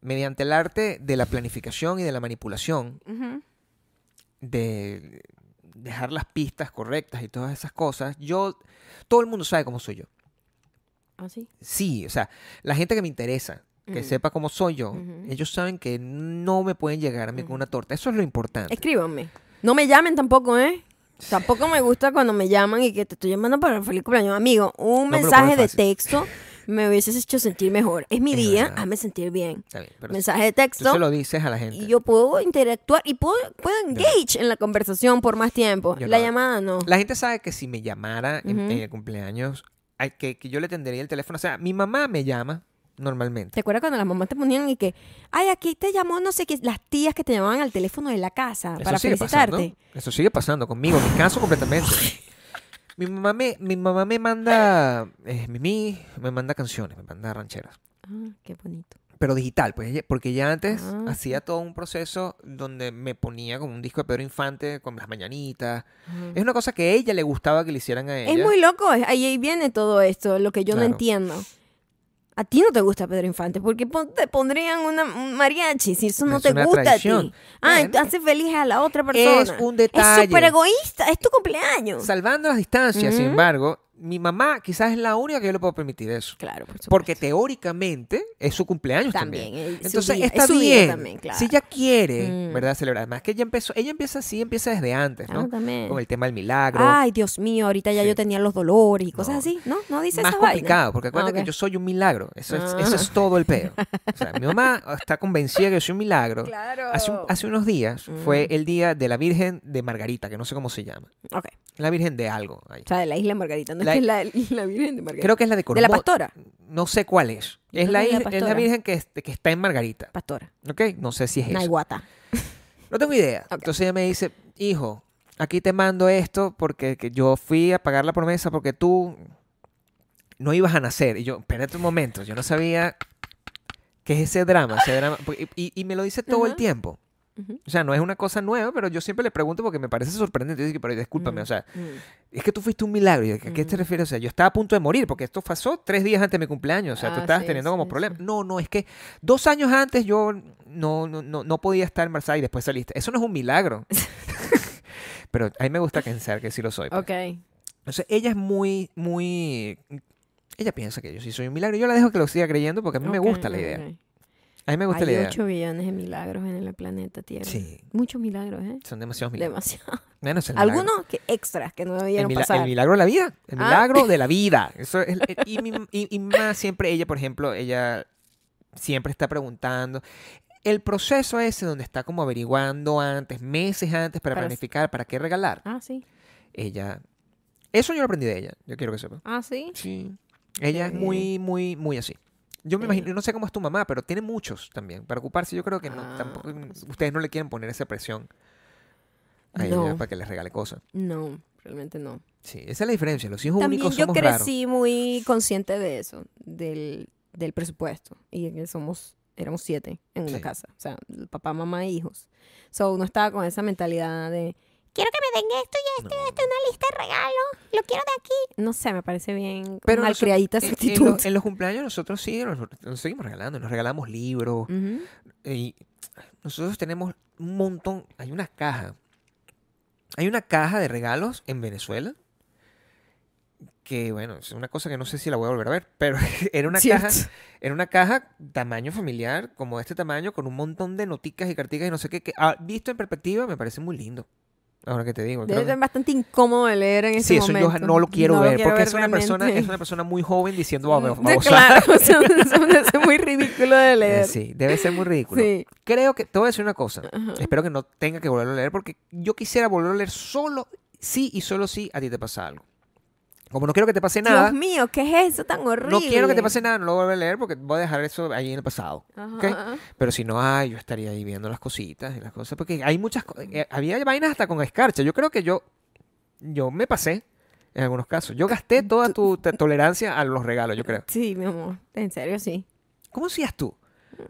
[SPEAKER 2] mediante el arte de la planificación y de la manipulación, de dejar las pistas correctas y todas esas cosas, yo, todo el mundo sabe cómo soy yo.
[SPEAKER 1] ¿Ah, sí?
[SPEAKER 2] Sí, o sea, la gente que me interesa, que
[SPEAKER 1] Mm.
[SPEAKER 2] sepa cómo soy yo,
[SPEAKER 1] Ujú.
[SPEAKER 2] ellos saben que no me pueden llegar a mí con una torta. Eso es lo importante.
[SPEAKER 1] Escríbanme. No me llamen tampoco, ¿eh? Tampoco me gusta cuando me llaman y que te estoy llamando para el feliz cumpleaños. Amigo, un
[SPEAKER 2] No me lo
[SPEAKER 1] mensaje
[SPEAKER 2] pones
[SPEAKER 1] de
[SPEAKER 2] fácil.
[SPEAKER 1] texto me hubieses hecho sentir mejor. Es mi
[SPEAKER 2] Es
[SPEAKER 1] día,
[SPEAKER 2] verdad.
[SPEAKER 1] hazme sentir bien.
[SPEAKER 2] Está bien, pero
[SPEAKER 1] Mensaje de
[SPEAKER 2] tú
[SPEAKER 1] texto
[SPEAKER 2] se lo dices a la gente.
[SPEAKER 1] y yo puedo interactuar y puedo, puedo engage en la conversación por más tiempo.
[SPEAKER 2] Yo
[SPEAKER 1] la
[SPEAKER 2] no.
[SPEAKER 1] llamada no.
[SPEAKER 2] La gente sabe que si me llamara en,
[SPEAKER 1] Ujú.
[SPEAKER 2] en el cumpleaños, ay, que, que yo le tendería el teléfono. O sea, mi mamá me llama normalmente.
[SPEAKER 1] ¿Te acuerdas cuando las mamás te ponían y que, ay, aquí te llamó no sé qué, las tías que te llamaban al teléfono de la casa Ah, para
[SPEAKER 2] sigue
[SPEAKER 1] felicitarte?
[SPEAKER 2] Pasando. Eso sigue pasando conmigo, en mi
[SPEAKER 1] [LAUGHS]
[SPEAKER 2] caso completamente. mi, mamá me, mi mamá me manda, eh, Mimi, me manda canciones, me manda rancheras.
[SPEAKER 1] Ah, qué bonito.
[SPEAKER 2] Pero digital, pues, ella- porque ya antes
[SPEAKER 1] Ah,
[SPEAKER 2] hacía todo un proceso donde me ponía como un disco de Pedro Infante con las mañanitas.
[SPEAKER 1] Ajá.
[SPEAKER 2] Es una cosa que a ella le gustaba que le hicieran a ella.
[SPEAKER 1] Es muy loco, es- ahí ahí viene todo esto, lo que yo no
[SPEAKER 2] Claro.
[SPEAKER 1] entiendo. A ti no te gusta Pedro Infante, porque te pondrían una, un mariachi si eso no
[SPEAKER 2] Es
[SPEAKER 1] te
[SPEAKER 2] una
[SPEAKER 1] gusta a ti.
[SPEAKER 2] traición.
[SPEAKER 1] Ah,
[SPEAKER 2] Bueno.
[SPEAKER 1] hace feliz a la otra persona.
[SPEAKER 2] un detalle.
[SPEAKER 1] Es súper egoísta, es tu cumpleaños.
[SPEAKER 2] Salvando las distancias, sin
[SPEAKER 1] Ujú.
[SPEAKER 2] embargo, mi mamá quizás es la única que yo le puedo permitir eso.
[SPEAKER 1] Claro, por supuesto.
[SPEAKER 2] Porque teóricamente es su cumpleaños también.
[SPEAKER 1] también. es su
[SPEAKER 2] Entonces
[SPEAKER 1] día-
[SPEAKER 2] está
[SPEAKER 1] es su día
[SPEAKER 2] bien.
[SPEAKER 1] también, claro.
[SPEAKER 2] Si ella quiere,
[SPEAKER 1] Mm.
[SPEAKER 2] ¿verdad? Celebrar. Además que ella empezó, ella empieza así, empieza desde antes,
[SPEAKER 1] Ah,
[SPEAKER 2] ¿no?
[SPEAKER 1] también. Ah,
[SPEAKER 2] Con el tema del milagro.
[SPEAKER 1] Ay, Dios mío, ahorita ya
[SPEAKER 2] Sí.
[SPEAKER 1] yo tenía los dolores y cosas
[SPEAKER 2] No.
[SPEAKER 1] así. No, no dice
[SPEAKER 2] más
[SPEAKER 1] esa vaina.
[SPEAKER 2] complicado, porque acuérdate
[SPEAKER 1] Ah, ok.
[SPEAKER 2] que yo soy un milagro. Eso es,
[SPEAKER 1] Ah.
[SPEAKER 2] eso es todo el peo. O sea, mi
[SPEAKER 1] [LAUGHS]
[SPEAKER 2] mamá está convencida que yo soy un milagro.
[SPEAKER 1] Claro. Mm.
[SPEAKER 2] Hace, un- hace unos días fue el día de la Virgen de Margarita, que no sé cómo se llama.
[SPEAKER 1] Ok.
[SPEAKER 2] La Virgen de algo. ahí.
[SPEAKER 1] O sea, de la isla de Margarita, no
[SPEAKER 2] La-
[SPEAKER 1] es que es la, la Virgen de Margarita.
[SPEAKER 2] Creo que es la de
[SPEAKER 1] de la
[SPEAKER 2] Cormot-
[SPEAKER 1] pastora.
[SPEAKER 2] No sé cuál es.
[SPEAKER 1] Creo
[SPEAKER 2] Es
[SPEAKER 1] que
[SPEAKER 2] la,
[SPEAKER 1] es la
[SPEAKER 2] is- es la
[SPEAKER 1] pastora.
[SPEAKER 2] Virgen que, est- que está en Margarita.
[SPEAKER 1] Pastora.
[SPEAKER 2] ¿Ok? No sé si es eso.
[SPEAKER 1] Naiguata.
[SPEAKER 2] No tengo idea.
[SPEAKER 1] Ok.
[SPEAKER 2] Entonces ella me dice, hijo, aquí te mando esto porque que yo fui a pagar la promesa porque tú no ibas a nacer. Y yo, espérate un momento, yo no sabía qué es ese drama. Ese drama porque- y, y me lo dice todo el
[SPEAKER 1] Ajá.
[SPEAKER 2] tiempo.
[SPEAKER 1] Ujú.
[SPEAKER 2] O sea, no es una cosa nueva, pero yo siempre le pregunto porque me parece sorprendente. Yo digo, pero discúlpame,
[SPEAKER 1] Mm,
[SPEAKER 2] o sea, eh,
[SPEAKER 1] mm.
[SPEAKER 2] es que tú fuiste un milagro. Y yo, ¿A qué te
[SPEAKER 1] Ujú.
[SPEAKER 2] refieres? O sea, yo estaba a punto de morir porque esto pasó tres días antes de mi cumpleaños. O sea, tú
[SPEAKER 1] Ah,
[SPEAKER 2] estabas
[SPEAKER 1] sí,
[SPEAKER 2] teniendo como
[SPEAKER 1] sí,
[SPEAKER 2] problemas.
[SPEAKER 1] sí.
[SPEAKER 2] No, no, es que dos años antes yo no, no, no, no podía estar embarazada y después saliste. Eso no es
[SPEAKER 1] [LAUGHS]
[SPEAKER 2] un milagro. [LAUGHS] Pero a mí me gusta pensar que sí lo soy. pues.
[SPEAKER 1] Ok.
[SPEAKER 2] Entonces, ella es muy, muy... Ella piensa que yo sí soy un milagro. Yo la dejo que lo siga creyendo porque a mí me
[SPEAKER 1] Ok,
[SPEAKER 2] gusta la idea.
[SPEAKER 1] ok.
[SPEAKER 2] A mí me gusta
[SPEAKER 1] Hay
[SPEAKER 2] la idea.
[SPEAKER 1] 8 billones de milagros en el planeta Tierra.
[SPEAKER 2] Sí,
[SPEAKER 1] Muchos milagros, ¿eh?
[SPEAKER 2] son demasiados milagros.
[SPEAKER 1] Demasiado.
[SPEAKER 2] Menos el milagro.
[SPEAKER 1] Algunos que extras que no
[SPEAKER 2] El,
[SPEAKER 1] debieron
[SPEAKER 2] mila-
[SPEAKER 1] pasar.
[SPEAKER 2] el milagro de la vida. El
[SPEAKER 1] Ah. [LAUGHS]
[SPEAKER 2] milagro de la vida. Eso es- el- y, mi- y- y más siempre ella, por ejemplo, ella siempre está preguntando. El proceso ese donde está como averiguando antes, meses antes para,
[SPEAKER 1] Para-
[SPEAKER 2] planificar, para qué regalar.
[SPEAKER 1] Ah, sí.
[SPEAKER 2] Ella... Eso yo lo aprendí de ella. Yo quiero que sepa.
[SPEAKER 1] Ah, sí.
[SPEAKER 2] Sí. Ella es
[SPEAKER 1] Qué
[SPEAKER 2] muy, muy, muy así. Yo me
[SPEAKER 1] Sí.
[SPEAKER 2] imagino, no sé cómo es tu mamá, pero tiene muchos también para ocuparse. Yo creo que no,
[SPEAKER 1] Ah,
[SPEAKER 2] tampoco, ustedes no le quieren poner esa presión a ella
[SPEAKER 1] No.
[SPEAKER 2] para que les regale cosas.
[SPEAKER 1] No, realmente no.
[SPEAKER 2] Sí, esa es la diferencia. Los hijos
[SPEAKER 1] También
[SPEAKER 2] únicos
[SPEAKER 1] yo
[SPEAKER 2] somos raros.
[SPEAKER 1] crecí muy consciente de eso, del, del presupuesto. Y de que somos, éramos siete en una
[SPEAKER 2] Sí.
[SPEAKER 1] casa. O sea, papá, mamá e hijos. So, uno estaba con esa mentalidad de, quiero que me den esto y esto y
[SPEAKER 2] No.
[SPEAKER 1] esto, una lista de regalos, lo quiero de aquí. No sé, me parece bien
[SPEAKER 2] Pero eh,
[SPEAKER 1] Pero
[SPEAKER 2] nosotros-
[SPEAKER 1] malcriadita
[SPEAKER 2] En-
[SPEAKER 1] esa
[SPEAKER 2] En,
[SPEAKER 1] actitud.
[SPEAKER 2] los, en los cumpleaños nosotros sí nos, nos seguimos regalando, nos regalamos libros.
[SPEAKER 1] Ujú.
[SPEAKER 2] Y nosotros tenemos un montón, hay una caja. Hay una caja de regalos en Venezuela. Que bueno, es una cosa que no sé si la voy a volver a ver, pero [LAUGHS] era una
[SPEAKER 1] Cierto.
[SPEAKER 2] caja, era una caja tamaño familiar, como de este tamaño, con un montón de noticas y carticas y no sé qué, que ah, visto en perspectiva me parece muy lindo. Ahora que te digo. creo
[SPEAKER 1] Debe
[SPEAKER 2] que-
[SPEAKER 1] ser bastante incómodo de leer en ese
[SPEAKER 2] Sí, eso
[SPEAKER 1] momento.
[SPEAKER 2] yo no lo quiero ver, porque es una persona,
[SPEAKER 1] realmente.
[SPEAKER 2] es una persona muy joven diciendo
[SPEAKER 1] [LAUGHS]
[SPEAKER 2] "Ah, "Babo-
[SPEAKER 1] Sí,
[SPEAKER 2] babosada".
[SPEAKER 1] Claro, o sea, eso me hace muy ridículo de
[SPEAKER 2] Eh,
[SPEAKER 1] leer.
[SPEAKER 2] Sí, debe ser muy ridículo.
[SPEAKER 1] Sí.
[SPEAKER 2] Creo que te voy a decir una cosa.
[SPEAKER 1] Ajá.
[SPEAKER 2] Espero que no tenga que volverlo a leer porque yo quisiera volverlo a leer solo sí y solo si a ti te pasa algo. Como no quiero que te pase nada,
[SPEAKER 1] Dios mío, ¿qué es eso tan horrible?
[SPEAKER 2] no quiero que te pase nada, no lo voy a volver a leer porque voy a dejar eso ahí en el pasado.
[SPEAKER 1] Ajá.
[SPEAKER 2] ¿ok? Pero si no, ay, yo estaría ahí viendo las cositas y las cosas porque hay muchas co- eh, había vainas hasta con escarcha. Yo creo que yo yo me pasé en algunos casos. Yo gasté toda tu t- tolerancia a los regalos, yo creo.
[SPEAKER 1] Sí, mi amor, en serio, sí.
[SPEAKER 2] ¿Cómo hacías tú?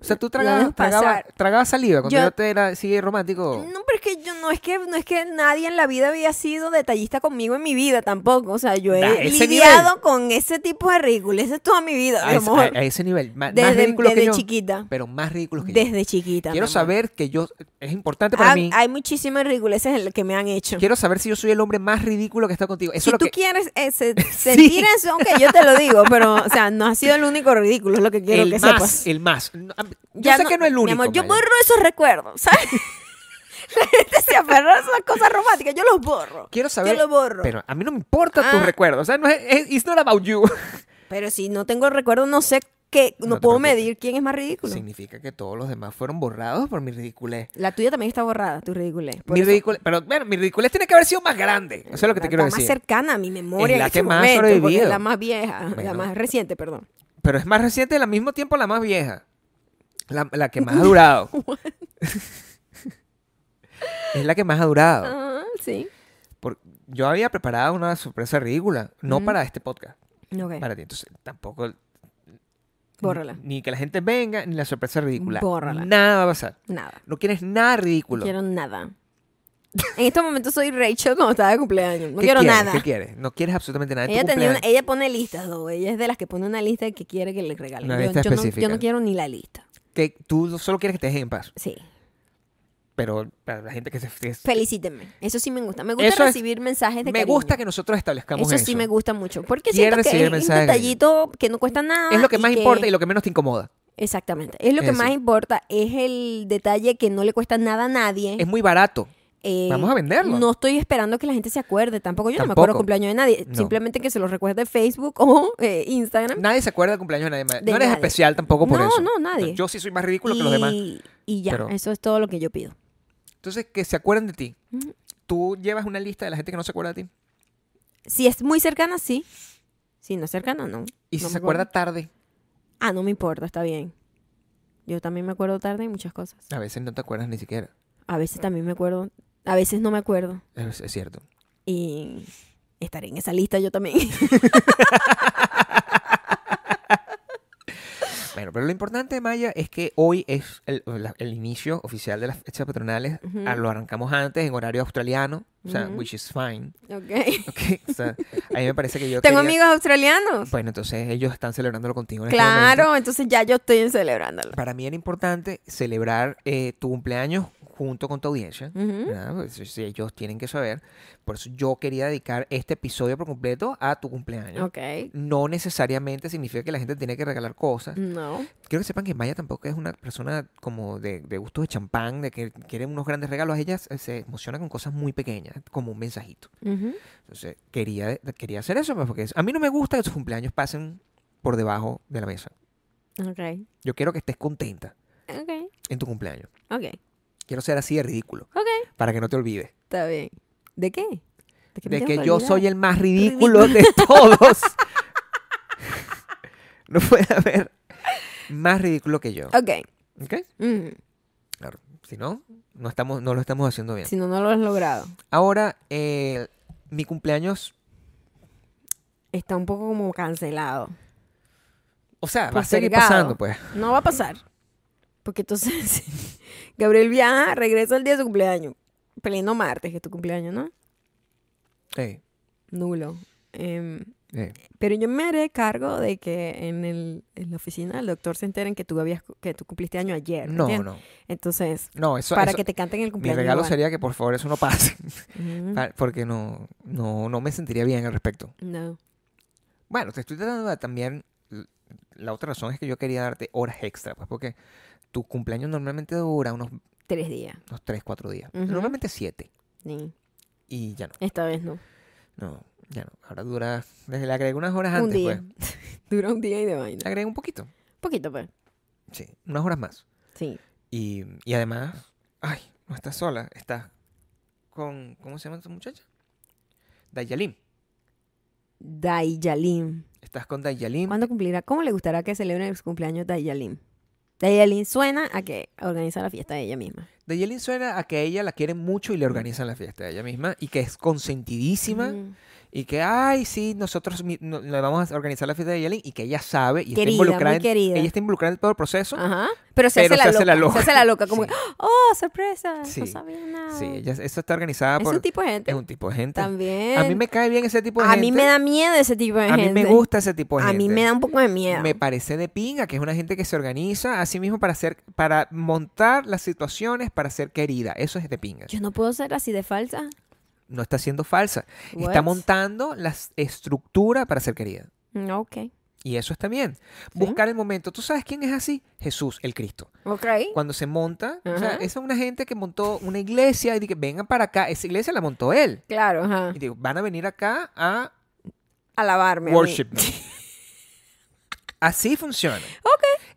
[SPEAKER 2] O sea, tú
[SPEAKER 1] dejo
[SPEAKER 2] tragabas, tragabas,
[SPEAKER 1] pasar.
[SPEAKER 2] tragabas saliva cuando
[SPEAKER 1] Yo-
[SPEAKER 2] yo te era así romántico.
[SPEAKER 1] No, pero es que yo no es que no es que nadie en la vida había sido detallista conmigo en mi vida tampoco, o sea, yo he
[SPEAKER 2] Da, ese
[SPEAKER 1] lidiado
[SPEAKER 2] nivel.
[SPEAKER 1] con ese tipo de ridiculez toda mi vida,
[SPEAKER 2] a,
[SPEAKER 1] mi
[SPEAKER 2] es- a-
[SPEAKER 1] amor.
[SPEAKER 2] a ese nivel. ma- Más,
[SPEAKER 1] desde
[SPEAKER 2] ridículos
[SPEAKER 1] desde
[SPEAKER 2] que yo.
[SPEAKER 1] chiquita.
[SPEAKER 2] Pero más ridículos que yo.
[SPEAKER 1] Desde chiquita.
[SPEAKER 2] Quiero
[SPEAKER 1] mi amor.
[SPEAKER 2] saber que yo. Es importante para
[SPEAKER 1] Ah,
[SPEAKER 2] mí.
[SPEAKER 1] Hay muchísimas ridiculeces en las que me han hecho.
[SPEAKER 2] Quiero saber si yo soy el hombre más ridículo que está contigo. Eso
[SPEAKER 1] si
[SPEAKER 2] es lo
[SPEAKER 1] tú
[SPEAKER 2] que.
[SPEAKER 1] quieres eh, se-
[SPEAKER 2] [LAUGHS]
[SPEAKER 1] sentir eso, aunque yo te lo digo, pero, o sea, no ha sido el único ridículo, es lo que quiero
[SPEAKER 2] el
[SPEAKER 1] que
[SPEAKER 2] más.
[SPEAKER 1] sepas.
[SPEAKER 2] El más. No, am- Yo
[SPEAKER 1] Ya
[SPEAKER 2] sé que no es el único.
[SPEAKER 1] Mi amor, yo
[SPEAKER 2] Maya.
[SPEAKER 1] borro esos recuerdos,
[SPEAKER 2] [LAUGHS]
[SPEAKER 1] ¿sabes? La gente se aferra a esas cosas románticas, yo los borro.
[SPEAKER 2] Quiero saber.
[SPEAKER 1] yo lo borro. Pero,
[SPEAKER 2] Pero a mí no me importan tus
[SPEAKER 1] Ah.
[SPEAKER 2] recuerdos. O sea, no es, es- it's not about you.
[SPEAKER 1] si no tengo el recuerdo, no sé qué, no,
[SPEAKER 2] No te
[SPEAKER 1] puedo
[SPEAKER 2] preocupes.
[SPEAKER 1] medir quién es más ridículo.
[SPEAKER 2] [LAUGHS] Significa que todos los demás fueron borrados por mi ridiculez.
[SPEAKER 1] La tuya también está borrada, tu ridiculez. por
[SPEAKER 2] Mi
[SPEAKER 1] eso-
[SPEAKER 2] ridiculez. Pero bueno, mi ridiculez tiene que haber sido más grande. Eso es lo que te
[SPEAKER 1] la-
[SPEAKER 2] quiero
[SPEAKER 1] la
[SPEAKER 2] decir.
[SPEAKER 1] más cercana a mi memoria.
[SPEAKER 2] Es la
[SPEAKER 1] en ese
[SPEAKER 2] que más ha
[SPEAKER 1] momento, porque es
[SPEAKER 2] sobrevivido.
[SPEAKER 1] La más vieja, la
[SPEAKER 2] Bueno.
[SPEAKER 1] más reciente, perdón.
[SPEAKER 2] Pero es más reciente y al mismo tiempo la más vieja. La, la que [LAUGHS] más ha durado. es la que más ha durado.
[SPEAKER 1] Ah, sí.
[SPEAKER 2] Por- yo había preparado una sorpresa ridícula, no
[SPEAKER 1] Ujú.
[SPEAKER 2] para este podcast,
[SPEAKER 1] Ok,
[SPEAKER 2] para ti. Entonces tampoco...
[SPEAKER 1] bórrala.
[SPEAKER 2] Ni que la gente venga, ni la sorpresa ridícula.
[SPEAKER 1] Bórrala.
[SPEAKER 2] Nada va a pasar.
[SPEAKER 1] Nada.
[SPEAKER 2] No quieres nada
[SPEAKER 1] No
[SPEAKER 2] ridículo.
[SPEAKER 1] quiero nada. En estos momentos soy Rachel cuando estaba de cumpleaños. No quiero
[SPEAKER 2] quieres?
[SPEAKER 1] nada.
[SPEAKER 2] ¿Qué quieres? No quieres absolutamente nada. en tu
[SPEAKER 1] Ella, tenía una-
[SPEAKER 2] cumpleaños.
[SPEAKER 1] ella pone listas, ¿no? ella es de las que pone una lista que quiere que le regalen.
[SPEAKER 2] Una
[SPEAKER 1] yo,
[SPEAKER 2] lista
[SPEAKER 1] yo no, yo
[SPEAKER 2] específica.
[SPEAKER 1] no quiero ni la lista.
[SPEAKER 2] Que tú solo quieres que te dejes en paz.
[SPEAKER 1] Sí.
[SPEAKER 2] pero para la gente que se... que es-
[SPEAKER 1] Felicítenme. Eso sí me gusta. Me gusta
[SPEAKER 2] Eso es-
[SPEAKER 1] recibir mensajes de
[SPEAKER 2] me
[SPEAKER 1] cariño.
[SPEAKER 2] gusta que nosotros establezcamos
[SPEAKER 1] eso,
[SPEAKER 2] eso.
[SPEAKER 1] sí me gusta mucho. Porque
[SPEAKER 2] Quiero
[SPEAKER 1] siento que
[SPEAKER 2] recibir
[SPEAKER 1] es un
[SPEAKER 2] mensajes de cariño.
[SPEAKER 1] detallito que no cuesta nada.
[SPEAKER 2] es lo que
[SPEAKER 1] y
[SPEAKER 2] más importa y lo que menos te incomoda.
[SPEAKER 1] Exactamente. Es lo que
[SPEAKER 2] Eso.
[SPEAKER 1] más importa. Es el detalle que no le cuesta nada a nadie.
[SPEAKER 2] Es muy barato.
[SPEAKER 1] Eh,
[SPEAKER 2] Vamos a venderlo.
[SPEAKER 1] No estoy esperando que la gente se acuerde tampoco. Yo no me
[SPEAKER 2] Tampoco.
[SPEAKER 1] acuerdo cumpleaños de nadie.
[SPEAKER 2] No.
[SPEAKER 1] Simplemente que se los recuerde Facebook o eh, Instagram.
[SPEAKER 2] Nadie se acuerda del cumpleaños de nadie. más.
[SPEAKER 1] De
[SPEAKER 2] no eres
[SPEAKER 1] nadie.
[SPEAKER 2] especial tampoco por
[SPEAKER 1] No,
[SPEAKER 2] eso.
[SPEAKER 1] no, nadie.
[SPEAKER 2] Yo sí soy más ridículo que los demás.
[SPEAKER 1] Y, y ya,
[SPEAKER 2] Pero-
[SPEAKER 1] eso es todo lo que yo pido.
[SPEAKER 2] Entonces, que se acuerden de ti.
[SPEAKER 1] Ujú.
[SPEAKER 2] ¿Tú llevas una lista de la gente que no se acuerda de ti?
[SPEAKER 1] Si es muy cercana, sí. Si no es cercana, no.
[SPEAKER 2] Y
[SPEAKER 1] No me
[SPEAKER 2] si se
[SPEAKER 1] acuerdo.
[SPEAKER 2] acuerda tarde,
[SPEAKER 1] Ah, no me importa, está bien. Yo también me acuerdo tarde de muchas cosas.
[SPEAKER 2] a veces no te acuerdas ni siquiera.
[SPEAKER 1] A veces también me acuerdo, a veces no me acuerdo.
[SPEAKER 2] Es, es cierto.
[SPEAKER 1] Y estaré en esa lista yo también. [LAUGHS]
[SPEAKER 2] Bueno, pero lo importante, Maya, es que hoy es el, la- el inicio oficial de las fechas patronales.
[SPEAKER 1] Ujú.
[SPEAKER 2] Ah, Lo arrancamos antes en horario australiano, o sea,
[SPEAKER 1] Ujú.
[SPEAKER 2] which is fine.
[SPEAKER 1] Ok.
[SPEAKER 2] Ok, o sea, a mí me parece que yo
[SPEAKER 1] Tengo
[SPEAKER 2] quería-
[SPEAKER 1] amigos australianos.
[SPEAKER 2] Bueno, entonces ellos están celebrándolo contigo en este momento.
[SPEAKER 1] Claro, entonces ya yo estoy celebrándolo.
[SPEAKER 2] Para mí era importante celebrar eh, tu cumpleaños junto con tu audiencia.
[SPEAKER 1] Ujú.
[SPEAKER 2] ¿verdad? Pues, si- si ellos tienen que saber. Por eso yo quería dedicar este episodio por completo a tu cumpleaños.
[SPEAKER 1] Ok.
[SPEAKER 2] No necesariamente significa que la gente tiene que regalar cosas.
[SPEAKER 1] No.
[SPEAKER 2] Quiero que sepan que Maya tampoco es una persona como de, de gustos de champán, de que quiere unos grandes regalos. Ella se- se emociona con cosas muy pequeñas, como un mensajito.
[SPEAKER 1] Ujú.
[SPEAKER 2] Entonces quería, quería hacer eso, pues, porque a mí no me gusta que tus cumpleaños pasen por debajo de la mesa.
[SPEAKER 1] Ok.
[SPEAKER 2] Yo quiero que estés contenta
[SPEAKER 1] Ok.
[SPEAKER 2] en tu cumpleaños.
[SPEAKER 1] Ok.
[SPEAKER 2] Quiero ser así de ridículo.
[SPEAKER 1] Ok.
[SPEAKER 2] Para que no te olvides.
[SPEAKER 1] Está bien. ¿De qué? ¿De, qué me
[SPEAKER 2] De
[SPEAKER 1] tengo
[SPEAKER 2] que yo
[SPEAKER 1] olvidar?
[SPEAKER 2] soy el más ridículo de
[SPEAKER 1] [LAUGHS]
[SPEAKER 2] todos. [LAUGHS] no puede haber más ridículo que yo.
[SPEAKER 1] Ok.
[SPEAKER 2] ¿Ok?
[SPEAKER 1] Ujú.
[SPEAKER 2] Claro. Si no, no, estamos, no lo estamos haciendo bien.
[SPEAKER 1] Si no, no lo has logrado.
[SPEAKER 2] Ahora, eh, mi cumpleaños.
[SPEAKER 1] Está un poco como cancelado.
[SPEAKER 2] O sea, va a seguir
[SPEAKER 1] Postergado.
[SPEAKER 2] pasando, pues.
[SPEAKER 1] No va a pasar. Porque entonces [LAUGHS] Gabriel viaja, regresa el día de su cumpleaños. Pleno martes, que es tu cumpleaños, ¿no?
[SPEAKER 2] Ey,
[SPEAKER 1] Nulo. Em,
[SPEAKER 2] ey.
[SPEAKER 1] pero yo me haré cargo de que en, el, en la oficina el doctor se enteren que tú habías cu- que tú cumpliste año ayer. ¿me
[SPEAKER 2] No,
[SPEAKER 1] entiendes?
[SPEAKER 2] no.
[SPEAKER 1] Entonces,
[SPEAKER 2] No, eso.
[SPEAKER 1] para
[SPEAKER 2] eso-
[SPEAKER 1] que te canten el
[SPEAKER 2] mi
[SPEAKER 1] cumpleaños.
[SPEAKER 2] regalo
[SPEAKER 1] igual.
[SPEAKER 2] sería que por favor eso no pase. [LAUGHS]
[SPEAKER 1] Ujú.
[SPEAKER 2] pa- Porque no, no, no me sentiría bien al respecto.
[SPEAKER 1] No.
[SPEAKER 2] Bueno, te estoy tratando de también. La otra razón es que yo quería darte horas extra, pues, porque tu cumpleaños normalmente dura unos,
[SPEAKER 1] Tres días.
[SPEAKER 2] unos 3, 4 días.
[SPEAKER 1] Ujú.
[SPEAKER 2] Normalmente 7.
[SPEAKER 1] Ni-
[SPEAKER 2] Y ya no.
[SPEAKER 1] Esta vez no.
[SPEAKER 2] No, ya no. Ahora dura. Desde le agregué unas horas
[SPEAKER 1] un
[SPEAKER 2] antes,
[SPEAKER 1] día.
[SPEAKER 2] pues.
[SPEAKER 1] [LAUGHS] Dura un día y de
[SPEAKER 2] Le
[SPEAKER 1] vaina.
[SPEAKER 2] agregué un poquito.
[SPEAKER 1] Poquito, pues.
[SPEAKER 2] Sí, unas horas más.
[SPEAKER 1] Sí.
[SPEAKER 2] Y, y además, ay, no estás sola. Estás con. ¿Cómo se llama esta muchacha? Dayalim.
[SPEAKER 1] Dayalim.
[SPEAKER 2] Estás con Dayalim.
[SPEAKER 1] ¿Cuándo cumplirá? ¿Cómo le gustará que celebren su cumpleaños Dayalim? Dayalim suena a que organiza la fiesta ella misma.
[SPEAKER 2] Dayalim suena a que ella la quieren mucho y le organizan la fiesta a ella misma y que es consentidísima.
[SPEAKER 1] Mm.
[SPEAKER 2] Y que, ay, sí, nosotros mi- no- le vamos a organizar la fiesta de Yelin y que ella sabe y
[SPEAKER 1] Querida,
[SPEAKER 2] está involucrada.
[SPEAKER 1] muy
[SPEAKER 2] en-
[SPEAKER 1] querida.
[SPEAKER 2] Ella está involucrada en todo el proceso.
[SPEAKER 1] Ajá. Pero se,
[SPEAKER 2] Pero
[SPEAKER 1] hace, la loca, Se hace la loca, como
[SPEAKER 2] Sí.
[SPEAKER 1] que, oh, sorpresa,
[SPEAKER 2] Sí.
[SPEAKER 1] no sabía nada.
[SPEAKER 2] Sí, ella, eso está organizada
[SPEAKER 1] es
[SPEAKER 2] por.
[SPEAKER 1] un tipo de gente.
[SPEAKER 2] es un tipo de gente.
[SPEAKER 1] También.
[SPEAKER 2] A mí me cae bien ese tipo de
[SPEAKER 1] A
[SPEAKER 2] gente.
[SPEAKER 1] mí me da miedo ese tipo de
[SPEAKER 2] A
[SPEAKER 1] gente.
[SPEAKER 2] mí me gusta ese tipo de
[SPEAKER 1] A
[SPEAKER 2] gente.
[SPEAKER 1] mí me da un poco de miedo.
[SPEAKER 2] Me parece de pinga que es una gente que se organiza a sí mismo para hacer, para montar las situaciones para ser querida. Eso es de pinga.
[SPEAKER 1] Yo no puedo ser así de falsa.
[SPEAKER 2] No está siendo falsa. Está
[SPEAKER 1] What?
[SPEAKER 2] montando la s- estructura para ser querida.
[SPEAKER 1] Mm, Ok.
[SPEAKER 2] Y eso está bien. Buscar el momento. ¿Tú sabes quién es así? Jesús, el Cristo.
[SPEAKER 1] Ok.
[SPEAKER 2] cuando se monta, o sea,
[SPEAKER 1] Ajá.
[SPEAKER 2] esa es una gente que montó una iglesia y dije, vengan para acá, esa iglesia la montó él.
[SPEAKER 1] Claro, ajá.
[SPEAKER 2] Y digo, van a venir acá a
[SPEAKER 1] Alabarme. a mí.
[SPEAKER 2] worship.
[SPEAKER 1] [LAUGHS]
[SPEAKER 2] me". Así funciona.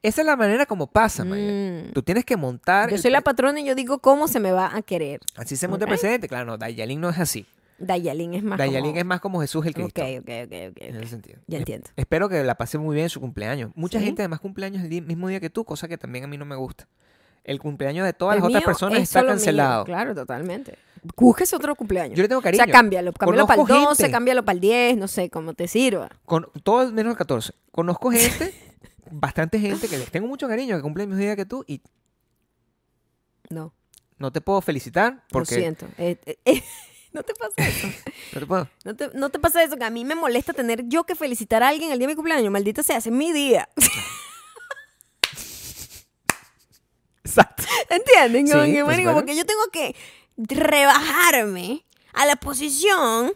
[SPEAKER 2] Esa es la manera como pasa, Maya.
[SPEAKER 1] Mm.
[SPEAKER 2] Tú tienes que montar.
[SPEAKER 1] Yo
[SPEAKER 2] el
[SPEAKER 1] soy la
[SPEAKER 2] pre-
[SPEAKER 1] patrona y yo digo cómo se me va a querer.
[SPEAKER 2] Así se monta
[SPEAKER 1] Ok.
[SPEAKER 2] el presidente. Claro, no, Dayalin no es así.
[SPEAKER 1] Dayalin es más.
[SPEAKER 2] Dayalin
[SPEAKER 1] como-
[SPEAKER 2] es más como Jesús el
[SPEAKER 1] Ok,
[SPEAKER 2] Cristo.
[SPEAKER 1] ok, ok, ok,
[SPEAKER 2] En
[SPEAKER 1] ok.
[SPEAKER 2] ese sentido.
[SPEAKER 1] Ya
[SPEAKER 2] Es-
[SPEAKER 1] entiendo.
[SPEAKER 2] Espero que la pase muy bien en su cumpleaños. Mucha
[SPEAKER 1] Sí.
[SPEAKER 2] gente además cumpleaños el di- mismo día que tú, cosa que también a mí no me gusta. El cumpleaños de todas
[SPEAKER 1] El
[SPEAKER 2] las otras
[SPEAKER 1] mío
[SPEAKER 2] personas
[SPEAKER 1] es
[SPEAKER 2] está
[SPEAKER 1] solo mío,
[SPEAKER 2] cancelado.
[SPEAKER 1] Claro, totalmente. Busques otro cumpleaños.
[SPEAKER 2] Yo le tengo
[SPEAKER 1] o
[SPEAKER 2] cariño.
[SPEAKER 1] sea, cámbialo. Cámbialo para el
[SPEAKER 2] Conozco
[SPEAKER 1] 12,
[SPEAKER 2] gente.
[SPEAKER 1] cámbialo para el 10, no sé, como te sirva.
[SPEAKER 2] Con, todo menos el 14.
[SPEAKER 1] [LAUGHS]
[SPEAKER 2] Conozco gente, bastante gente, que les tengo mucho cariño, que cumple el mismo día que tú y
[SPEAKER 1] No,
[SPEAKER 2] no te puedo felicitar
[SPEAKER 1] lo
[SPEAKER 2] porque
[SPEAKER 1] siento. Eh, eh, eh, [LAUGHS] no te pasa eso.
[SPEAKER 2] no te puedo.
[SPEAKER 1] No te, no te pasa eso, que a mí me molesta tener yo que felicitar a alguien el día de mi cumpleaños. Maldita sea, [LAUGHS] ese es mi día.
[SPEAKER 2] Exacto.
[SPEAKER 1] entiendes? Como
[SPEAKER 2] Sí,
[SPEAKER 1] que,
[SPEAKER 2] pues,
[SPEAKER 1] marico,
[SPEAKER 2] bueno.
[SPEAKER 1] porque yo tengo que rebajarme a la posición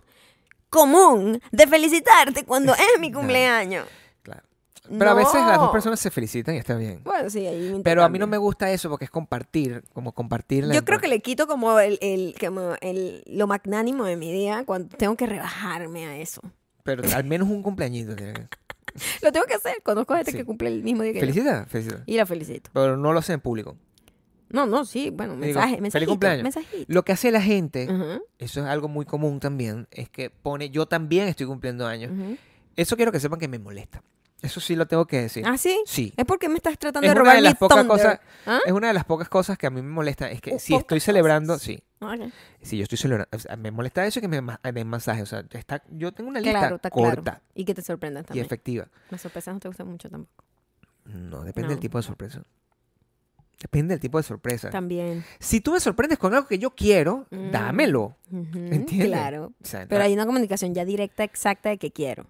[SPEAKER 1] común de felicitarte cuando es mi cumpleaños.
[SPEAKER 2] Claro. Pero a veces las dos
[SPEAKER 1] No.
[SPEAKER 2] personas se felicitan y está bien.
[SPEAKER 1] Bueno, sí, ahí me
[SPEAKER 2] Pero a mí no
[SPEAKER 1] intercambio.
[SPEAKER 2] me gusta eso porque es compartir, como compartir la
[SPEAKER 1] Yo creo que le quito como el, el- como el- lo magnánimo de mi día cuando tengo que rebajarme a eso. [LAUGHS]
[SPEAKER 2] Pero al menos un cumpleañito. tiene que-
[SPEAKER 1] Lo tengo que hacer. Conozco a gente
[SPEAKER 2] Sí.
[SPEAKER 1] que cumple el mismo día que
[SPEAKER 2] Felicita, felicita.
[SPEAKER 1] yo. Y la felicito.
[SPEAKER 2] Pero no lo hacen en público.
[SPEAKER 1] No, no, sí, bueno,
[SPEAKER 2] Le digo,
[SPEAKER 1] mensaje,
[SPEAKER 2] "Feliz
[SPEAKER 1] mensajito,
[SPEAKER 2] cumpleaños".
[SPEAKER 1] mensajito.
[SPEAKER 2] Lo que hace la gente,
[SPEAKER 1] Ujú,
[SPEAKER 2] eso es algo muy común también, es que pone, yo también estoy cumpliendo años.
[SPEAKER 1] ujú.
[SPEAKER 2] Eso quiero que sepan que me molesta. Eso sí lo tengo que decir.
[SPEAKER 1] ¿Ah, sí?
[SPEAKER 2] Sí.
[SPEAKER 1] Es porque me estás tratando
[SPEAKER 2] Es
[SPEAKER 1] de
[SPEAKER 2] una
[SPEAKER 1] robar
[SPEAKER 2] de
[SPEAKER 1] mi
[SPEAKER 2] las pocas
[SPEAKER 1] thunder.
[SPEAKER 2] cosas-
[SPEAKER 1] ¿Ah?
[SPEAKER 2] Es una de las pocas cosas que a mí me molesta. Es que
[SPEAKER 1] Uh,
[SPEAKER 2] si estoy
[SPEAKER 1] pocas
[SPEAKER 2] celebrando,
[SPEAKER 1] cosas.
[SPEAKER 2] sí.
[SPEAKER 1] Ok.
[SPEAKER 2] Si yo estoy celebrando, o sea, me molesta eso que me ma- den mensajes. O sea, está, yo tengo una lista
[SPEAKER 1] Claro, está
[SPEAKER 2] corta
[SPEAKER 1] claro. Y que te sorprendan
[SPEAKER 2] y
[SPEAKER 1] también.
[SPEAKER 2] efectiva.
[SPEAKER 1] Las sorpresas no te gustan mucho tampoco.
[SPEAKER 2] No, depende del
[SPEAKER 1] No.
[SPEAKER 2] tipo de sorpresa. Depende del tipo de sorpresa.
[SPEAKER 1] También.
[SPEAKER 2] Si tú me sorprendes con algo que yo quiero,
[SPEAKER 1] Mm.
[SPEAKER 2] dámelo.
[SPEAKER 1] Ujú,
[SPEAKER 2] ¿Entiendes?
[SPEAKER 1] Claro.
[SPEAKER 2] O sea,
[SPEAKER 1] Pero
[SPEAKER 2] ah,
[SPEAKER 1] hay una comunicación ya directa, exacta de qué quiero.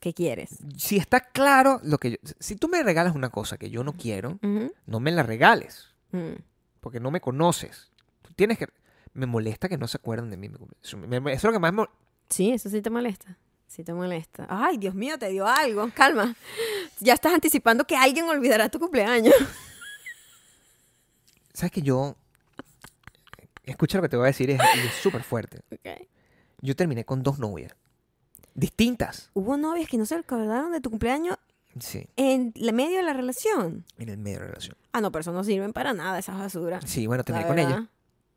[SPEAKER 1] ¿Qué quieres?
[SPEAKER 2] si está claro lo que yo... Si tú me regalas una cosa que yo no quiero,
[SPEAKER 1] Ujú,
[SPEAKER 2] no me la regales.
[SPEAKER 1] mm.
[SPEAKER 2] porque no me conoces. Tú tienes que... Me molesta que no se acuerden de mí. me- Eso, me- me- eso es lo que más me...
[SPEAKER 1] Sí, eso sí te molesta. Sí te molesta. Ay, Dios mío, te dio algo. Calma. Ya estás anticipando que alguien olvidará tu cumpleaños.
[SPEAKER 2] ¿Sabes que yo... Escucha lo que te voy a decir es y es súper fuerte.
[SPEAKER 1] [LAUGHS] Ok.
[SPEAKER 2] Yo terminé con dos novias. Distintas.
[SPEAKER 1] Hubo novias que no se acordaron de tu cumpleaños
[SPEAKER 2] Sí,
[SPEAKER 1] en la- medio de la relación.
[SPEAKER 2] en el medio de la relación.
[SPEAKER 1] Ah, no, pero eso no sirven para nada, esas basuras.
[SPEAKER 2] Sí, bueno, terminé
[SPEAKER 1] La
[SPEAKER 2] con
[SPEAKER 1] verdad.
[SPEAKER 2] ella. Ah,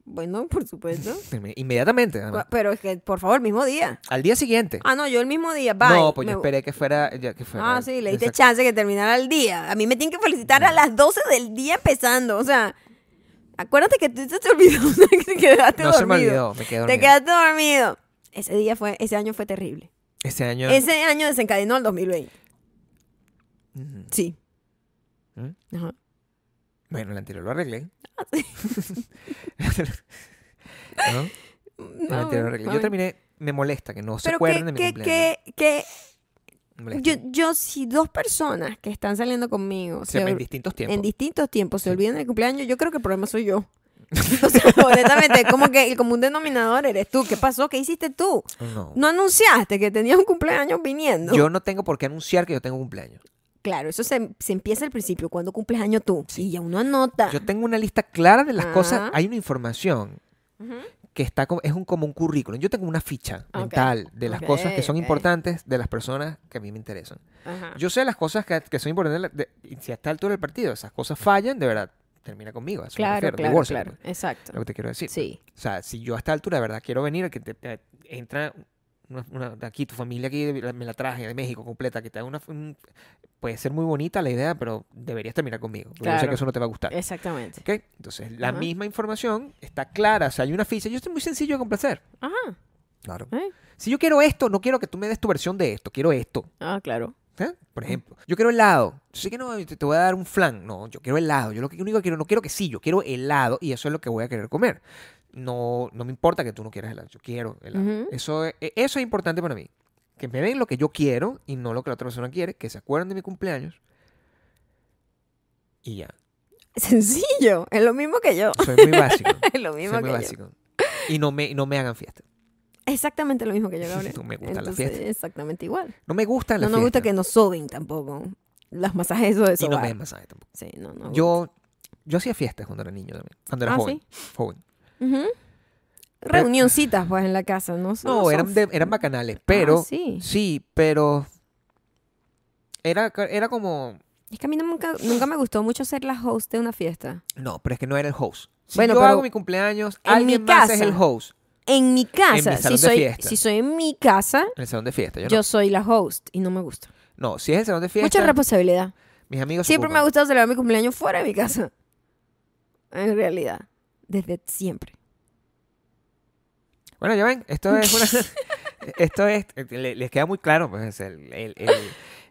[SPEAKER 1] Bueno, por supuesto.
[SPEAKER 2] Terminé inmediatamente. además.
[SPEAKER 1] Cu- Pero es que, por favor, mismo día.
[SPEAKER 2] Al día siguiente.
[SPEAKER 1] Ah, no, yo el mismo día. Bye.
[SPEAKER 2] no, pues
[SPEAKER 1] Me-
[SPEAKER 2] yo esperé que fuera... ya que fuera
[SPEAKER 1] Ah, sí, le diste
[SPEAKER 2] Exacto.
[SPEAKER 1] chance que terminara el día. A mí me tienen que felicitar a las 12 del día empezando. O sea, acuérdate que tú se te olvidó, [LAUGHS] que te quedaste
[SPEAKER 2] No
[SPEAKER 1] dormido.
[SPEAKER 2] se me olvidó, me quedé
[SPEAKER 1] Te
[SPEAKER 2] dormido.
[SPEAKER 1] quedaste dormido. Ese día fue, ese año fue terrible.
[SPEAKER 2] Ese año...
[SPEAKER 1] Ese año desencadenó el 2020.
[SPEAKER 2] Ujú.
[SPEAKER 1] Sí.
[SPEAKER 2] ¿Mm?
[SPEAKER 1] Ajá.
[SPEAKER 2] Bueno, el anterior lo arreglé.
[SPEAKER 1] Ah,
[SPEAKER 2] [LAUGHS] ¿No? El
[SPEAKER 1] No,
[SPEAKER 2] anterior lo arreglé.
[SPEAKER 1] mami.
[SPEAKER 2] Yo terminé... Me molesta que no se
[SPEAKER 1] Pero
[SPEAKER 2] acuerden de
[SPEAKER 1] que,
[SPEAKER 2] mi
[SPEAKER 1] que,
[SPEAKER 2] cumpleaños.
[SPEAKER 1] que, que
[SPEAKER 2] Me molesta.
[SPEAKER 1] yo, yo, si dos personas que están saliendo conmigo
[SPEAKER 2] Se llama
[SPEAKER 1] se-
[SPEAKER 2] en distintos tiempos.
[SPEAKER 1] en distintos tiempos se olvidan del cumpleaños, yo creo que el problema soy yo. [LAUGHS] o sea, honestamente, como que el común denominador eres tú. ¿Qué pasó? ¿Qué hiciste tú?
[SPEAKER 2] No.
[SPEAKER 1] No anunciaste que tenías un cumpleaños viniendo.
[SPEAKER 2] Yo no tengo por qué anunciar que yo tengo cumpleaños.
[SPEAKER 1] Claro, eso se, se empieza al principio, cuando cumples año tú. Y ya uno anota.
[SPEAKER 2] Yo tengo una lista clara de las
[SPEAKER 1] Ajá.
[SPEAKER 2] cosas. Hay una información que está como, es un, como un currículum. Yo tengo una ficha
[SPEAKER 1] Ok.
[SPEAKER 2] mental de las cosas que son
[SPEAKER 1] Ok, Ah. ok.
[SPEAKER 2] importantes de las personas que a mí me interesan.
[SPEAKER 1] Ajá.
[SPEAKER 2] Yo sé las cosas que, que son importantes. de- y si a esta altura del partido esas cosas fallan, de verdad, termina conmigo. a eso me
[SPEAKER 1] claro,
[SPEAKER 2] refiero,
[SPEAKER 1] claro,
[SPEAKER 2] divórciate,
[SPEAKER 1] claro.
[SPEAKER 2] pues,
[SPEAKER 1] Exacto.
[SPEAKER 2] Lo que te quiero decir.
[SPEAKER 1] Sí.
[SPEAKER 2] O sea, si yo a esta altura de verdad quiero venir, que te, te- entra una, una- de aquí, tu familia aquí, de- me la traje de México completa, que te haga una... un- puede ser muy bonita la idea, pero deberías terminar conmigo. porque Yo sé
[SPEAKER 1] Claro.
[SPEAKER 2] que eso no te va a gustar.
[SPEAKER 1] Exactamente.
[SPEAKER 2] ¿ok? Entonces, la
[SPEAKER 1] Ajá.
[SPEAKER 2] misma información está clara. O sea, hay una ficha. Yo estoy muy sencillo de complacer.
[SPEAKER 1] Ajá.
[SPEAKER 2] Claro.
[SPEAKER 1] ¿Eh?
[SPEAKER 2] Si yo quiero esto, no quiero que tú me des tu versión de esto. Quiero esto.
[SPEAKER 1] Ah, claro.
[SPEAKER 2] ¿eh? Por ejemplo, yo quiero helado. Yo sé que no te, te voy a dar un flan. No, yo quiero helado. Yo lo que único que quiero, no quiero que sí, yo quiero helado y eso es lo que voy a querer comer. No, no me importa que tú no quieras helado. Yo quiero helado.
[SPEAKER 1] Ujú.
[SPEAKER 2] eso, es, e- eso es importante para mí. Que me den lo que yo quiero y no lo que la otra persona quiere. Que se acuerden de mi cumpleaños. Y ya.
[SPEAKER 1] [LAUGHS] Sencillo. Es lo mismo que yo. [LAUGHS]
[SPEAKER 2] Soy muy básico.
[SPEAKER 1] Es lo mismo
[SPEAKER 2] soy muy
[SPEAKER 1] que yo.
[SPEAKER 2] básico. Y no me, no me hagan fiesta.
[SPEAKER 1] Exactamente lo mismo que yo, Gabriel.
[SPEAKER 2] [LAUGHS] No me gustan las
[SPEAKER 1] Entonces,
[SPEAKER 2] fiestas.
[SPEAKER 1] Exactamente igual.
[SPEAKER 2] No me gustan
[SPEAKER 1] No
[SPEAKER 2] las
[SPEAKER 1] nos gusta que
[SPEAKER 2] fiestas.
[SPEAKER 1] nos soben tampoco. Las masajes eso de
[SPEAKER 2] Y no me
[SPEAKER 1] sobar.
[SPEAKER 2] den masaje tampoco.
[SPEAKER 1] Sí, no, no.
[SPEAKER 2] Yo, yo hacía fiestas cuando era niño también. Cuando era
[SPEAKER 1] Ah,
[SPEAKER 2] joven. Joven.
[SPEAKER 1] Ujú. Reunioncitas, pues, en la casa, ¿no? son-
[SPEAKER 2] No,
[SPEAKER 1] son-
[SPEAKER 2] eran, de- eran bacanales, pero...
[SPEAKER 1] Ah, sí.
[SPEAKER 2] Sí, pero... Era, era como...
[SPEAKER 1] Es que a mí no nunca, nunca me gustó mucho ser la host de una fiesta.
[SPEAKER 2] No, pero es que no era el host. Si
[SPEAKER 1] Bueno,
[SPEAKER 2] yo
[SPEAKER 1] pero
[SPEAKER 2] hago mi cumpleaños,
[SPEAKER 1] en mi
[SPEAKER 2] alguien más es
[SPEAKER 1] casa.
[SPEAKER 2] el host.
[SPEAKER 1] En mi casa,
[SPEAKER 2] salón
[SPEAKER 1] si,
[SPEAKER 2] de
[SPEAKER 1] soy,
[SPEAKER 2] fiesta.
[SPEAKER 1] si soy en mi casa,
[SPEAKER 2] En el salón de fiesta. Yo,
[SPEAKER 1] yo, soy la host y no me gusta.
[SPEAKER 2] no. No, si es el salón de
[SPEAKER 1] Mucha
[SPEAKER 2] fiesta,
[SPEAKER 1] responsabilidad.
[SPEAKER 2] mis amigos se
[SPEAKER 1] Siempre me ha
[SPEAKER 2] ocupan.
[SPEAKER 1] gustado celebrar mi cumpleaños fuera de mi casa. En realidad. Desde siempre.
[SPEAKER 2] Bueno, ya ven, esto es
[SPEAKER 1] [LAUGHS]
[SPEAKER 2] una... [LAUGHS] esto es... le- les queda muy claro pues, el- el- el-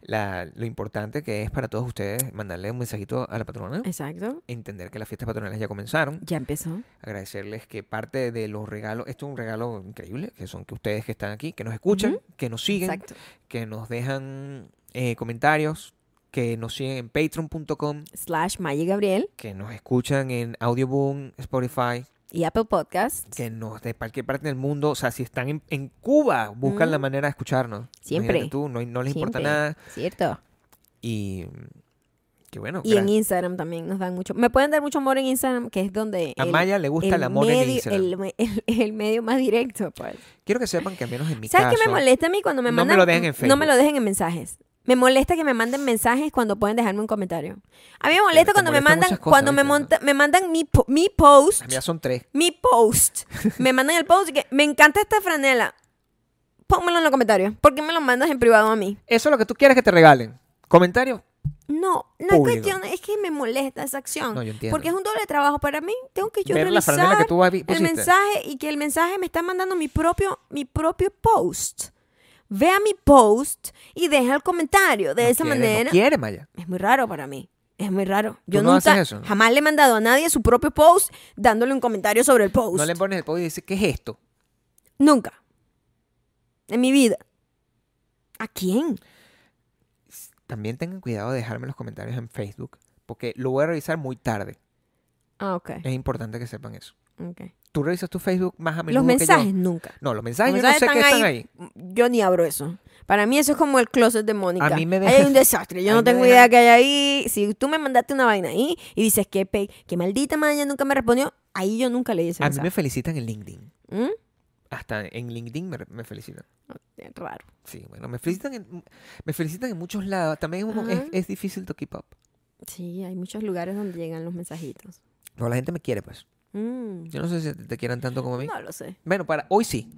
[SPEAKER 2] la- lo importante que es para todos ustedes mandarle un mensajito a la patrona.
[SPEAKER 1] Exacto.
[SPEAKER 2] Entender que las fiestas patronales ya comenzaron.
[SPEAKER 1] Ya empezó.
[SPEAKER 2] Agradecerles que parte de los regalos... Esto es un regalo increíble, que son que ustedes que están aquí, que nos escuchan, que nos siguen,
[SPEAKER 1] Exacto.
[SPEAKER 2] que nos dejan eh, comentarios, que nos siguen en patreon.com,
[SPEAKER 1] Slash Maggie Gabriel
[SPEAKER 2] que nos escuchan en Audioboom, Spotify,
[SPEAKER 1] y Apple Podcast.
[SPEAKER 2] que nos de cualquier parte del mundo. O sea, si están en, en Cuba, buscan
[SPEAKER 1] Mm.
[SPEAKER 2] la manera de escucharnos.
[SPEAKER 1] Siempre.
[SPEAKER 2] Imagínate Tú, no, no les importa
[SPEAKER 1] Siempre.
[SPEAKER 2] nada.
[SPEAKER 1] Cierto.
[SPEAKER 2] Y mm, qué bueno.
[SPEAKER 1] Y en
[SPEAKER 2] gracias.
[SPEAKER 1] Instagram también nos dan mucho. Me pueden dar mucho amor en Instagram, que es donde.
[SPEAKER 2] a
[SPEAKER 1] el-
[SPEAKER 2] Maya le gusta el amor
[SPEAKER 1] medio,
[SPEAKER 2] en Instagram.
[SPEAKER 1] El, me- el- el medio más directo, pues.
[SPEAKER 2] Quiero que sepan que al menos en mi
[SPEAKER 1] ¿Sabes
[SPEAKER 2] caso...
[SPEAKER 1] qué me molesta a mí cuando me
[SPEAKER 2] no me
[SPEAKER 1] mandan?
[SPEAKER 2] lo dejen en
[SPEAKER 1] No me
[SPEAKER 2] Facebook.
[SPEAKER 1] lo dejen en mensajes. Me molesta que me manden mensajes cuando pueden dejarme un comentario. A mí me molesta
[SPEAKER 2] te
[SPEAKER 1] cuando me
[SPEAKER 2] molestan
[SPEAKER 1] mandan,
[SPEAKER 2] muchas cosas,
[SPEAKER 1] cuando me,
[SPEAKER 2] ¿viste?
[SPEAKER 1] monta- me mandan mi, po- mi post,
[SPEAKER 2] Las mías son tres.
[SPEAKER 1] mi post. me mandan el post y que me encanta esta franela. Pónmelo en los comentarios. ¿Por qué me lo mandas en privado a mí?
[SPEAKER 2] Eso es lo que tú quieres que te regalen. ¿Comentario?
[SPEAKER 1] No, no
[SPEAKER 2] Público.
[SPEAKER 1] es cuestión, es que me molesta esa acción.
[SPEAKER 2] No, yo entiendo.
[SPEAKER 1] Porque es un doble trabajo para mí. Tengo que yo
[SPEAKER 2] Ver la
[SPEAKER 1] revisar
[SPEAKER 2] franela que tú vi-
[SPEAKER 1] el
[SPEAKER 2] pusiste.
[SPEAKER 1] mensaje y que el mensaje me está mandando mi propio, mi propio post. Vea mi post y deja el comentario. De
[SPEAKER 2] No
[SPEAKER 1] esa
[SPEAKER 2] quiere,
[SPEAKER 1] manera
[SPEAKER 2] No quiere, Maya.
[SPEAKER 1] es muy raro para mí. Es muy raro. Yo
[SPEAKER 2] no
[SPEAKER 1] nunca,
[SPEAKER 2] haces eso?
[SPEAKER 1] jamás le he mandado a nadie su propio post dándole un comentario sobre el post.
[SPEAKER 2] No le pones el podio y dices, ¿qué es esto?
[SPEAKER 1] Nunca. En mi vida. ¿A quién?
[SPEAKER 2] También tengan cuidado de dejarme los comentarios en Facebook, porque lo voy a revisar muy tarde.
[SPEAKER 1] Ah, ok.
[SPEAKER 2] Es importante que sepan eso.
[SPEAKER 1] ok.
[SPEAKER 2] ¿Tú revisas tu Facebook más a menudo
[SPEAKER 1] Los
[SPEAKER 2] que yo?
[SPEAKER 1] mensajes, nunca.
[SPEAKER 2] No, los
[SPEAKER 1] Los
[SPEAKER 2] mensajes yo no
[SPEAKER 1] mensajes
[SPEAKER 2] sé qué están ahí.
[SPEAKER 1] Yo ni abro eso. Para mí eso es como el closet de Mónica.
[SPEAKER 2] A mí me
[SPEAKER 1] Ahí
[SPEAKER 2] deja-
[SPEAKER 1] hay un desastre. Yo
[SPEAKER 2] a
[SPEAKER 1] no
[SPEAKER 2] mí me
[SPEAKER 1] tengo
[SPEAKER 2] deja-
[SPEAKER 1] idea que hay ahí. Si tú me mandaste una vaina ahí y dices que, pe... que maldita maña nunca me respondió, ahí yo nunca leí ese
[SPEAKER 2] A mí me
[SPEAKER 1] mensaje.
[SPEAKER 2] felicitan en LinkedIn.
[SPEAKER 1] ¿Mm?
[SPEAKER 2] Hasta en LinkedIn me, me felicitan.
[SPEAKER 1] Es Raro.
[SPEAKER 2] Sí, bueno, me felicitan en, me felicitan en muchos lados. También es, un-
[SPEAKER 1] Ajá.
[SPEAKER 2] es- es difícil to keep up.
[SPEAKER 1] Sí, hay muchos lugares donde llegan los mensajitos.
[SPEAKER 2] Pero la gente me quiere, pues.
[SPEAKER 1] Mm.
[SPEAKER 2] Yo no sé si te, te quieran tanto como a mí.
[SPEAKER 1] No lo sé.
[SPEAKER 2] Bueno, para hoy sí.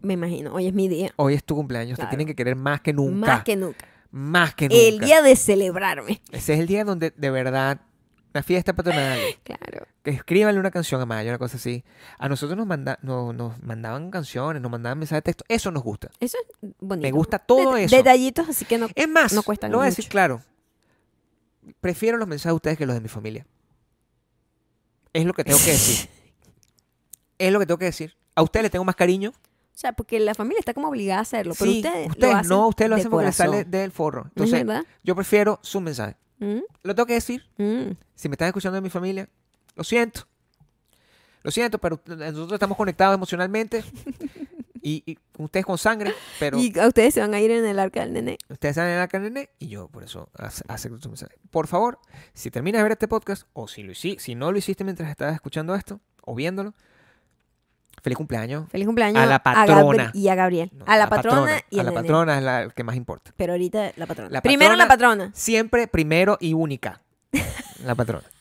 [SPEAKER 1] Me imagino. Hoy es mi día.
[SPEAKER 2] Hoy es tu cumpleaños.
[SPEAKER 1] Claro.
[SPEAKER 2] Te tienen que querer más que nunca.
[SPEAKER 1] Más que nunca.
[SPEAKER 2] Más que nunca.
[SPEAKER 1] El día de celebrarme.
[SPEAKER 2] Ese es el día donde de verdad la fiesta patronal.
[SPEAKER 1] [COUGHS] Claro.
[SPEAKER 2] Que escríbanle una canción a Maya, una cosa así. A nosotros nos, manda, no- nos mandaban canciones, nos mandaban mensajes de texto. Eso nos gusta.
[SPEAKER 1] Eso es bonito.
[SPEAKER 2] Me gusta todo
[SPEAKER 1] Det-
[SPEAKER 2] eso.
[SPEAKER 1] Detallitos, así que no.
[SPEAKER 2] Es más,
[SPEAKER 1] No cuestan
[SPEAKER 2] lo voy a decir
[SPEAKER 1] mucho.
[SPEAKER 2] claro. Prefiero los mensajes de ustedes que los de mi familia. Es lo que tengo que
[SPEAKER 1] [COUGHS]
[SPEAKER 2] decir. es lo que tengo que decir. A ustedes les tengo más cariño.
[SPEAKER 1] O sea, porque la familia está como obligada a hacerlo. Pero
[SPEAKER 2] Sí,
[SPEAKER 1] ustedes, lo
[SPEAKER 2] ustedes
[SPEAKER 1] hacen
[SPEAKER 2] no, ustedes lo
[SPEAKER 1] de
[SPEAKER 2] hacen porque les
[SPEAKER 1] corazón.
[SPEAKER 2] sale del forro.
[SPEAKER 1] ¿No es
[SPEAKER 2] Entonces,
[SPEAKER 1] verdad?
[SPEAKER 2] yo prefiero su mensaje.
[SPEAKER 1] Mm,
[SPEAKER 2] Lo tengo que decir.
[SPEAKER 1] mm.
[SPEAKER 2] Si me están escuchando de mi familia, lo siento. Lo siento, pero nosotros estamos conectados
[SPEAKER 1] [LAUGHS]
[SPEAKER 2] emocionalmente. y, y ustedes con sangre, pero
[SPEAKER 1] Y a ustedes se van a ir en el arca del nene.
[SPEAKER 2] ustedes saben en la carne y yo por eso ace- acepto tu mensaje. Por favor, si terminas de ver este podcast, o si lo hici- si no lo hiciste mientras estabas escuchando esto o viéndolo, feliz cumpleaños.
[SPEAKER 1] Feliz cumpleaños.
[SPEAKER 2] A
[SPEAKER 1] Gabri-
[SPEAKER 2] la patrona.
[SPEAKER 1] y a Gabriel.
[SPEAKER 2] No,
[SPEAKER 1] a la patrona, y
[SPEAKER 2] a
[SPEAKER 1] al
[SPEAKER 2] la
[SPEAKER 1] nene.
[SPEAKER 2] patrona es la que más importa.
[SPEAKER 1] Pero ahorita la patrona.
[SPEAKER 2] La
[SPEAKER 1] Primero la
[SPEAKER 2] patrona-
[SPEAKER 1] patrona.
[SPEAKER 2] Siempre primero y única. La patrona.